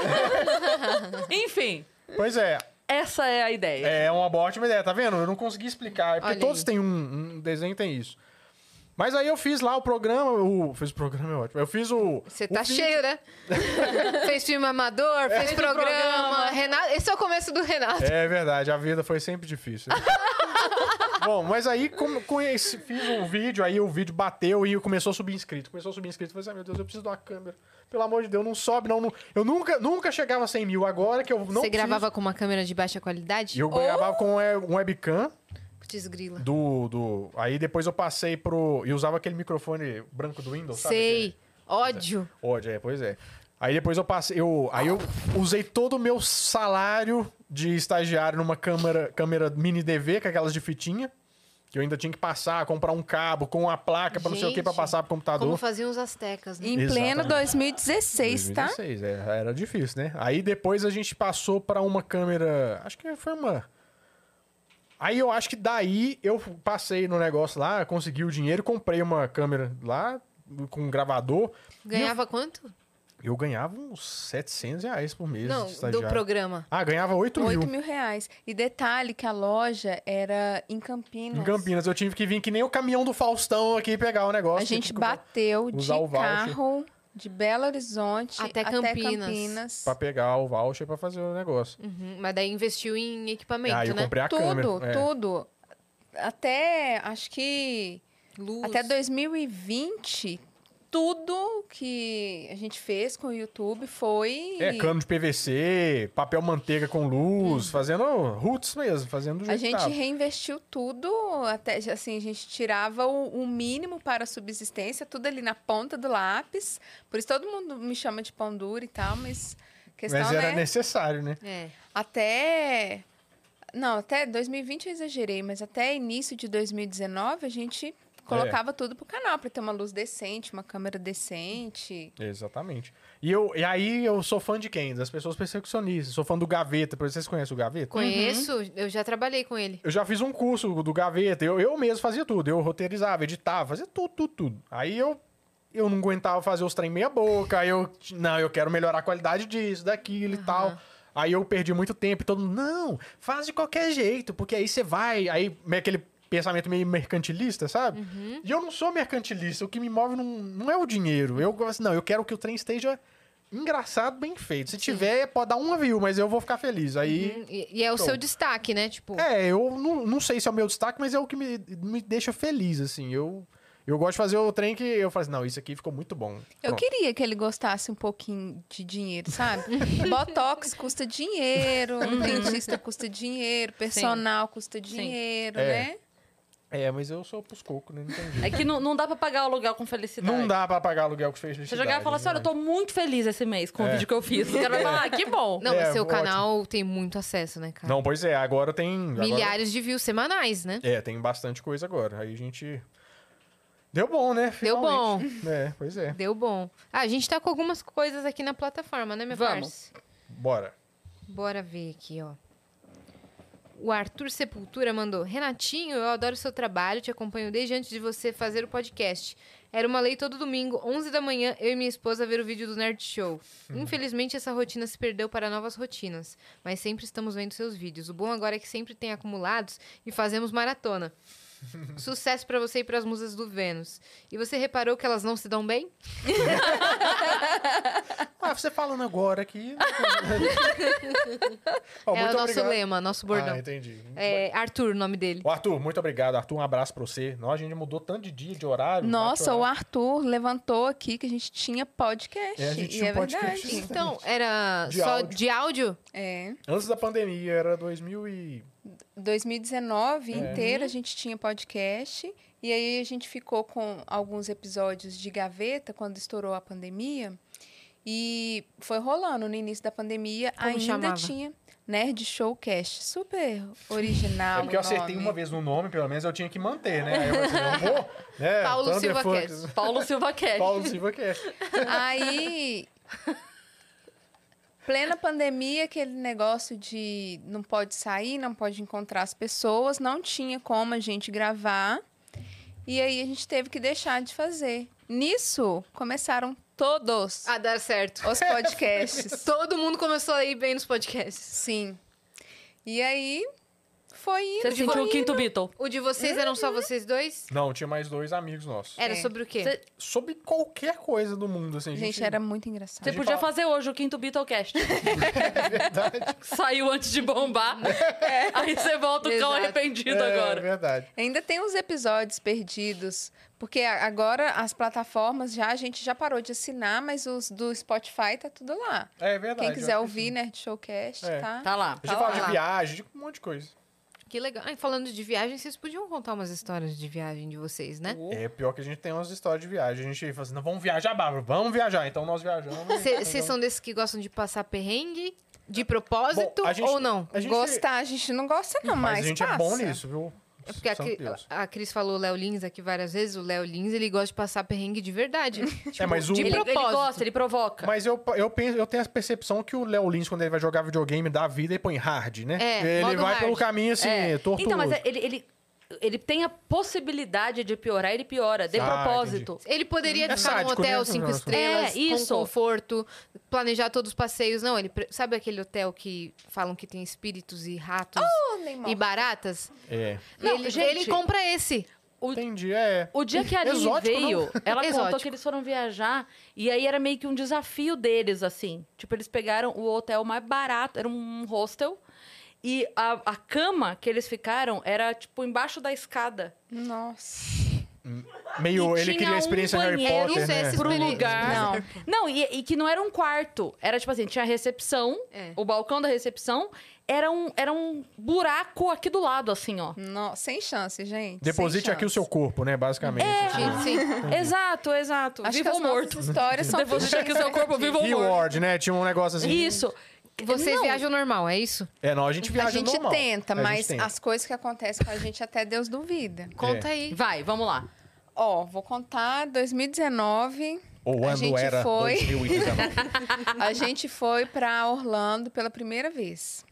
Enfim, Pois é. essa é a ideia. É uma boa, ótima ideia, tá vendo? Eu não consegui explicar. É porque Olha aí. todos têm um, um desenho, tem isso. Mas aí eu fiz lá o programa, o... Fiz o programa, é ótimo. Eu fiz o... Você o tá vídeo. cheio, (laughs) né? fez filme amador, fez Fez o programa. programa. Renato, esse é o começo do Renato. É verdade, a vida foi sempre difícil. (laughs) Bom, mas aí como conheci, fiz um vídeo, aí o vídeo bateu e começou a subir inscrito. Começou a subir inscrito, eu falei assim, "Ah, meu Deus, eu preciso de uma câmera. Pelo amor de Deus, não sobe, não. não- Eu nunca, nunca chegava a 100 mil, agora que eu não Você preciso- gravava com uma câmera de baixa qualidade? Eu gravava com um we- um webcam Putz, grila. do, do... Aí depois eu passei pro... E usava aquele microfone branco do Windows, sabe? Sei. Ódio. Ódio, é, pois é. Aí depois eu passei, eu, aí eu usei todo o meu salário de estagiário numa câmera, câmera mini DV, com aquelas de fitinha, que eu ainda tinha que passar, comprar um cabo com a placa pra não sei o que pra Gente, passar pro Como computador. faziam os astecas, né? Em pleno Exatamente. 2016, tá? 2016, é, era difícil, né? Aí depois a gente passou pra uma câmera, acho que foi uma Aí eu acho que daí eu passei no negócio lá, consegui o dinheiro, comprei uma câmera lá com um gravador. Ganhava quanto? Eu ganhava uns 700 reais por mês. Não, de do estagiário. programa. Ah, ganhava 8 mil. 8 mil reais. E detalhe que a loja era em Campinas. Em Campinas, eu tive que vir que nem o caminhão do Faustão aqui pegar o negócio. A gente Tive que bateu de usar o voucher. carro de Belo Horizonte Até até Campinas. Campinas. Pra pegar o voucher pra fazer o negócio. Uhum, Mas daí investiu em equipamento, Aí Ah, eu né? comprei a câmera. Tudo, é. tudo. Até, acho que Luz. até 2020, tudo que a gente fez com o YouTube foi É, cano de PVC, papel manteiga com luz, fazendo roots mesmo, fazendo do jeito Hum. A que gente tava. reinvestiu tudo, até assim, a gente tirava o, o mínimo para a subsistência, tudo ali na ponta do lápis. Por isso todo mundo me chama de pão duro e tal, mas questão, Mas era né? necessário, né? É. Até. É. Não, até 2020 eu exagerei, mas até início de 2019 a gente Colocava tudo pro canal, pra ter uma luz decente, uma câmera decente. Exatamente. E, eu, e aí eu sou fã de quem? Das pessoas percepcionistas. Sou fã do Gaveta. por exemplo, Vocês conhecem o Gaveta? Conheço, eu já trabalhei com ele. Eu já fiz um curso do Gaveta. Eu, eu mesmo fazia tudo. Eu roteirizava, editava, fazia tudo, tudo, tudo. Aí eu, eu não aguentava fazer os trem meia boca. Aí eu, não, eu quero melhorar a qualidade disso, daquilo e tal. Aí eu perdi muito tempo e todo mundo, não, faz de qualquer jeito, porque aí você vai. Aí meio aquele pensamento meio mercantilista, sabe? E eu não sou mercantilista. O que me move não, não é o dinheiro. Eu gosto, não, eu quero que o trem esteja engraçado, bem feito. Se tiver, pode dar uma view, mas eu vou ficar feliz. Aí. E, e é o Show. seu destaque, né? Tipo, É, eu não, não sei se é o meu destaque, mas é o que me, me deixa feliz, assim. Eu, eu gosto de fazer o trem que eu falo assim, não, isso aqui ficou muito bom. Eu Pronto. queria que ele gostasse um pouquinho de dinheiro, sabe? Botox custa dinheiro, dentista custa dinheiro, personal custa dinheiro, É. né? É, mas eu sou pros cocos, né? Não tem jeito. É que não, não dá pra pagar o aluguel com felicidade. Não dá pra pagar aluguel que fez tá- Você jogar e falar assim, né? olha, eu tô muito feliz esse mês com o É. vídeo que eu fiz. O cara vai falar, ah, que bom. não, É, mas seu ótimo. canal tem muito acesso, né, cara? Não, pois é, agora tem... agora- Milhares de views semanais, né? É, tem bastante coisa agora. Aí a gente... Deu bom, né? Deu bom. Finalmente. É, pois é. Deu bom. Ah, a gente tá com algumas coisas aqui na plataforma, né, meu Vamos. Vamos. Bora. Bora ver aqui, ó. O Arthur Sepultura mandou: Renatinho, eu adoro seu trabalho, te acompanho desde antes de você fazer o podcast. Era uma lei todo domingo, 11 da manhã, eu e minha esposa ver o vídeo do Nerd (laughs) Show. Infelizmente, essa rotina se perdeu para novas rotinas, mas sempre estamos vendo seus vídeos. O bom agora é que sempre tem acumulados e fazemos (laughs) maratona. Sucesso para você e para as musas do Vênus. E você reparou que elas não se dão bem? Ah, você falando agora aqui... Ó, é o nosso obrigado. lema, nosso bordão. Ah, entendi. É, Arthur, o nome dele. Ô, Arthur, muito obrigado. Arthur, um abraço pra você. Nós, a gente mudou tanto de dia, de horário. Nossa, bate o horário. Arthur levantou aqui que a gente tinha podcast. É, a gente e tinha é um podcast. verdade. Então, era De só áudio. de áudio? É. Antes da pandemia, era 2000 e... É. 2019 inteiro a gente tinha podcast. E aí a gente ficou com alguns episódios de gaveta quando estourou a pandemia. E foi rolando no início da pandemia. Como ainda chamava? tinha Nerd Showcast. Super original. é porque eu acertei uma vez no nome, pelo menos eu tinha que manter, né? Aí eu falei assim, não (laughs) vou, né? Paulo Thunder Silva Funk- Cast. Paulo Silva quer. Paulo Silva Cast. vez. Aí. Plena pandemia, aquele negócio de não pode sair, não pode encontrar as pessoas, não tinha como a gente gravar. E aí a gente teve que deixar de fazer. Nisso, começaram todos Ah, dar certo. os podcasts. Todo mundo começou a ir bem nos podcasts. Sim. E aí foi Você indo. sentiu foi o indo. quinto Beatle. O de vocês eram só vocês dois? Não, tinha mais dois amigos nossos. Era É. sobre o quê? Cê- Sobre qualquer coisa do mundo, assim. a Gente, era muito engraçado. Você gente podia fala- fazer hoje o quinto Beatlecast. Verdade. Saiu antes de bombar. Aí você volta o cão Exato. arrependido É, agora. verdade. Ainda tem uns episódios perdidos, porque a- agora as plataformas já a gente já parou de assinar, mas os do Spotify tá tudo lá. É verdade. Quem quiser eu acho ouvir Nerd Showcast, É. tá? Tá lá. que sim. A gente tá fala de lá. viagem, de um monte de coisa. Que legal. Ai, falando de viagem, vocês podiam contar umas histórias de viagem de vocês, né? É pior que a gente tem umas histórias de viagem. A gente fala assim, não, vamos viajar, Bárbara, vamos viajar. Então nós viajamos. Então, Vocês são desses que gostam de passar perrengue de propósito Bom, a gente- ou não? a gente- Gostar, a gente não gosta não, Mas mas, a gente passa. é bom nisso, viu? É porque a, Santo Cri- Deus. a Cris falou o Léo Lins aqui várias vezes. O Léo Lins, ele gosta de passar perrengue de (laughs) verdade. Tipo, É, mas o- De Ele, ele propósito. gosta, ele provoca. Mas eu, eu, penso, eu tenho a percepção que o Léo Lins, quando ele vai jogar videogame, dá a vida e põe hard, né? É, ele modo vai hard. pelo caminho assim, É. tortuoso. Então, mas é- ele, ele, ele tem a possibilidade de piorar, ele piora, de Ah, propósito. Ele poderia É ficar num sádico, hotel né? cinco É, estrelas, isso. com conforto, planejar todos os passeios. Não, ele pre- sabe aquele hotel que falam que tem espíritos e ratos Ô, Neymar. e baratas? É. Não, ele, gente- ele compra esse. Entendi, é. O dia que a Aline Exótico, veio, não? ela contou Exótico. que eles foram viajar e aí era meio que um desafio deles, assim. Tipo, eles pegaram o hotel mais barato, era um hostel. E a, a cama que eles ficaram era, tipo, embaixo da escada. Nossa. Meio, E ele tinha queria a experiência um Harry banheiro, Potter, não sei né? se Pro Experiência. lugar. Não, e, e que não era um quarto. Era, tipo assim, tinha a recepção, É. o balcão da recepção. Era um, era um buraco aqui do lado, assim, ó. No- sem chance, gente. Deposite sem aqui o chance. seu corpo, né? Basicamente. (laughs) Gente, sim. Exato, exato. Acho vivo que ou as nossas morto. histórias são Deposite tudo aqui o (laughs) seu corpo, bem vivo ou morto. Reward, né? Tinha um negócio assim. Isso. Vocês Não, viajam normal, é isso? É, não, a gente viaja A gente normal. tenta, É, a gente mas tenta. É. as coisas que acontecem com a gente até Deus duvida. Conta aí. Vai, vamos lá. Ó, vou contar 2019. O A ano gente era foi. 2019. A gente foi pra Orlando pela primeira vez.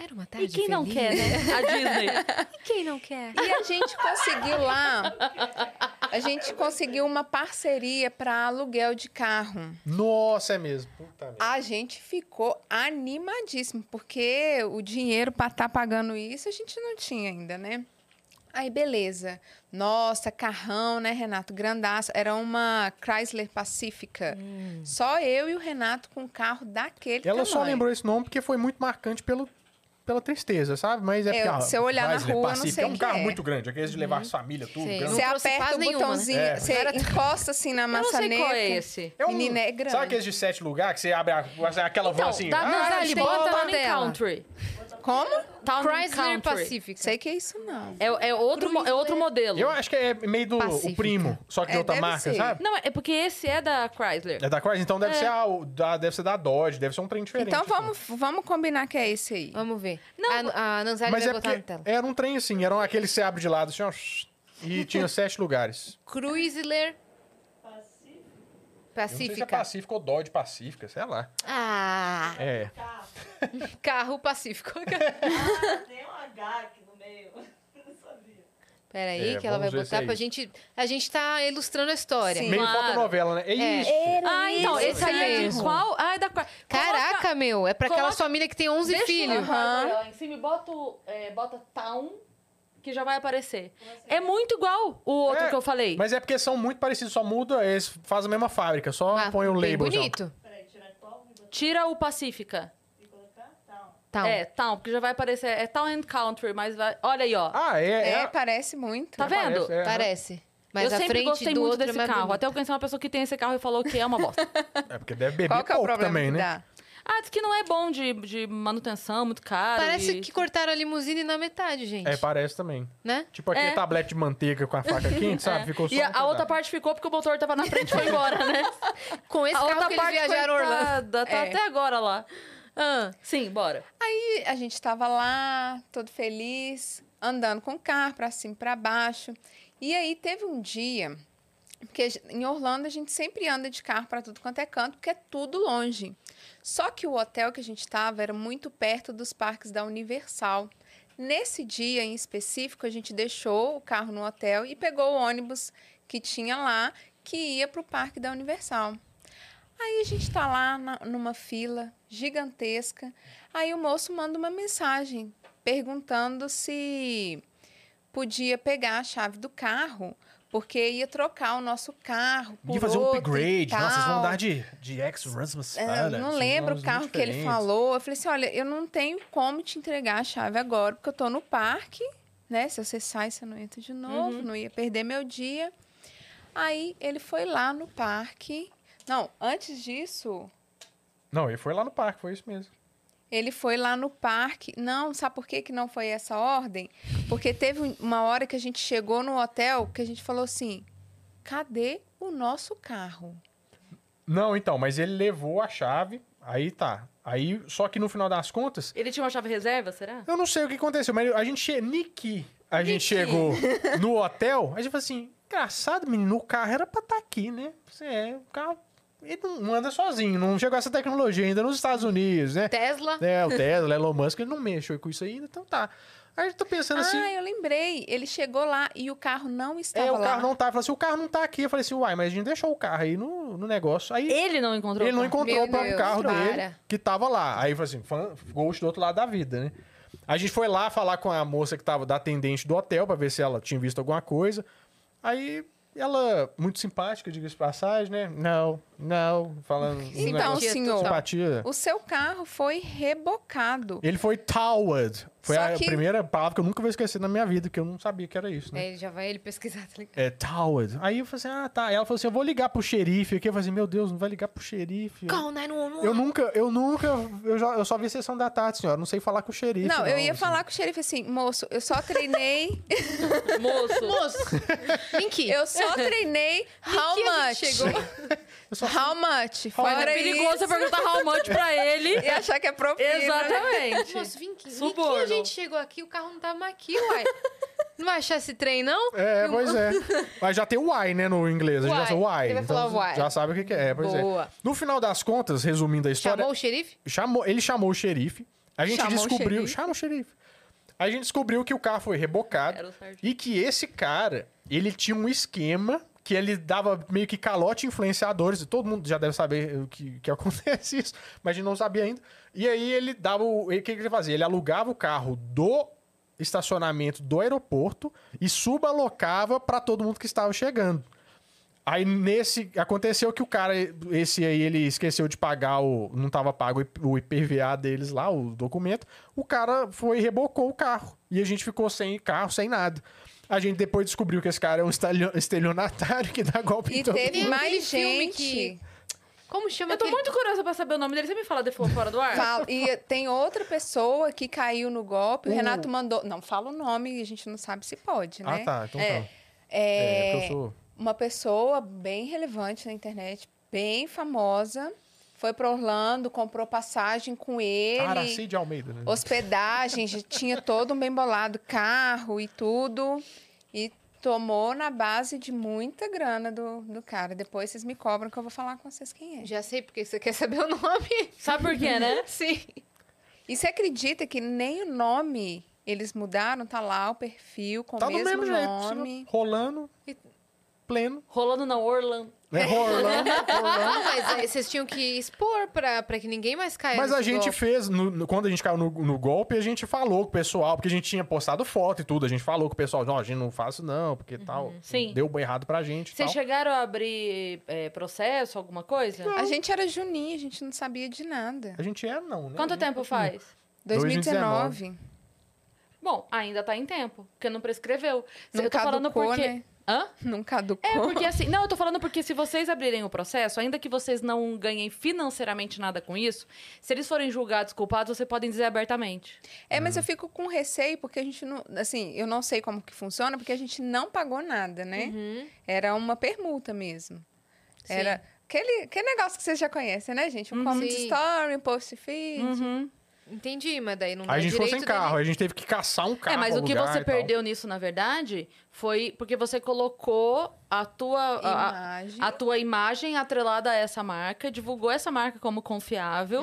Era uma tarde E quem não feliz. quer, né? A Disney. E quem não quer? E a gente conseguiu lá. A gente conseguiu uma parceria pra aluguel de carro. Nossa, é mesmo. Puta merda. A gente ficou animadíssimo, porque o dinheiro para estar pagando isso a gente não tinha ainda, né? Aí, beleza. Nossa, carrão, né, Renato? Grandaço. Era uma Chrysler Pacifica. Só eu e o Renato com um carro daquele Ela tamanho. só lembrou esse nome porque foi muito marcante pelo, pela tristeza, sabe? Mas é, É, porque, ah, se eu olhar na Chrysler rua, eu não Pacifica sei é um que carro é. muito grande, aqueles de levar as famílias, tudo. Sei. grande. Você não trouxe paz aperta o nenhuma, né? botãozinho, É. você encosta assim na (laughs) Eu não maçaneta. sei qual é esse. É um- Menina, é grande. Sabe aqueles de sete lugar que você abre a- aquela van Então, assim? dá, ah, não, a dá, gente tem bota Town na and tela. Country. Como? Town and Country. Chrysler Pacifica. Sei que é isso não. É, é outro, mo- é outro modelo. Eu acho que é meio do Pacífica. o primo, só que de É, outra deve marca, ser. sabe? Não, é porque esse é da Chrysler. É da Chrysler, então deve, É. Ser a, o- da, deve ser da Dodge, deve ser um trem diferente. Então assim. vamos, vamos combinar que é esse aí. Vamos ver. Não, a, a Nanzari Mas vai é botar na porque tela. era um trem assim, era aquele que você abre de lado assim, ó, (laughs) e tinha sete lugares. Chrysler Eu não sei se Pacifica. é Pacífica ou Dodge Pacífica, sei lá. Ah, É. carro (laughs) Pacífico. Ah, tem um H aqui no meio. (laughs) Eu não sabia. Peraí, É, que ela vai vamos ver se botar é pra isso. gente. A gente tá ilustrando a história. Sim. Meio Claro. fotonovela, né? É isso. Ah, então, isso esse aí é de mesmo. qual? Ah, é da Chrysler. Caraca, meu, é pra aquelas coloca- famílias que tem 11 Deixa filhos. o Chrysler lá em cima e bota, o- é, bota Town, que já vai aparecer. É muito igual o outro É, que eu falei. Mas é porque são muito parecidos, só muda, eles fazem a mesma fábrica, só Ah, põe o bem label. já. bonito. Peraí, tirar qual e botar- Tira o Pacifica. e colocar? Não. Tá. É, Town, porque já vai aparecer. É Town and Country, mas vai... Olha aí, ó. Ah, é. É, é, parece muito. tá vendo? parece, é. Parece. Mas eu a sempre frente gostei do muito outro é desse mais carro. bonito. Até eu conheci uma pessoa que tem esse carro e falou que é uma (laughs) bosta. É porque deve beber Qual que é o pouco problema também, né? que dá? ah, diz que não é bom de, de manutenção, muito caro. Parece e- que cortaram a limusine na metade, gente. É, parece também. Né? Tipo aquele É. tablete de manteiga com a faca (laughs) quente, É. sabe? Ficou só. E um a, a pedaço. outra parte ficou porque o motor tava na frente e foi embora, né? Com esse a carro outra que eles viajaram a Orlando. coitada, tá É. até agora lá. Ah, sim, bora. Aí a gente tava lá, todo feliz, andando com o carro pra cima e pra baixo. E aí teve um dia, porque a gen- em Orlando a gente sempre anda de carro pra tudo quanto é canto, porque é tudo longe. Só que o hotel que a gente tava era muito perto dos parques da Universal. Nesse dia em específico, a gente deixou o carro no hotel e pegou o ônibus que tinha lá, que ia pro parque da Universal. Aí a gente tá lá na- numa fila gigantesca. Aí o moço manda uma mensagem perguntando se podia pegar a chave do carro, porque ia trocar o nosso carro. Por Podia fazer um outro e upgrade. Nossa, vocês vão tal. dar de, de assim, ex Rasmus. É, eu não lembro o carro que ele falou. Eu falei assim: olha, eu não tenho como te entregar a chave agora, porque eu tô no parque, né? Se você sai, você não entra de novo, Uhum. não ia perder meu dia. Aí ele foi lá no parque. Não, antes disso, Não, ele foi lá no parque, foi isso mesmo. ele foi lá no parque. Não, sabe por que, que não foi essa ordem? Porque teve um- uma hora que a gente chegou no hotel que a gente falou assim: cadê o nosso carro? Não, então, mas ele levou a chave, aí tá. Aí, só que no final das contas, Ele tinha uma chave reserva, será? eu não sei o que aconteceu, mas a gente, che- Niki, a gente (laughs) chegou no hotel, a gente falou assim, engraçado, menino, o carro era pra estar aqui, né? Você é, o carro, ele não anda sozinho, não chegou essa tecnologia ainda nos Estados Unidos, né? Tesla. É, o Tesla, Elon Musk, ele não mexeu com isso ainda, então tá. Aí eu tô pensando assim, Ah, eu lembrei. Ele chegou lá e o carro não estava É, o lá. carro não tá. Eu falei assim, o carro não tá aqui. Eu falei assim, uai, mas a gente deixou o carro aí no, no negócio. Aí ele, Ele não encontrou. o não carro. encontrou Meu o próprio Deus, carro para. dele, que tava lá. Aí eu falei assim, fã, ghost do outro lado da vida, né? A gente foi lá falar com a moça que tava da atendente do hotel pra ver se ela tinha visto alguma coisa. Aí ela, muito simpática, diga-se de passagem, né? Não, não, falando... um Então, negócio- senhor. Simpatia. O seu carro foi rebocado. Ele foi towed. Foi Só a que- primeira palavra que eu nunca vou esquecer na minha vida, porque eu não sabia que era isso, né? É, ele já vai ele pesquisar, tá (laughs) ligado? É, Towers. Aí eu falei assim, ah, tá. Ela falou assim, eu vou ligar pro xerife aqui. Eu falei assim, meu Deus, não vai ligar pro xerife. Call 911. Eu nunca, eu nunca, eu, já, eu só vi sessão da tarde, senhora. Não sei falar com o xerife. Não, Não, eu ia assim. falar com o xerife assim, moço, eu só (laughs) treinei, Moço. Link. eu só treinei how é? que a much? gente (laughs) chegou? Eu só- How much? Mas Fora é perigoso você isso, perguntar how much pra ele. (laughs) e achar que é propina. Exatamente. (laughs) Moço, vim aqui. Vim aqui, Suborno. a gente chegou aqui, o carro não tava aqui, uai. Não vai achar esse trem, não? É, (laughs) pois é. Mas já tem o why, né, no inglês. A gente já Why. sabe o why. Ele vai falar você why. Já sabe o que, que é, pois é. Boa. No final das contas, resumindo a história, Chamou o xerife? chamou- ele chamou o xerife. A gente Chamou o descobriu. xerife. Chama o xerife. A gente descobriu que o carro foi rebocado Era o sargento. e que esse cara, ele tinha um esquema que ele dava meio que calote em influenciadores, e todo mundo já deve saber o que, (laughs) que acontece isso, mas a gente não sabia ainda. E aí ele dava o. e O que que ele fazia? Ele alugava o carro do estacionamento do aeroporto e subalocava para todo mundo que estava chegando. Aí nesse aconteceu que o cara esse aí ele esqueceu de pagar o não tava pago o IP- o IPVA deles lá, o documento. O cara foi e rebocou o carro e a gente ficou sem carro, sem nada. A gente depois descobriu que esse cara é um estalio- estelionatário que dá golpe em E todo teve Tem aquele mais filme gente. que- Como chama Eu tô aquele... muito curiosa pra saber o nome dele. Você me fala de fora do ar? Fala- e tem outra pessoa que caiu no golpe. O Renato mandou. Não, fala o nome, a gente não sabe se pode, Uh. né? Ah, tá, então É. tá. É, É, porque eu sou Uma pessoa bem relevante na internet, bem famosa, foi pra Orlando, comprou passagem com ele. Aracide Almeida, né? hospedagem, já tinha todo um bem bolado, carro e tudo. E tomou na base de muita grana do, do cara. Depois vocês me cobram que eu vou falar com vocês quem é. Já sei, porque você quer saber o nome. (laughs) Sabe por quê, né? Sim. E você acredita que nem o nome eles mudaram? Tá lá o perfil com Tá o do mesmo, mesmo nome. jeito, tá rolando pleno. Rolando na Orlando. É (laughs) rolando, rolando. Não, mas aí vocês tinham que expor pra, pra que ninguém mais caia Mas a nesse gente golpe. fez, no- no- quando a gente caiu no, no golpe, a gente falou com o pessoal, porque a gente tinha postado foto e tudo, a gente falou com o pessoal, não, a gente não faz isso não, porque Uhum. tal, Sim. deu bem errado pra gente e Vocês tal. chegaram a abrir é, processo, alguma coisa? A gente era juninho, a gente não sabia de nada. A gente é não, né? Quanto tempo faz? 2019. 2019. Bom, ainda tá em tempo, porque não prescreveu. Não eu tô falando caducou, porque. né? Hã? (laughs) Não caducou. É, porque assim. Não, eu tô falando porque se vocês abrirem o processo, ainda que vocês não ganhem financeiramente nada com isso, se eles forem julgados culpados, vocês podem dizer abertamente. É, mas eu fico com receio porque a gente não, assim, eu não sei como que funciona porque a gente não pagou nada, né? Era uma permuta mesmo. Uhum. Sim. Uhum. Era aquele, aquele negócio que vocês já conhecem, né, gente? Um comment Sim. Uhum. story, um post feed. Uhum. Entendi, mas daí não dá Aí a gente ficou direito sem carro, (laughs) dele- a gente teve que caçar um carro. é, mas o que alugar você e tal. perdeu nisso, na verdade, foi porque você colocou a tua. a- a- Imagem. a tua imagem atrelada a essa marca, divulgou essa marca como confiável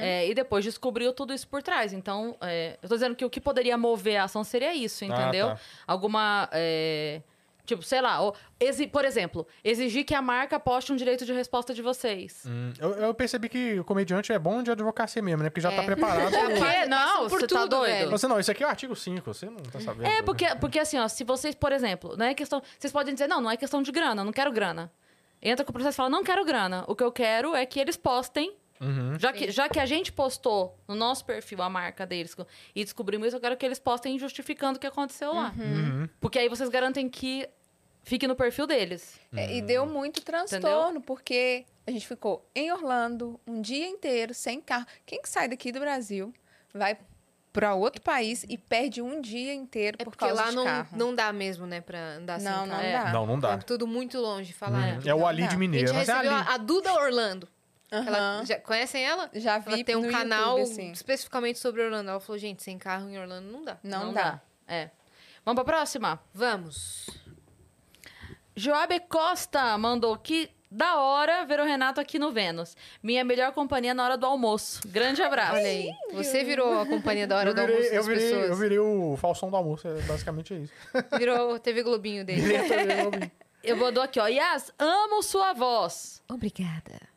é, e depois descobriu tudo isso por trás. Então, é, eu tô dizendo que o que poderia mover a ação seria isso, Ah, entendeu? tá. Alguma. é, tipo, sei lá, ou exi- por exemplo, exigir que a marca poste um direito de resposta de vocês. Hum, eu, eu percebi que o comediante é bom de advocacia mesmo, né? Porque já tá É. (laughs) preparado. O quê? passa Não, por você tá tudo, doido. velho. Você não, isso aqui é o artigo 5, você não tá sabendo. É, né? porque, porque assim, ó, se vocês, por exemplo, não é questão. Vocês podem dizer, não, não é questão de grana, não quero grana. Entra com o processo e fala, não quero grana. O que eu quero é que eles postem. Uhum, Já, que, já que a gente postou no nosso perfil a marca deles co- e descobrimos isso, eu quero que eles postem justificando o que aconteceu lá. Hum, Uhum. Porque aí vocês garantem que fique no perfil deles. É, E deu muito transtorno porque a gente ficou em Orlando um dia inteiro sem carro. Quem que sai daqui do Brasil vai pra outro país e perde um dia inteiro É por porque causa lá de não, carro? não dá mesmo, né, pra andar sem não, carro. não Uhum. É. dá. Não, não dá. É tudo muito longe, falaram. É o não Ali dá. de A gente Mineiro, mas é Ali. recebeu a a Duda Orlando. Ela, Aham. já, conhecem ela? Já vi Ela tem um no canal YouTube, assim. especificamente sobre Orlando. Ela falou, gente, sem carro em Orlando não dá. Não, dá. É. Vamos pra próxima? Vamos. Joabe Costa mandou que da hora ver o Renato aqui no Vênus. Minha melhor companhia na hora do almoço. Grande Ah, abraço. Olha aí. Você virou a companhia da hora Eu do virei, almoço eu, das virei, eu pessoas. virei o Falsão do almoço, é basicamente (laughs) isso. Virou TV Globinho dele. Direto, eu vi. Eu mandou aqui, ó. Yas, amo sua voz. Obrigada.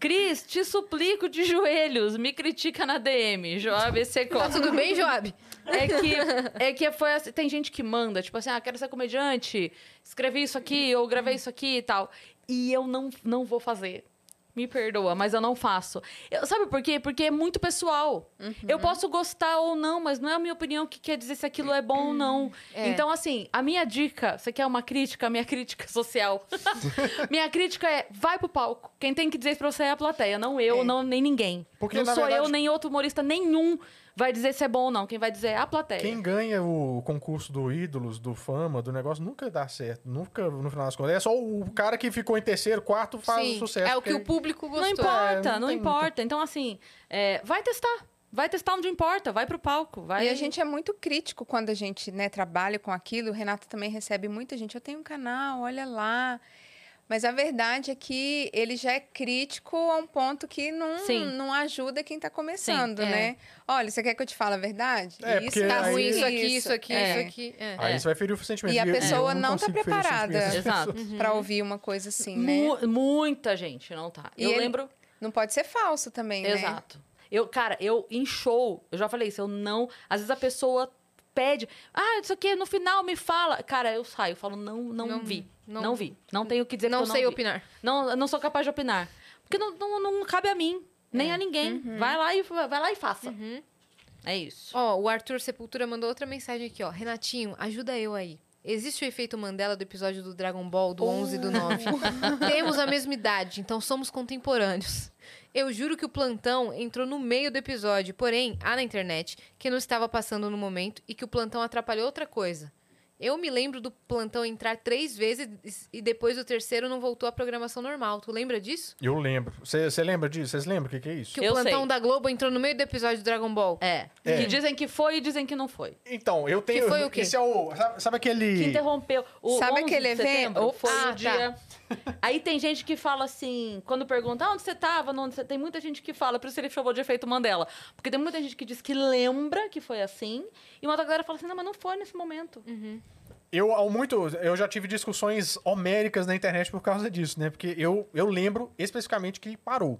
Cris, te suplico de joelhos. Me critica na DM. Joab Secó. Tá tudo bem, Joab? É que, é que foi assim, tem gente que manda, tipo assim, ah, quero ser comediante, escrevi isso aqui, ou gravei isso aqui e tal. E eu não, não vou fazer. Me perdoa, mas eu não faço. Eu- sabe por quê? Porque é muito pessoal. Eu posso gostar ou não, mas não é a minha opinião que quer dizer se aquilo é bom ou não. É. Então, assim, a minha dica, você quer uma crítica? A Minha crítica (laughs) social. minha crítica é, vai pro palco. Quem tem que dizer isso pra você é a plateia, não eu, É. não nem ninguém. Porque, não na sou eu, verdade, nem outro humorista nenhum vai dizer se é bom ou não. Quem vai dizer é a plateia. Quem ganha o concurso do ídolos, do fama, do negócio, nunca dá certo. Nunca, no final das contas. É só o cara que ficou em terceiro, quarto, faz um Sim. sucesso. É o que porque- o público Não gostou. importa, É, não não, tem importa. Então, assim, é, vai testar. Vai testar onde importa, vai pro palco. Vai... E (laughs) a gente é muito crítico quando a gente né, trabalha com aquilo. O Renato também recebe muita gente. Eu tenho um canal, olha lá. Mas a verdade é que ele já é crítico a um ponto que não, Sim. não ajuda quem está começando, Sim, é. né? Olha, você quer que eu te fale a verdade? É, porque Tá aí- ruim isso aqui, isso aqui, É. isso aqui. É. Aí você vai ferir o sentimento. E a eu- eu pessoa não tá consigo ferir o sentimento preparada. das Exato. pessoas. Pra ouvir uma coisa assim, né? Mu- muita gente não tá. E eu ele- lembro. Não pode ser falso também, né? Exato. Eu, cara, eu em show, eu já falei isso, eu não. Às vezes a pessoa pede, ah, isso aqui, no final me fala. Cara, eu saio, eu falo, não, não, Não- vi. não- Não, vi. Não tenho o que dizer. Não que eu sei não vi. opinar. Não, eu não sou capaz de opinar. Porque não, não, não cabe a mim, nem a ninguém. Vai, lá e, vai lá e faça. É isso. Ó, o Arthur Sepultura mandou outra mensagem aqui, ó. Renatinho, ajuda eu aí. Existe o efeito Mandela do episódio do Dragon Ball, do 11 e Oh. do 9. (laughs) Temos a mesma idade, então somos contemporâneos. Eu juro que o plantão entrou no meio do episódio, porém, há na internet que não estava passando no momento e que o plantão atrapalhou outra coisa. Eu me lembro do plantão entrar três vezes e depois do terceiro não voltou à programação normal. Tu lembra disso? Eu lembro. Você você lembra disso? Vocês lembram o que, que é isso? Que o Eu plantão sei. da Globo entrou no meio do episódio do Dragon Ball. É. É. Que dizem que foi e dizem que não foi. Então, eu tenho. Que foi o quê? Esse é o. Sabe, sabe aquele. Que interrompeu. O Sabe 11 aquele de evento? setembro Foi Ah, o dia. tá. Aí tem gente que fala assim, quando pergunta "Ah, onde você tava, onde você... tem muita gente que fala, por isso ele chamou de efeito Mandela. Porque tem muita gente que diz que lembra que foi assim, e uma outra galera fala assim, não, mas não foi nesse momento. Uhum. Eu, ao muito, eu já tive discussões homéricas na internet por causa disso, né? Porque eu, eu lembro especificamente que parou.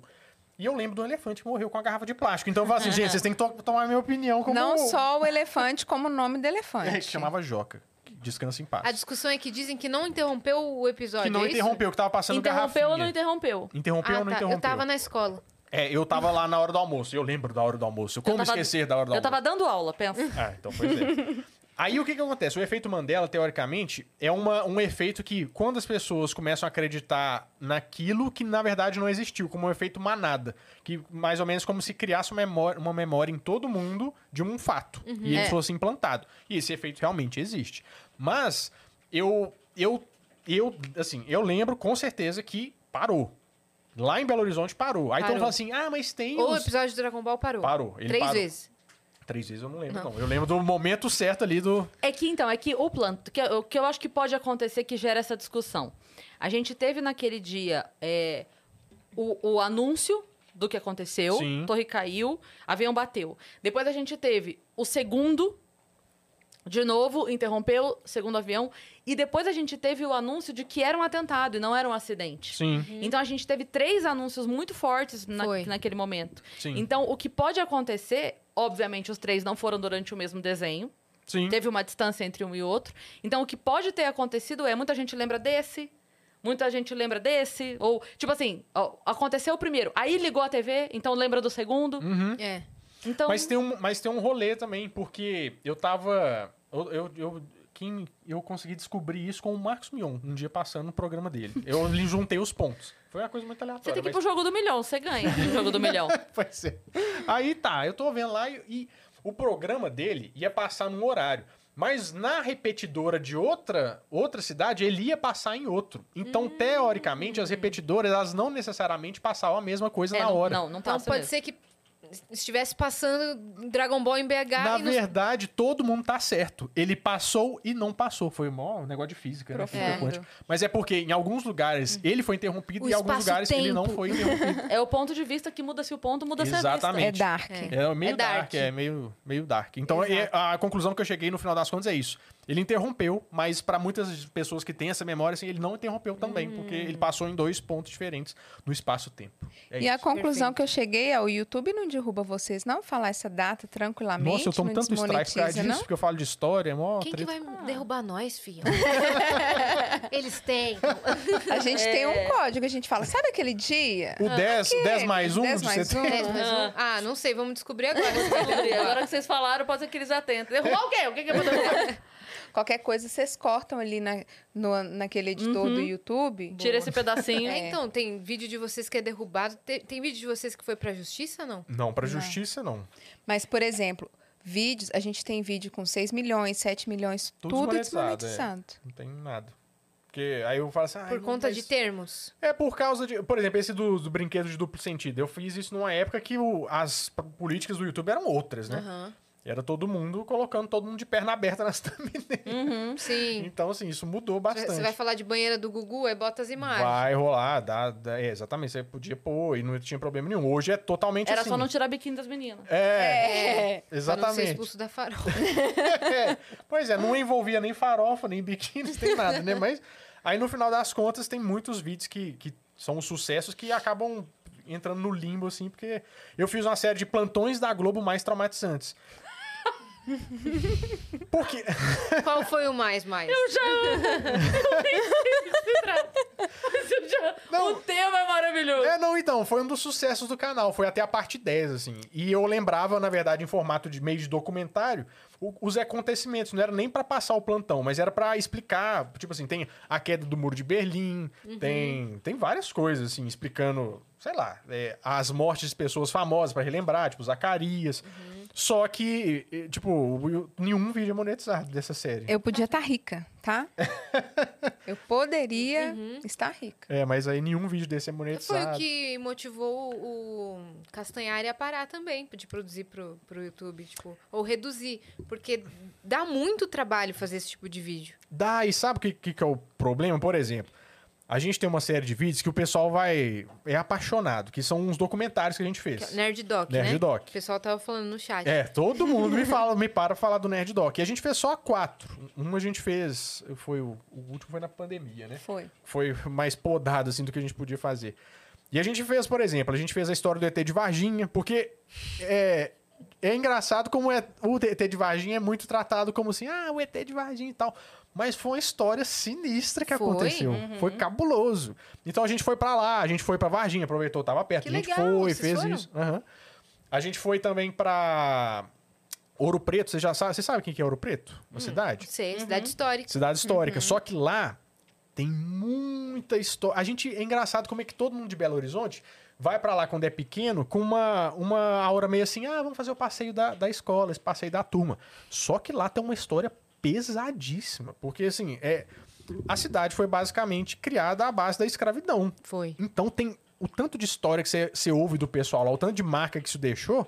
E eu lembro do elefante que morreu com a garrafa de plástico. Então eu falo assim, gente, vocês têm que to- tomar minha opinião como... Não só o elefante, como o nome do É, que elefante. chamava Joca. que Descansa em A paz. discussão é que dizem que não interrompeu o episódio. Que é não isso? interrompeu, que tava passando interrompeu ou não garrafinha. interrompeu? Interrompeu Ah, ou não tá. interrompeu? Eu tava na escola. É, eu tava lá na hora do almoço. Eu lembro da hora do almoço. Como tava- esquecer da hora do Eu almoço? tava dando aula, pensa. Ah, então pois é. (laughs) Aí o que, que acontece? O efeito Mandela, teoricamente, é uma, um efeito que, quando as pessoas começam a acreditar naquilo que na verdade não existiu, como um efeito manada. Que mais ou menos como se criasse uma memória, uma memória em todo mundo de um fato. Uhum. e É. ele fosse implantado. E esse efeito realmente existe. Mas eu, eu, eu, assim, eu lembro com certeza que parou. Lá em Belo Horizonte parou. Aí todo Parou. mundo fala assim: ah, mas tem. Ou o os- episódio do Dragon Ball parou. Parou, ele Três parou. vezes. Três vezes eu não lembro, não. Eu lembro do momento certo ali do. É que então, é que o plano, que, o que eu acho que pode acontecer que gera essa discussão. A gente teve naquele dia é, o, o anúncio do que aconteceu, Sim. torre caiu, avião bateu. Depois a gente teve o segundo, de novo, interrompeu, segundo avião. E depois a gente teve o anúncio de que era um atentado e não era um acidente. Sim. Então a gente teve três anúncios muito fortes na- Foi. naquele momento. Sim. Então o que pode acontecer, obviamente os três não foram durante o mesmo desenho. Sim. Teve uma distância entre um e outro. Então, o que pode ter acontecido é muita gente lembra desse, muita gente lembra desse, ou tipo assim, ó, aconteceu o primeiro, aí ligou a TV, então lembra do segundo. Hum? É. Então, Uhum. Mas, tem um, mas tem um rolê também, porque eu tava. Eu, eu, eu- quem, eu consegui descobrir isso com o Marcos Mion, um dia passando no programa dele. (laughs) Eu lhe juntei os pontos. Foi uma coisa muito você aleatória. tem que ir pro mas- jogo do milhão, você (laughs) ganha o jogo do milhão. Vai ser. Aí tá, eu tô vendo lá e, e o programa dele ia passar num horário. Mas na repetidora de outra, outra cidade, ele ia passar em outro. Então, Hum. teoricamente, as repetidoras, elas não necessariamente passavam a mesma coisa É, na não- hora. Não, não Então passa pode mesmo. ser que estivesse passando Dragon Ball em BH Na e não... verdade, todo mundo tá certo. Ele passou e não passou. Foi mó um negócio de física, né? Física Profundo. quântica. Mas é porque em alguns lugares ele foi interrompido O e em alguns lugares ele não espaço-tempo. foi (laughs) interrompido. É o ponto de vista que muda se o ponto muda se a vista. Exatamente. É dark. É meio É dark. dark. é meio, meio dark. Então é- a conclusão que eu cheguei no final das contas é isso. Ele interrompeu, mas pra muitas pessoas que têm essa memória, assim, ele não interrompeu também, porque ele passou em dois pontos diferentes no espaço-tempo. É E a isso. conclusão Perfeito. que eu cheguei é o YouTube não derruba vocês, não falar essa data tranquilamente, Nossa, eu tomo não tanto strike por causa desmonetiza, disso, não? porque eu falo de história, é mó Quem que treta. vai derrubar nós, (laughs) filho? Eles têm. A gente tem um código, a gente fala, sabe aquele dia? O 10, Que- 10 mais 1 10 de mais setembro. um? Ah, não sei, vamos descobrir agora. (laughs) Agora que vocês falaram, pode ser que eles atentam. Derrubar o quê? O que que é pra derrubar? Qualquer coisa vocês cortam ali na, no- naquele editor do YouTube. Tira esse (laughs) pedacinho. É, então, tem vídeo de vocês que é derrubado. Tem, tem vídeo de vocês que foi pra justiça ou não? Não, pra justiça não. Mas, por exemplo, vídeos, a gente tem vídeo com 6 milhões, 7 milhões, Tudo tudo desmonetizado, é. desmonetizado. Não tem nada. Porque aí eu falo assim... "Ai, Por não, conta mas- de termos. É por causa de... Por exemplo, esse do, do brinquedo de duplo sentido. Eu fiz isso numa época que o- as p- políticas do YouTube eram outras, né? Aham. Era todo mundo colocando todo mundo de perna aberta (laughs) nas thumbnails. Sim. Então, assim, isso mudou Você- bastante. Você vai falar de banheira do Gugu, é aí bota as imagens. Vai rolar, dá, dá- é, exatamente. Você podia pôr e não tinha problema nenhum. Hoje é totalmente Era assim. só não tirar biquíni das meninas. É, É. Pra não ser exatamente. expulso da farol. É. (laughs) Pois é, não envolvia nem farofa, nem biquíni, nem nada, né? Mas aí no final das contas tem muitos vídeos que, que são sucessos que acabam entrando no limbo, assim, porque eu fiz uma série de plantões da Globo mais traumatizantes. Porque (laughs) Qual foi o mais, mais? Não. O tema é maravilhoso. É, não, então, foi um dos sucessos do canal, foi até a parte 10, assim. E eu lembrava, na verdade, em formato de meio de documentário, o- os acontecimentos. Não era nem pra passar o plantão, mas era pra explicar. Tipo assim, tem a queda do muro de Berlim, Uhum. tem, tem várias coisas, assim, explicando, sei lá, é, as mortes de pessoas famosas pra relembrar, tipo Zacarias. Uhum. Só que, eh, tipo, o- nenhum vídeo é monetizado dessa série. Eu podia estar rica, (laughs) tá? Eu poderia estar rica. É, mas aí nenhum vídeo desse é Foi monetizado. o que motivou o o Castanhari a parar também de produzir pro, pro YouTube, tipo, ou reduzir, porque dá muito trabalho fazer esse tipo de vídeo. Dá, e sabe o que, que, que é o problema? Por exemplo, a gente tem uma série de vídeos que o pessoal vai. é apaixonado, que são uns documentários que a gente fez. Que é o Nerd Doc, Nerd né? Doc. O pessoal tava falando no chat. É, todo mundo (laughs) me fala, me para pra falar do Nerd Doc. E a gente fez só quatro. Um a gente fez. Foi o, o último foi na pandemia, né? Foi. Foi mais podado, assim, do que a gente podia fazer. E a gente fez, por exemplo, a gente fez a história do ET de Varginha, porque é, é engraçado como é, o ET de Varginha é muito tratado como assim, ah, o ET de Varginha e tal. Mas foi uma história sinistra que Foi, Uhum. aconteceu. Foi cabuloso. Então a gente foi pra lá, a gente foi pra Varginha, aproveitou, tava perto. Que a gente legal, foi, vocês fez foram? isso. Aham. A gente foi também pra Ouro Preto, você já sabe, você sabe quem que é Ouro Preto? Uma cidade? Não sei, cidade histórica. Cidade histórica. Só que lá tem muita história. A gente é engraçado como é que todo mundo de Belo Horizonte vai pra lá quando é pequeno com uma, uma aura meio assim: ah, vamos fazer o passeio da, da escola, esse passeio da turma. Só que lá tem uma história pesadíssima. Porque, assim, é. A cidade foi basicamente criada à base da escravidão. Foi. Então tem o tanto de história que você, você ouve do pessoal lá, o tanto de marca que isso deixou,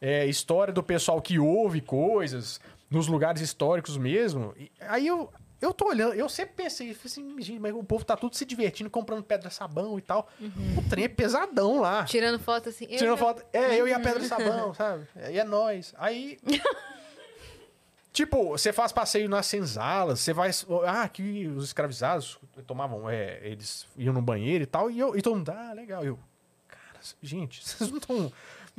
é, história do pessoal que ouve coisas nos lugares históricos mesmo. E aí eu, eu tô olhando, eu sempre pensei, falei assim, gente, mas o povo tá tudo se divertindo, comprando pedra sabão e tal. O trem é pesadão lá. Tirando foto assim. eu- Tirando foto. É, eu e a pedra de sabão, sabe? É, E é nós. Aí. tipo, você faz passeio nas senzalas, você vai. Ah, aqui os escravizados tomavam. É, eles iam no banheiro e tal. E, eu, e todo mundo, ah, legal. Eu, cara, gente, (laughs) vocês não estão.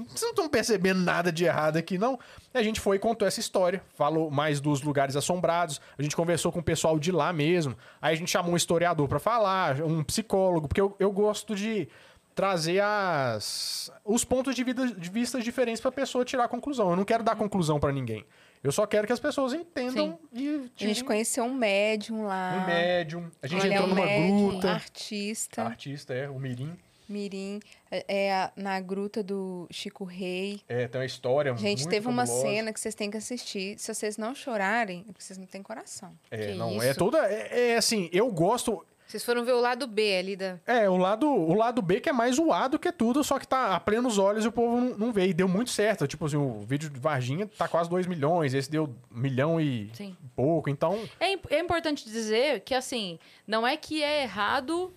Vocês não estão percebendo nada de errado aqui, não. E a gente foi e contou essa história. Falou mais dos lugares assombrados. A gente conversou com o pessoal de lá mesmo. Aí a gente chamou um historiador pra falar, um psicólogo, porque eu, eu gosto de trazer as, os pontos de, vida, de vista diferentes pra pessoa tirar a conclusão. Eu não quero dar conclusão pra ninguém. Eu só quero que as pessoas entendam e A gente conheceu um médium lá. um médium. A gente Ele é entrou um numa médium, gruta. Artista, Artista, é, o Mirim. mirim. É, é a- na gruta do Chico Rei. É, tem uma história Gente, muito teve uma fabulosa. cena que vocês têm que assistir. Se vocês não chorarem, é porque vocês não têm coração. É, Que não, é isso? toda... É, é assim, eu gosto... Vocês foram ver o lado B ali da. É, o lado, o lado B que é mais zoado que tudo, só que tá a plenos olhos e o povo não, não vê. E deu muito certo. Tipo assim, o vídeo de Varginha tá quase 2 milhões, esse deu um milhão e Sim. pouco. Então, É, im- é importante dizer que, assim, não é que é errado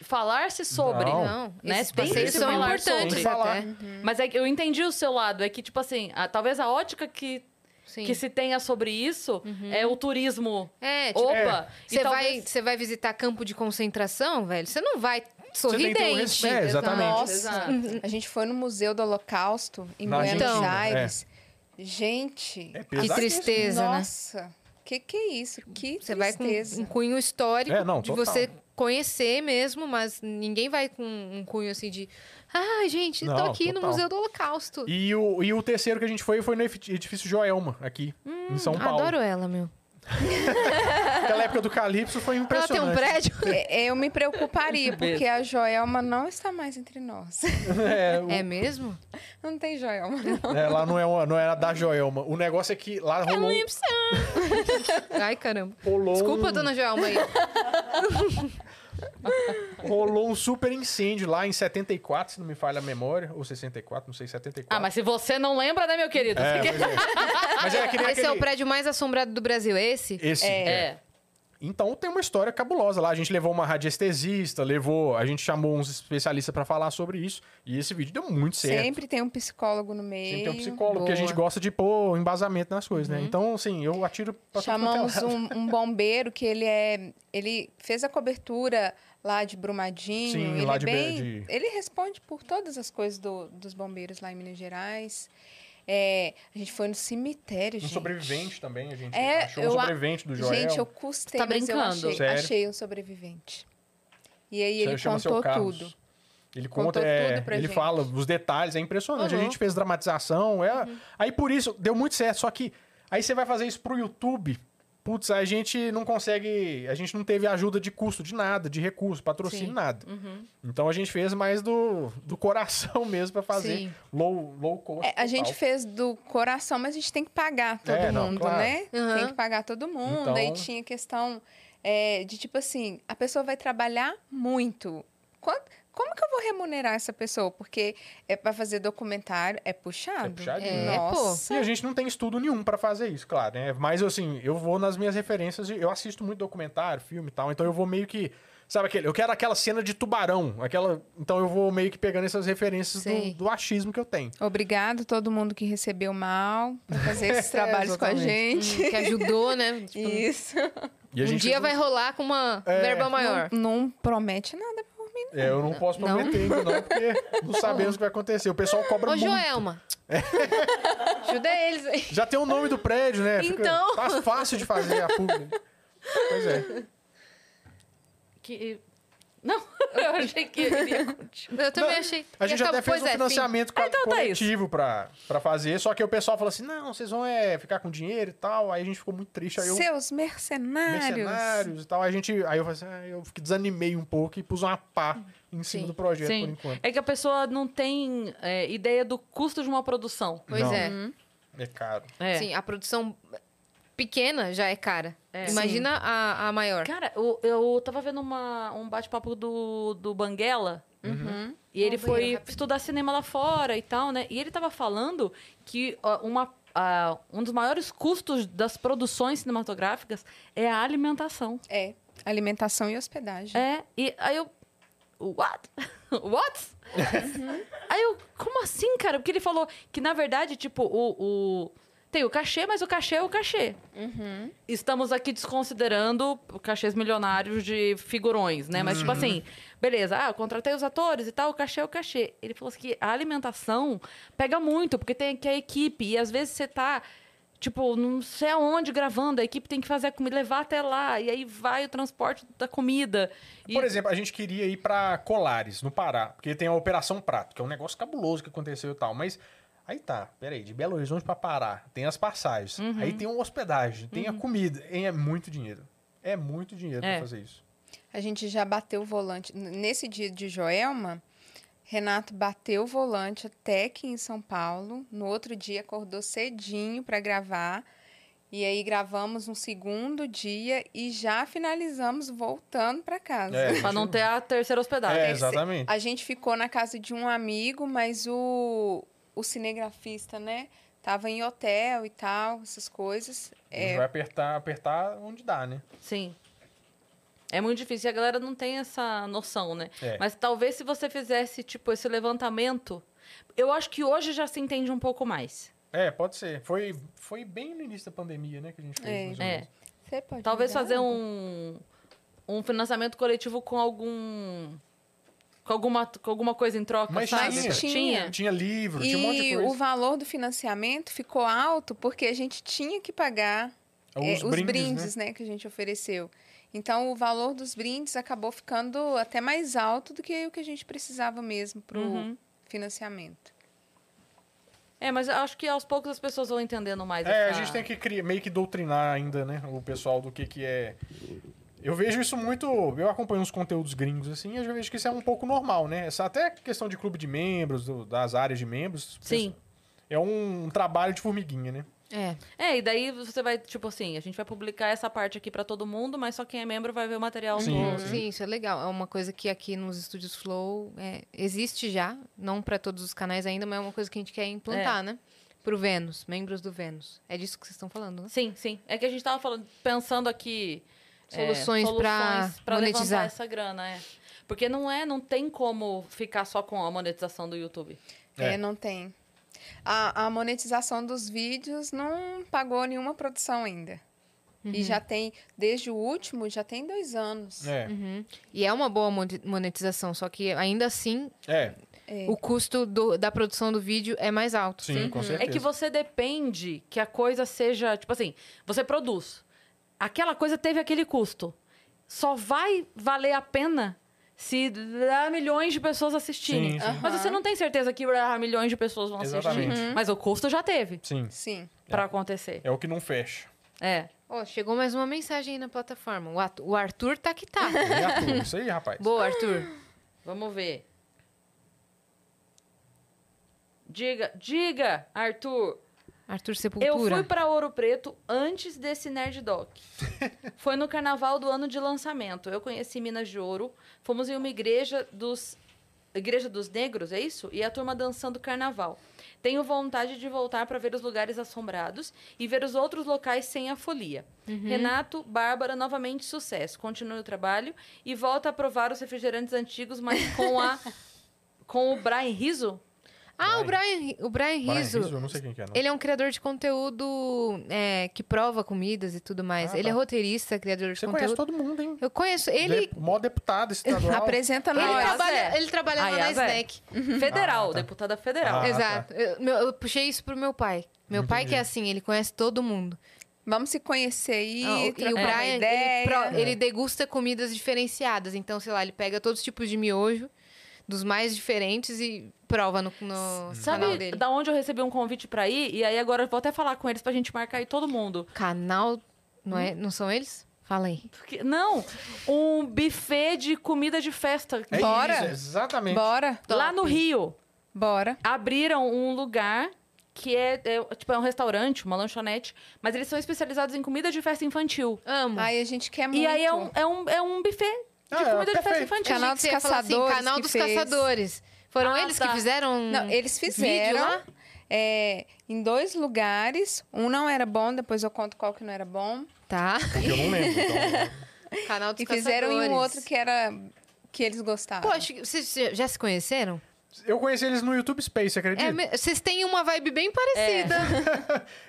falar-se sobre. Não. Não, Né? esses Tem passeios que são falar importantes sobre. até. Mas é que eu entendi o seu lado. É que, tipo assim, a- talvez a ótica que, Sim. que se tenha sobre isso Uhum. é o turismo. É, tipo, Opa! e Você vai, talvez- você vai visitar campo de concentração, velho? Você não vai tem que ter um sorridente. respeito, exatamente. Nossa, Exato. a gente foi no Museu do Holocausto em Na Buenos Argentina, Aires. Gente, é Que pesadíssimo. tristeza, né? nossa, que que é isso? Que Você vai com (laughs) tristeza. um cunho histórico É, não, de total. você conhecer mesmo, mas ninguém vai com um cunho assim de. Ah, gente, tô Não, aqui no total. Museu do Holocausto. E o, e o terceiro que a gente foi foi no edif- edifício Joelma, aqui, em São Paulo. Adoro ela, meu. Aquela época do Calypso foi Ela tem impressionante. um prédio. É, Eu me preocuparia, porque a Joelma não está mais entre nós. (laughs) (laughs) (laughs) É, o- É mesmo? Não tem Joelma, não. é, lá não, é uma- não era da Joelma. O negócio é que lá rolou, Ai, caramba. rolou um- (laughs) Desculpa, dona Joelma aí. Rolou um super incêndio lá em 74, se não me falha a memória. Ou 64, não sei, 74. Ah, mas se você não lembra, né, meu querido? Você É, quer- pois é. Mas é que nem Esse é o aquele- prédio mais assombrado do Brasil, esse? Esse. é. É. Então tem uma história cabulosa lá. A gente levou uma radiestesista, levou. A gente chamou uns especialistas pra falar sobre isso. E esse vídeo deu muito certo. Sempre tem um psicólogo no meio. Sempre tem um psicólogo, porque a Boa. gente gosta de pôr embasamento nas coisas, né? Então, assim, eu atiro pra tudo quanto é Chamamos lado. um, um bombeiro que ele é. Ele fez a cobertura lá de Brumadinho. Sim, ele lá é de Be- bem. de- Ele responde por todas as coisas do- dos bombeiros lá em Minas Gerais. É, a gente foi no cemitério, Um gente. sobrevivente também, a gente É, achou um eu a- sobrevivente do Joel. Gente, eu custei, Tá mas eu brincando? achei, Sério? achei um sobrevivente. E aí ele chama contou seu Carlos. tudo. Ele conta, Contou é, tudo pra ele gente. fala os detalhes, é impressionante. A Uhum. gente fez dramatização, é... Uhum. aí por isso deu muito certo. Só que aí você vai fazer isso pro YouTube, putz, a gente não consegue, a gente não teve ajuda de custo de nada, de recurso, patrocínio, Sim. nada. Uhum. Então a gente fez mais do, do coração (laughs) mesmo pra fazer Sim. low, low cost. É, a total. gente fez do coração, mas a gente tem que pagar todo É, não, mundo, claro. né? Aham. Tem que pagar todo mundo. Então- Aí tinha questão é, de tipo assim, a pessoa vai trabalhar muito. Quanto- como que eu vou remunerar essa pessoa? Porque é para fazer documentário é puxado. É puxadinho, né? Nossa. E a gente não tem estudo nenhum pra fazer isso, claro, né? Mas assim, eu vou nas minhas referências, e eu assisto muito documentário, filme e tal, então eu vou meio que. Sabe aquele? Eu quero aquela cena de tubarão, aquela. Então eu vou meio que pegando essas referências do, Sei. do achismo que eu tenho. Obrigado todo mundo que recebeu mal por (laughs) fazer esses trabalhos com a exatamente. gente. Que ajudou, né? Tipo, Isso. E a um gente dia não- vai rolar com uma É. verba (laughs) maior. Não, não promete nada por mim. É, eu não posso né? Não? prometer ainda, não, porque (laughs) não sabemos o que vai acontecer. O pessoal Ô, cobra muito. (laughs) Joelma. Ajuda eles aí. Já tem o nome do prédio, né? Fica Então. fá- fácil de fazer a (laughs) pública. Pois é. Que... (laughs) Não, eu achei que ele ia Eu também achei. A E gente até acabou- fez pois um é, fim. financiamento co- então tá isso. coletivo pra, pra fazer, só que o pessoal falou assim: não, vocês vão é, ficar com dinheiro e tal. Aí a gente ficou muito triste. Aí eu, Seus mercenários. mercenários e tal. Aí a gente, aí eu falei assim, ah, eu fiquei- desanimei um pouco e pus uma pá em cima Sim. do projeto Sim. por enquanto. É que a pessoa não tem é, ideia do custo de uma produção. Pois Não. é. É caro. É. Sim, a produção pequena já é cara. É. Imagina a, a maior. Cara, eu, eu tava vendo uma- um bate-papo do, do Banguela. E ele Vamos foi ao banheiro, rapidinho. estudar cinema lá fora e tal, né? E ele tava falando que ó, uma, ah, um dos maiores custos das produções cinematográficas é a alimentação. É. Alimentação e hospedagem. É, e aí eu. What? (laughs) What? aí eu, como assim, cara? Porque ele falou que, na verdade, tipo, o. o- Tem o cachê, mas o cachê é o cachê. Estamos aqui desconsiderando cachês milionários de figurões, né? Mas, Uhum. tipo assim, beleza, ah, eu contratei os atores e tal, o cachê é o cachê. Ele falou assim que a alimentação pega muito, porque tem aqui a equipe, e às vezes você tá. Tipo, não sei aonde gravando, a equipe tem que fazer a comida, levar até lá, e aí vai o transporte da comida. E- Por exemplo, a gente queria ir pra Colares, no Pará, porque tem a Operação Prato, que é um negócio cabuloso que aconteceu e tal, mas aí tá, peraí, de Belo Horizonte pra Pará, tem as passagens, Uhum. aí tem uma hospedagem, tem a comida, e é muito dinheiro. É muito dinheiro É. pra fazer isso. A gente já bateu o volante. N- Nesse dia de Joelma, Renato bateu o volante até aqui em São Paulo. No outro dia, acordou cedinho para gravar. E aí gravamos um segundo dia e já finalizamos voltando para casa. É, a Pra gente não ter a terceira hospedagem. É, exatamente. A gente ficou na casa de um amigo, mas o, o cinegrafista, né? Tava em hotel e tal, essas coisas. É, A gente vai apertar, apertar onde dá, né? Sim. É muito difícil. E a galera não tem essa noção, né? É. Mas talvez se você fizesse, tipo, esse levantamento. Eu acho que hoje já se entende um pouco mais. É, pode ser. Foi, foi bem no início da pandemia, né, que a gente fez. É. mais ou É. menos. Você pode Talvez me dar fazer uma? um, um financiamento coletivo com algum. Com alguma, com alguma coisa em troca, Mas sabe? tinha. Tinha. Tinha livro, tinha um monte de E o coisa. valor do financiamento ficou alto porque a gente tinha que pagar é, os, brindes, né? que a gente ofereceu. Então, o valor dos brindes acabou ficando até mais alto do que o que a gente precisava mesmo para o Uhum. financiamento. É, mas eu acho que aos poucos as pessoas vão entendendo mais. É, a essa- gente tem que criar- meio que doutrinar ainda, né? O pessoal do que, que é. Eu vejo isso muito. Eu acompanho uns conteúdos gringos assim, e eu já vejo que isso é um pouco normal, né? Essa até questão de clube de membros, do- das áreas de membros. Sim. É um, trabalho de formiguinha, né? É. É, e daí você vai, tipo assim, a gente vai publicar essa parte aqui pra todo mundo, mas só quem é membro vai ver o material Sim. novo. Uhum. Sim, isso é legal. É uma coisa que aqui nos estúdios Flow é, existe já, não para todos os canais ainda, mas é uma coisa que a gente quer implantar, né? Pro Vênus, membros do Vênus. É disso que vocês estão falando, né? Sim, sim. É que a gente tava falando, pensando aqui. é, Soluções pra soluções pra monetizar. levantar essa grana, é. Porque não é, não tem como ficar só com a monetização do YouTube. É. É, não tem. A, a monetização dos vídeos não pagou nenhuma produção ainda. Uhum. E já tem, desde o último, já tem dois anos. É, E é uma boa mone- monetização, só que ainda assim é. É. o custo do- da produção do vídeo é mais alto. Sim, com certeza. É que você depende que a coisa seja, tipo assim, você produz. Aquela coisa teve aquele custo. Só vai valer a pena se dá milhões de pessoas assistirem. Sim, sim. Mas você não tem certeza que ah, milhões de pessoas vão assistir. Uhum. Exatamente. Mas o custo já teve Sim. Sim. pra acontecer. É o que não fecha. É. Ó, chegou mais uma mensagem aí na plataforma. O, At- o Arthur tá que tá. E É a turma, Isso aí, rapaz. boa, Arthur. Vamos ver. Diga, diga, Arthur. Arthur Sepultura. Eu fui pra Ouro Preto antes desse Nerd (laughs) Doc. Foi no carnaval do ano de lançamento. Eu conheci Minas de Ouro. Fomos em uma igreja dos Igreja dos Negros, é isso? E a turma dançando carnaval. Tenho vontade de voltar pra ver os lugares assombrados e ver os outros locais sem a folia. Uhum. Renato, Bárbara, novamente sucesso. Continue o trabalho e volta a provar os refrigerantes antigos, mas com (laughs) a com o Brian Rizzo? Ah, o Brian, o Brian Brian Rizzo. Rizzo, eu não sei quem que é, não. Ele é um criador de conteúdo é, que prova comidas e tudo mais. Ah, ele tá. é roteirista, criador de Você conteúdo. conhece todo mundo, hein? Eu conheço. Ele, Dep- Mó deputado estadual. (laughs) Apresenta ele, tá na hora. Aliás, trabalha, é. ele trabalha lá na Aliás, é. Snack. Federal, Ah, tá. deputada federal. Ah, tá. Hum, Exato. Eu, meu- eu puxei isso pro meu pai. Meu pai que é assim, ele conhece todo mundo. Vamos se conhecer aí, Ah, o- e o trocar uma Brian, ele, ideia. pro- ele degusta comidas diferenciadas. Então, sei lá, ele pega todos os tipos de miojo, dos mais diferentes, e prova Hum. no, Uhum. no canal Sabe dele. da onde eu recebi um convite pra ir? E aí agora eu vou até falar com eles pra gente marcar aí todo mundo. Canal, não, é, não são eles? Fala aí. Porque- não, um buffet de comida de festa. É Bora. isso, exatamente. Bora, Lá no Rio, bora. abriram um lugar que é, é, tipo, é um restaurante, uma lanchonete, mas eles são especializados em comida de festa infantil. Amo. Aí a gente quer muito. E aí é um, é um, é um buffet de Ah, é, comida de festa perfeito. infantil. Canal Achei que dos você ia falar assim, Caçadores canal que dos fez. caçadores. Foram Ah, eles tá. que fizeram. Não, eles um vídeo fizeram lá? é, em dois lugares. Um não era bom, depois eu conto qual que não era bom. Tá. Porque eu não lembro. então- Canal dos e fizeram caçadores. em um outro que era que eles gostavam. Poxa, vocês já- já se conheceram? Eu conheci eles no YouTube Space, você acredita? É, me- vocês têm uma vibe bem parecida. (laughs)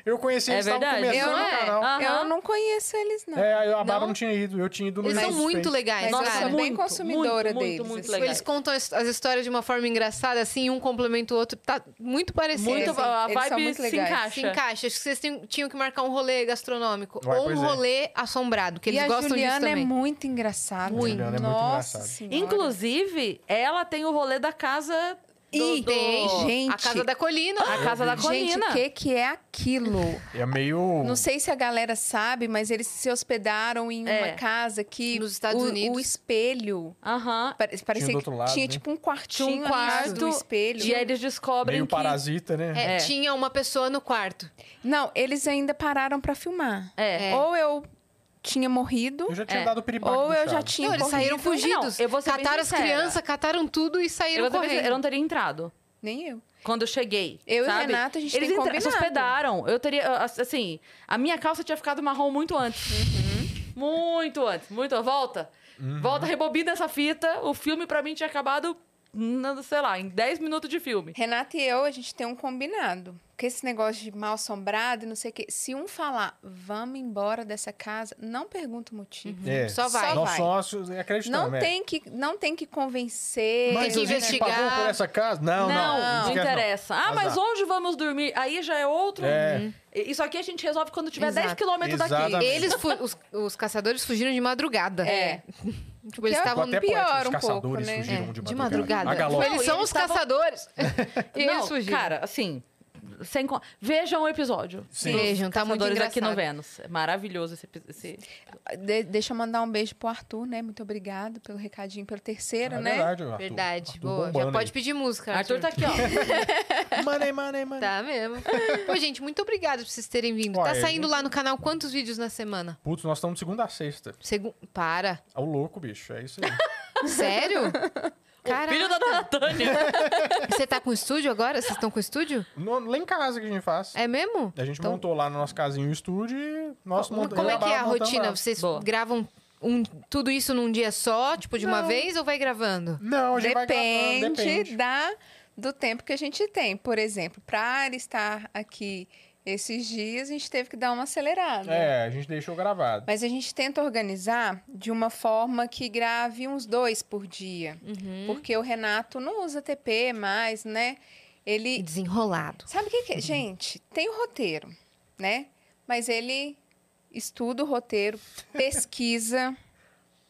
Eu conheci É eles, estavam verdade. começando Eu- no é. canal. Ah. Aham. Eu não conheço eles, Ah, não. É, aí a Bárbara Não? não? tinha ido. Eu tinha ido no Eles YouTube são muito Space. legais, Mas eu cara. sou bem consumidora muito, deles, Muito, muito assim. legal. Eles contam as as histórias de uma forma engraçada, assim, um complementa o outro. Tá muito parecido. muito, assim, a eles são vibe muito se legais. encaixa. Se encaixa. Acho que vocês tinham- tinham que marcar um rolê gastronômico. Vai, ou pois um é. rolê assombrado, que e eles a gostam Juliana disso é também. muito engraçada. Muito. Juliana é muito Nossa engraçada. Senhora. Inclusive, ela tem o rolê da casa do, Ih, do- Tem, Gente. A Casa da Colina. a casa da Gente, colina. o que, que é aquilo? É meio... Não sei se a galera sabe, mas eles se hospedaram em É. uma casa que... Nos Estados o, Unidos. O espelho... Aham. pare- Parecia do que outro lado, tinha né? tipo um quartinho Tinha um atrás quarto do espelho. E aí eles descobrem Meio que... parasita, né? É, É. Tinha uma pessoa no quarto. Não, eles ainda pararam pra filmar. É. É. Ou eu tinha morrido, Eu já tinha É. dado o piripaque ou do eu já Chaves. tinha Não, eles corrido. saíram fugidos. Não, eu vou ser bem cataram as sincera. crianças, cataram tudo e saíram Eu, vou ser bem- correndo. eu não teria entrado Nem eu. quando eu cheguei. Eu e o sabe? Renato, a gente Eles tem entra- se combinado. hospedaram. Eu teria, assim, a minha calça tinha ficado marrom muito antes. Uhum. Muito antes, muito. Volta. Uhum. Volta, rebobina essa fita. O filme pra mim tinha acabado, n- sei lá, em 10 minutos de filme. Renata e eu, a gente tem um combinado. Porque esse negócio de mal assombrado e não sei o quê. Se um falar, vamos embora dessa casa, não pergunta o motivo. É. Só vai. Só Nós vai. sócios acreditamos. Não, é. tem que, não tem que convencer. Mas que a gente investigar. pagou por essa casa? Não, não. não, é esquece, interessa. Ah, mas onde vamos dormir? Aí já é outro. É. Uhum. Isso aqui a gente resolve quando tiver Exato. 10 quilômetros daqui. Exatamente. Eles fu- (laughs) os, os caçadores fugiram de madrugada. É. (laughs) Tipo, eles Que é estavam Ficou até piora poético, um os caçadores pouco, né? É, fugiram de madrugada. de madrugada. A Tipo, galope. eles Não, (laughs) e são eles os tavam- caçadores. e não, eles fugiram. Cara, assim. sem con- Vejam o episódio. Sim. Vejam, tá muito Caçadores aqui no engraçado. Vênus. É Maravilhoso esse, epi- esse... De- deixa eu mandar um beijo pro Arthur, né? Muito obrigado pelo recadinho, pelo terceiro, É né? verdade, Arthur. Verdade, Arthur boa. Já bombando pode aí. pedir música, Arthur tá aqui, ó. (laughs) Money, money, money. Tá mesmo. Pô, gente, muito obrigada por vocês terem vindo. Ó, tá é, saindo gente. lá no canal quantos vídeos na semana? Putz, nós estamos de segunda a sexta. Segu... Para. É o louco, bicho. É isso (laughs) (laughs) aí. Sério? O filho Cara, da Dona Tânia. você tá com estúdio agora? Vocês estão com estúdio? No- lá em casa que a gente faz. É mesmo? A gente Então- montou lá no nosso casinho o estúdio e nós Como montamos. é que é a rotina? Vocês Boa. gravam um- tudo isso num dia só, tipo, de uma vez, ou vai gravando? Não, a gente vai gravando, depende, depende. da do tempo que a gente tem. Por exemplo, para estar aqui esses dias, a gente teve que dar uma acelerada. É, a gente deixou gravado. Mas a gente tenta organizar de uma forma que grave uns dois por dia. Porque o Renato não usa TP mais, né? Ele. Desenrolado. Sabe o que, Uhum. que é? Gente, tem o roteiro, né? Mas ele estuda o (laughs) roteiro, pesquisa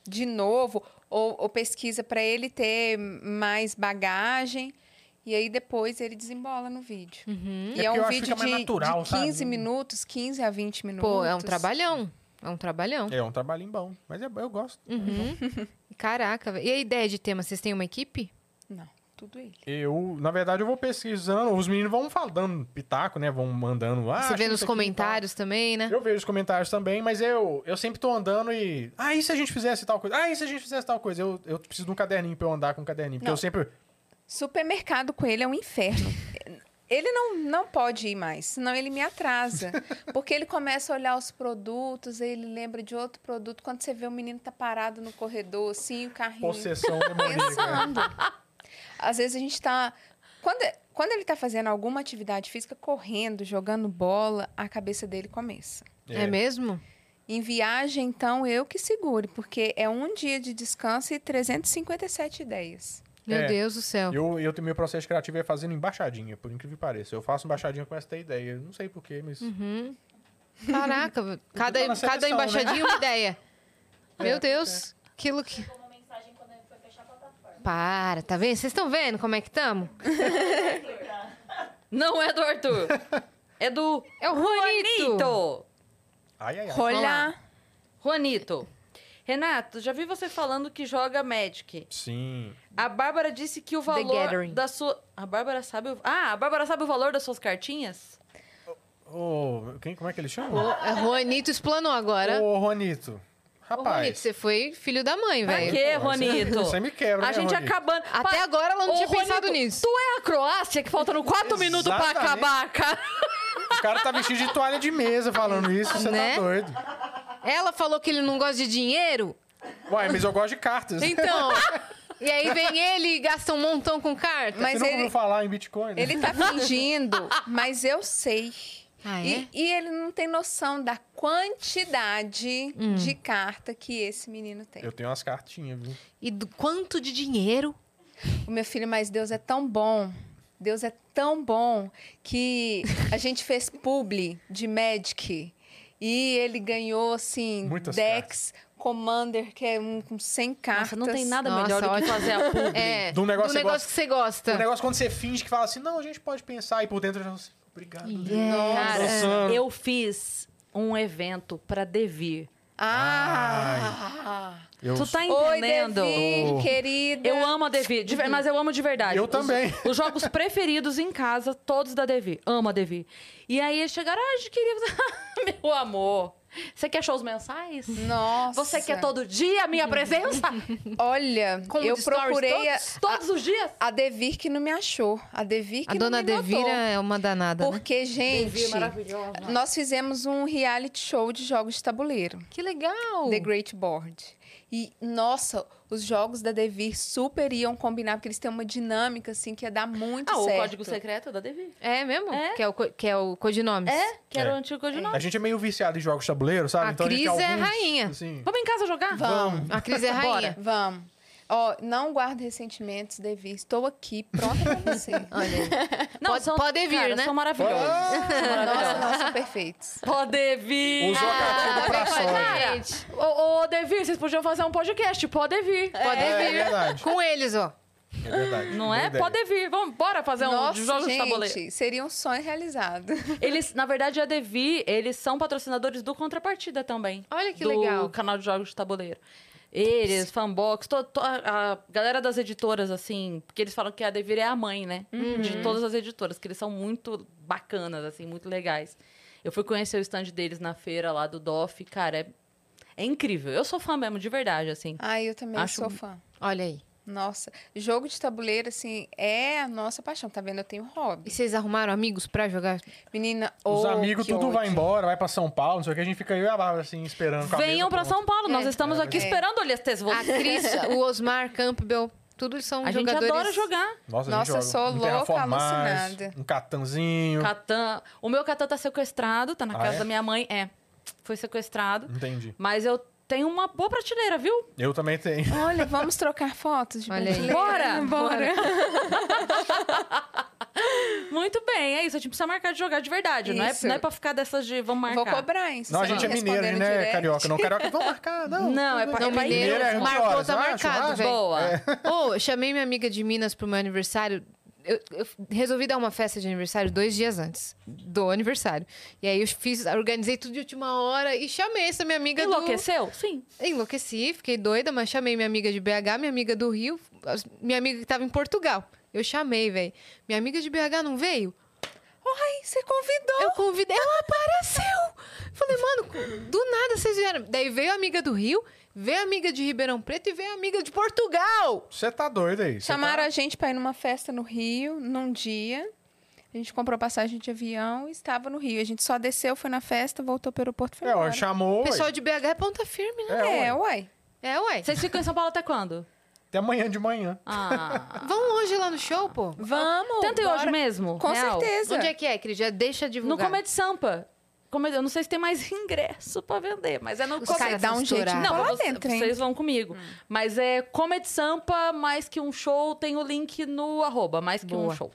de novo, ou, ou pesquisa para ele ter mais bagagem. E aí depois ele desembola no vídeo. Uhum. E É porque é, eu um acho que vídeo fica mais de, natural, de sabe? 15 minutos, 15 a 20 minutos. Pô, é um trabalhão. É um trabalhão. É um trabalhinho bom, mas é, eu gosto. Uhum. Caraca, velho. e a ideia de tema? Vocês têm uma equipe? Não, tudo ele. Eu, na verdade, eu vou pesquisando, os meninos vão falando, dando pitaco, né? Vão mandando lá. Você vê nos tá comentários também, né? Eu vejo os comentários também, mas eu, eu sempre tô andando e. Ah, e se a gente fizesse tal coisa? Ah, e se a gente fizesse tal coisa? Eu, eu preciso de um caderninho pra eu andar com um caderninho. Porque Não. eu sempre. Supermercado com ele é um inferno. Ele não, não pode ir mais, senão ele me atrasa. Porque ele começa a olhar os produtos, aí ele lembra de outro produto. Quando você vê o menino tá parado no corredor, assim, o carrinho. Possessão demoníaca. né? Pensando. Às vezes a gente tá. Quando, quando ele tá fazendo alguma atividade física, correndo, jogando bola, a cabeça dele começa. É mesmo? Em viagem, então, eu que segure, porque é um dia de descanso e 357 ideias. Meu É. Deus do céu. Eu, eu tenho meu processo criativo é fazendo embaixadinha, por incrível que pareça. Eu faço embaixadinha com essa ideia. Eu não sei porquê, mas. Uhum. (laughs) Caraca, velho. cada, tá na cada seleção, né? É. embaixadinha uma (laughs) ideia. Meu Deus, aquilo que. Para, tá vendo? Vocês estão vendo como é que estamos? Não é do Arthur. É do É o Juanito. Juanito. Ai, ai, ai. Olha, Juanito. Renato, já vi você falando que joga Magic. Sim. A Bárbara disse que o valor Gathering. da sua... A Bárbara sabe o... Ah, a Bárbara sabe o valor das suas cartinhas? Ô, quem, como é que ele O chama? é, Juanito explanou agora. Ô, Ronito. Ô, Juanito, Rapaz. você foi filho da mãe, Pra velho. quê, Pô, você- Juanito? Você me quebra, A né, gente Juanito? acabando... Até Pa- agora ela não Ô, tinha Juanito, pensado nisso. Tu é a Croácia que faltam quatro minutos pra Exatamente. acabar, cara. O cara tá vestido de toalha de mesa falando isso, você Né? tá doido. Ela falou que ele não gosta de dinheiro. Uai, mas eu gosto de cartas. Então. e aí vem ele e gasta um montão com carta. Mas- (laughs) você não ele- ouviu falar em Bitcoin? né? ele tá fingindo, mas eu sei. Ah, é? E, e ele não tem noção da quantidade Hum. de carta que esse menino tem. Eu tenho umas cartinhas, viu? E do quanto de dinheiro? O meu filho, mas Deus é tão bom. Deus é tão bom que a gente fez publi de Magic e ele ganhou, assim, Muitas Dex, Commander, que é um com 100 cartas. Nossa, não tem nada Nossa, melhor do que ótimo. fazer (laughs) a publi. É. Do um negócio do que você negócio que você gosta. O negócio quando você finge que fala assim, não, a gente pode pensar, e por dentro eu já assim, obrigado. Cara, Nossa. Eu fiz um evento pra Devir. Ah! Eu, Tu tá Oi, entendendo? Oh. Devi, querida. Eu amo a Devi, de ver- mas eu amo de verdade. Eu Os- também. Os, (laughs) jogos preferidos em casa, todos da Devi. Amo a Devi. E aí eles chegaram, ah, a gente queria... (laughs) Ah, Meu amor, você quer shows mensais? Nossa. Você é quer todo dia a minha (laughs) presença? Olha, Como eu de stories procurei a, todos, todos os dias? a Devir que não me achou. A Devir que A não dona me notou. Devira é uma danada, né? Porque, é gente, nós fizemos um reality show de jogos de tabuleiro. Que legal! The Great Board. E, nossa, os jogos da Devir super iam combinar, porque eles têm uma dinâmica, assim, que ia dar muito Ah, o certo. código secreto da Devi. É mesmo? É. Que, é o, co- que é o codinome. É, que era É. o antigo codinome. A gente é meio viciado em jogos de tabuleiro, sabe? Então A gente Cris tem é rainha. Assim, Vamos em casa jogar? Vamos. A Cris é rainha. Vamos. Ó, não guardo ressentimentos, Devir. Estou aqui, pronta pra você. Não, Pode- são, pode vir, cara, né? são maravilhosos. Ah! São nossa, maravilhosos. nós são perfeitos. Pode vir. usou a Ah, cartinha é pra sonho. Cara, gente. Ô, ô, Devir, vocês podiam fazer um podcast. Pode vir. Pode É, vir. verdade. Com eles, ó. É verdade. Não boa é? ideia. Pode vir, vamos, bora fazer Nossa, um jogo de tabuleiro. gente, seria um sonho realizado. Eles, na verdade, a Devi, eles são patrocinadores do Contrapartida também. Olha que do legal. canal de jogos de tabuleiro. Eles, fanbox, to, to- a galera das editoras, assim, porque eles falam que a Devir é a mãe, né? Uhum. De todas as editoras, que eles são muito bacanas, assim, muito legais. Eu fui conhecer o stand deles na feira lá do DOF, cara, é, é incrível. Eu sou fã mesmo, de verdade, assim. Ai, eu também Acho- sou fã. Olha aí. Nossa, jogo de tabuleiro, assim, é a nossa paixão. Tá vendo? Eu tenho E hobby. vocês arrumaram amigos pra jogar? Menina, Os oh, amigos, que tudo vai ódio. embora, vai pra São Paulo, não sei o que, a gente fica eu e a Bárbara, assim, esperando. com a Venham mesa pra pronta. São Paulo, nós É. estamos aqui É. esperando o Lias Tesvo. A Cris, o Osmar Campbell, tudo são A gente jogadores... adora jogar. Nossa, Nossa, a eu gente sou joga um louca, Terraformars, alucinada. Um catanzinho. Catan. O meu Catan tá sequestrado, tá na Ah, casa é? da minha mãe. É, foi sequestrado. Entendi. Mas eu tenho uma boa prateleira, viu? Eu também tenho. Olha, vamos trocar fotos de Olha aí. (laughs) brasileiro? Bora! Bora! (laughs) Muito bem, é isso. A gente precisa marcar de jogar de verdade. Não é, Isso. não é pra ficar dessas de vamos marcar. Vou cobrar isso. Não, a se gente é me mineiro, a gente responderem não é direct. carioca. Não, carioca, vamos marcar, não. Não, é tudo pa- bem. é mineiro. é de Marcou, horas, tá ah, marcado, churrasco. velho. Boa. (laughs) É. Ô, chamei minha amiga de Minas pro meu aniversário. Eu, eu resolvi dar uma festa de aniversário dois dias antes do aniversário. E aí eu fiz, organizei tudo de última hora e chamei essa minha amiga do... Enlouqueceu? Sim. Enlouqueci, fiquei doida, mas chamei minha amiga de BH, minha amiga do Rio, as- minha amiga que tava em Portugal. Eu chamei, velho. Minha amiga de BH não veio? Ai, você convidou. Eu convidei, ela apareceu! Falei, mano, do nada vocês vieram. Daí veio a amiga do Rio, veio a amiga de Ribeirão Preto e veio a amiga de Portugal! Você tá doido aí. você Chamaram tá- a gente pra ir numa festa no Rio, num dia. A gente comprou passagem de avião e estava no Rio. A gente só desceu, foi na festa, voltou pelo aeroporto, foi É, ó, embora. chamou. O pessoal Pessoal... de BH é ponta firme, né? É, ué. É, uai. É, ué. Vocês ficam em São Paulo até quando? Até amanhã de manhã. Ah. Vão hoje lá no show, pô? Vamos! Tanto é bora. hoje né? mesmo? Com real. certeza. Onde é que é, Cris? Já deixa No divulgar. Comedy Sampa. Comedy... Eu não sei se tem mais (laughs) ingresso pra vender, mas é no Os Você Comedy caras dá um jeito de estouraram. pôr Não, lá mas você- dentro, hein? vocês vão comigo. Hum. Mas é Comedy Sampa, mais que um show, tem o link no arroba, mais que um Boa. show.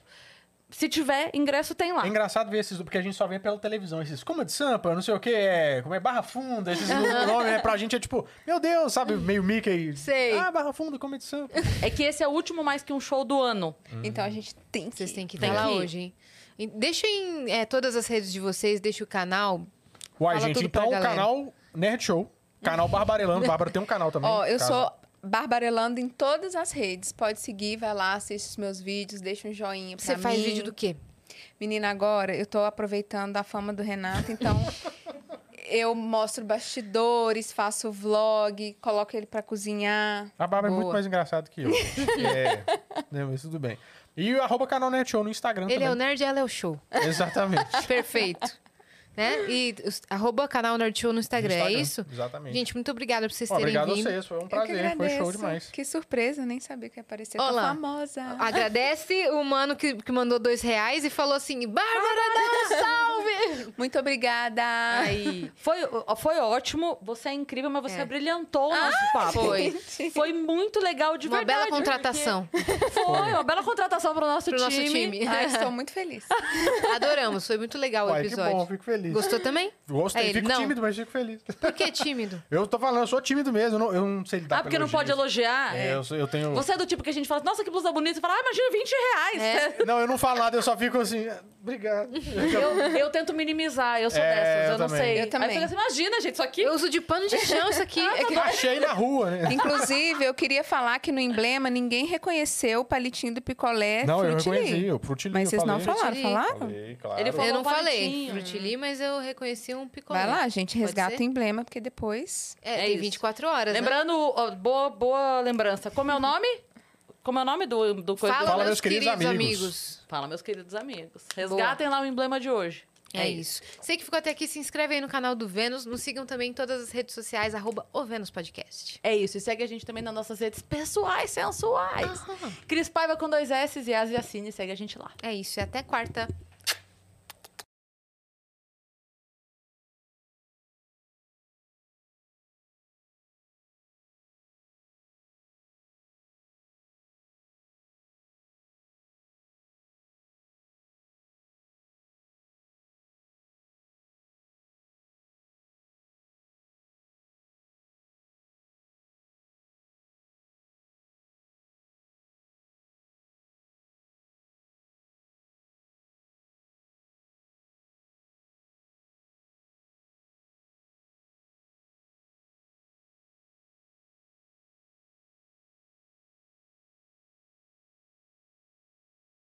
Se tiver, ingresso tem lá. É engraçado ver esses, porque a gente só vê pela televisão esses como é de sampa, não sei o que, é, como é barra (laughs) funda, esses nomes, né? Pra gente é tipo, meu Deus, sabe, meio Mickey. Sei. Ah, barra funda, como é de (laughs) sampa. É que esse é o último mais que um show do ano. Então a gente tem que. Vocês têm que Tem estar lá que ir. hoje, hein? E Deixem é, todas as redes de vocês, deixa o canal. Uai, Fala gente, tudo pra então o galera. canal Nerd Show, canal Barbarelando, Bárbara tem um canal (laughs) também. Ó, eu caso- sou Barbarelando em todas as redes. Pode seguir, vai lá, assiste os meus vídeos, deixa um joinha pra Você mim. faz vídeo do quê? Menina, agora eu tô aproveitando a fama do (laughs) Renato, então eu mostro bastidores, faço vlog, coloco ele pra cozinhar. A Bárbara é muito Boa. mais (laughs) engraçada que eu. gente. é, né, mas tudo bem. E o arroba canal Nerd Show no Instagram Ele é o também. nerd, ela é o show. (laughs) (laughs) Exatamente. Perfeito. né? E os- arroba canal Nerd Show no Instagram, No é isso? Exatamente. Gente, muito obrigada por vocês Ó, terem obrigado a vindo. vocês, foi um Eu que prazer, foi show agradeço. demais. Que surpresa, nem sabia que ia aparecer. Tô Olá. Ah. famosa. Agradece o mano que, que mandou dois reais e falou assim: Bárbara, dá um salve! (laughs) Muito obrigada. Aí. Foi, foi ótimo, você é incrível, mas você É. brilhantou o nosso papo. foi. Foi muito legal de Uma verdade. bela contratação. porque Foi, uma bela contratação pro nosso Pro time. nosso time. Ai, estou muito feliz. Adoramos, foi muito legal o Uai, que episódio. bom, fico feliz. Gostou também? Gostei, É ele, fico não. tímido, mas fico feliz. Por que tímido? Eu tô falando, eu sou tímido mesmo, eu não, eu não sei lidar Ah, porque com não pode elogios. elogiar? É, eu, sou- eu tenho... Você é do tipo que a gente fala, nossa, que blusa bonita. Você fala, ah, imagina 20 reais. É. (laughs) Não, eu não falo nada, eu só fico assim, "Ah, obrigado. (laughs) Eu, eu tento minimizar, eu sou É, dessas, eu, eu não também. sei. Eu também. Aí fica assim, imagina, gente, isso aqui. Eu uso de pano de chão isso aqui. É que- Achei na rua, né? Inclusive, eu queria falar que no emblema ninguém reconheceu o palitinho do é picolé não, eu Frutili. reconheci, eu frutilei, Mas eu vocês não falei. falaram, Frutili. falaram? Falei, claro. Ele falou- Eu não falei palitinho. frutili, mas eu reconheci um picolé. Vai lá, gente, Pode resgata ser? o emblema, porque depois. É, É tem isso. 24 horas, né? Lembrando, ó, boa, boa lembrança. Como é o nome? Como é o nome do, do coisa? Fala, do- Fala, meus meus queridos, queridos amigos. Fala, meus queridos amigos. Resgatem lá o emblema de hoje. É isso. Você que ficou até aqui, se inscreve aí no canal do Vênus. Nos sigam também em todas as redes sociais, arroba o Vênus Podcast. É isso. E segue a gente também nas nossas redes pessoais, Ah. sensuais. Cris Paiva com dois S e As Yacine. Segue a gente lá. É isso, e até quarta.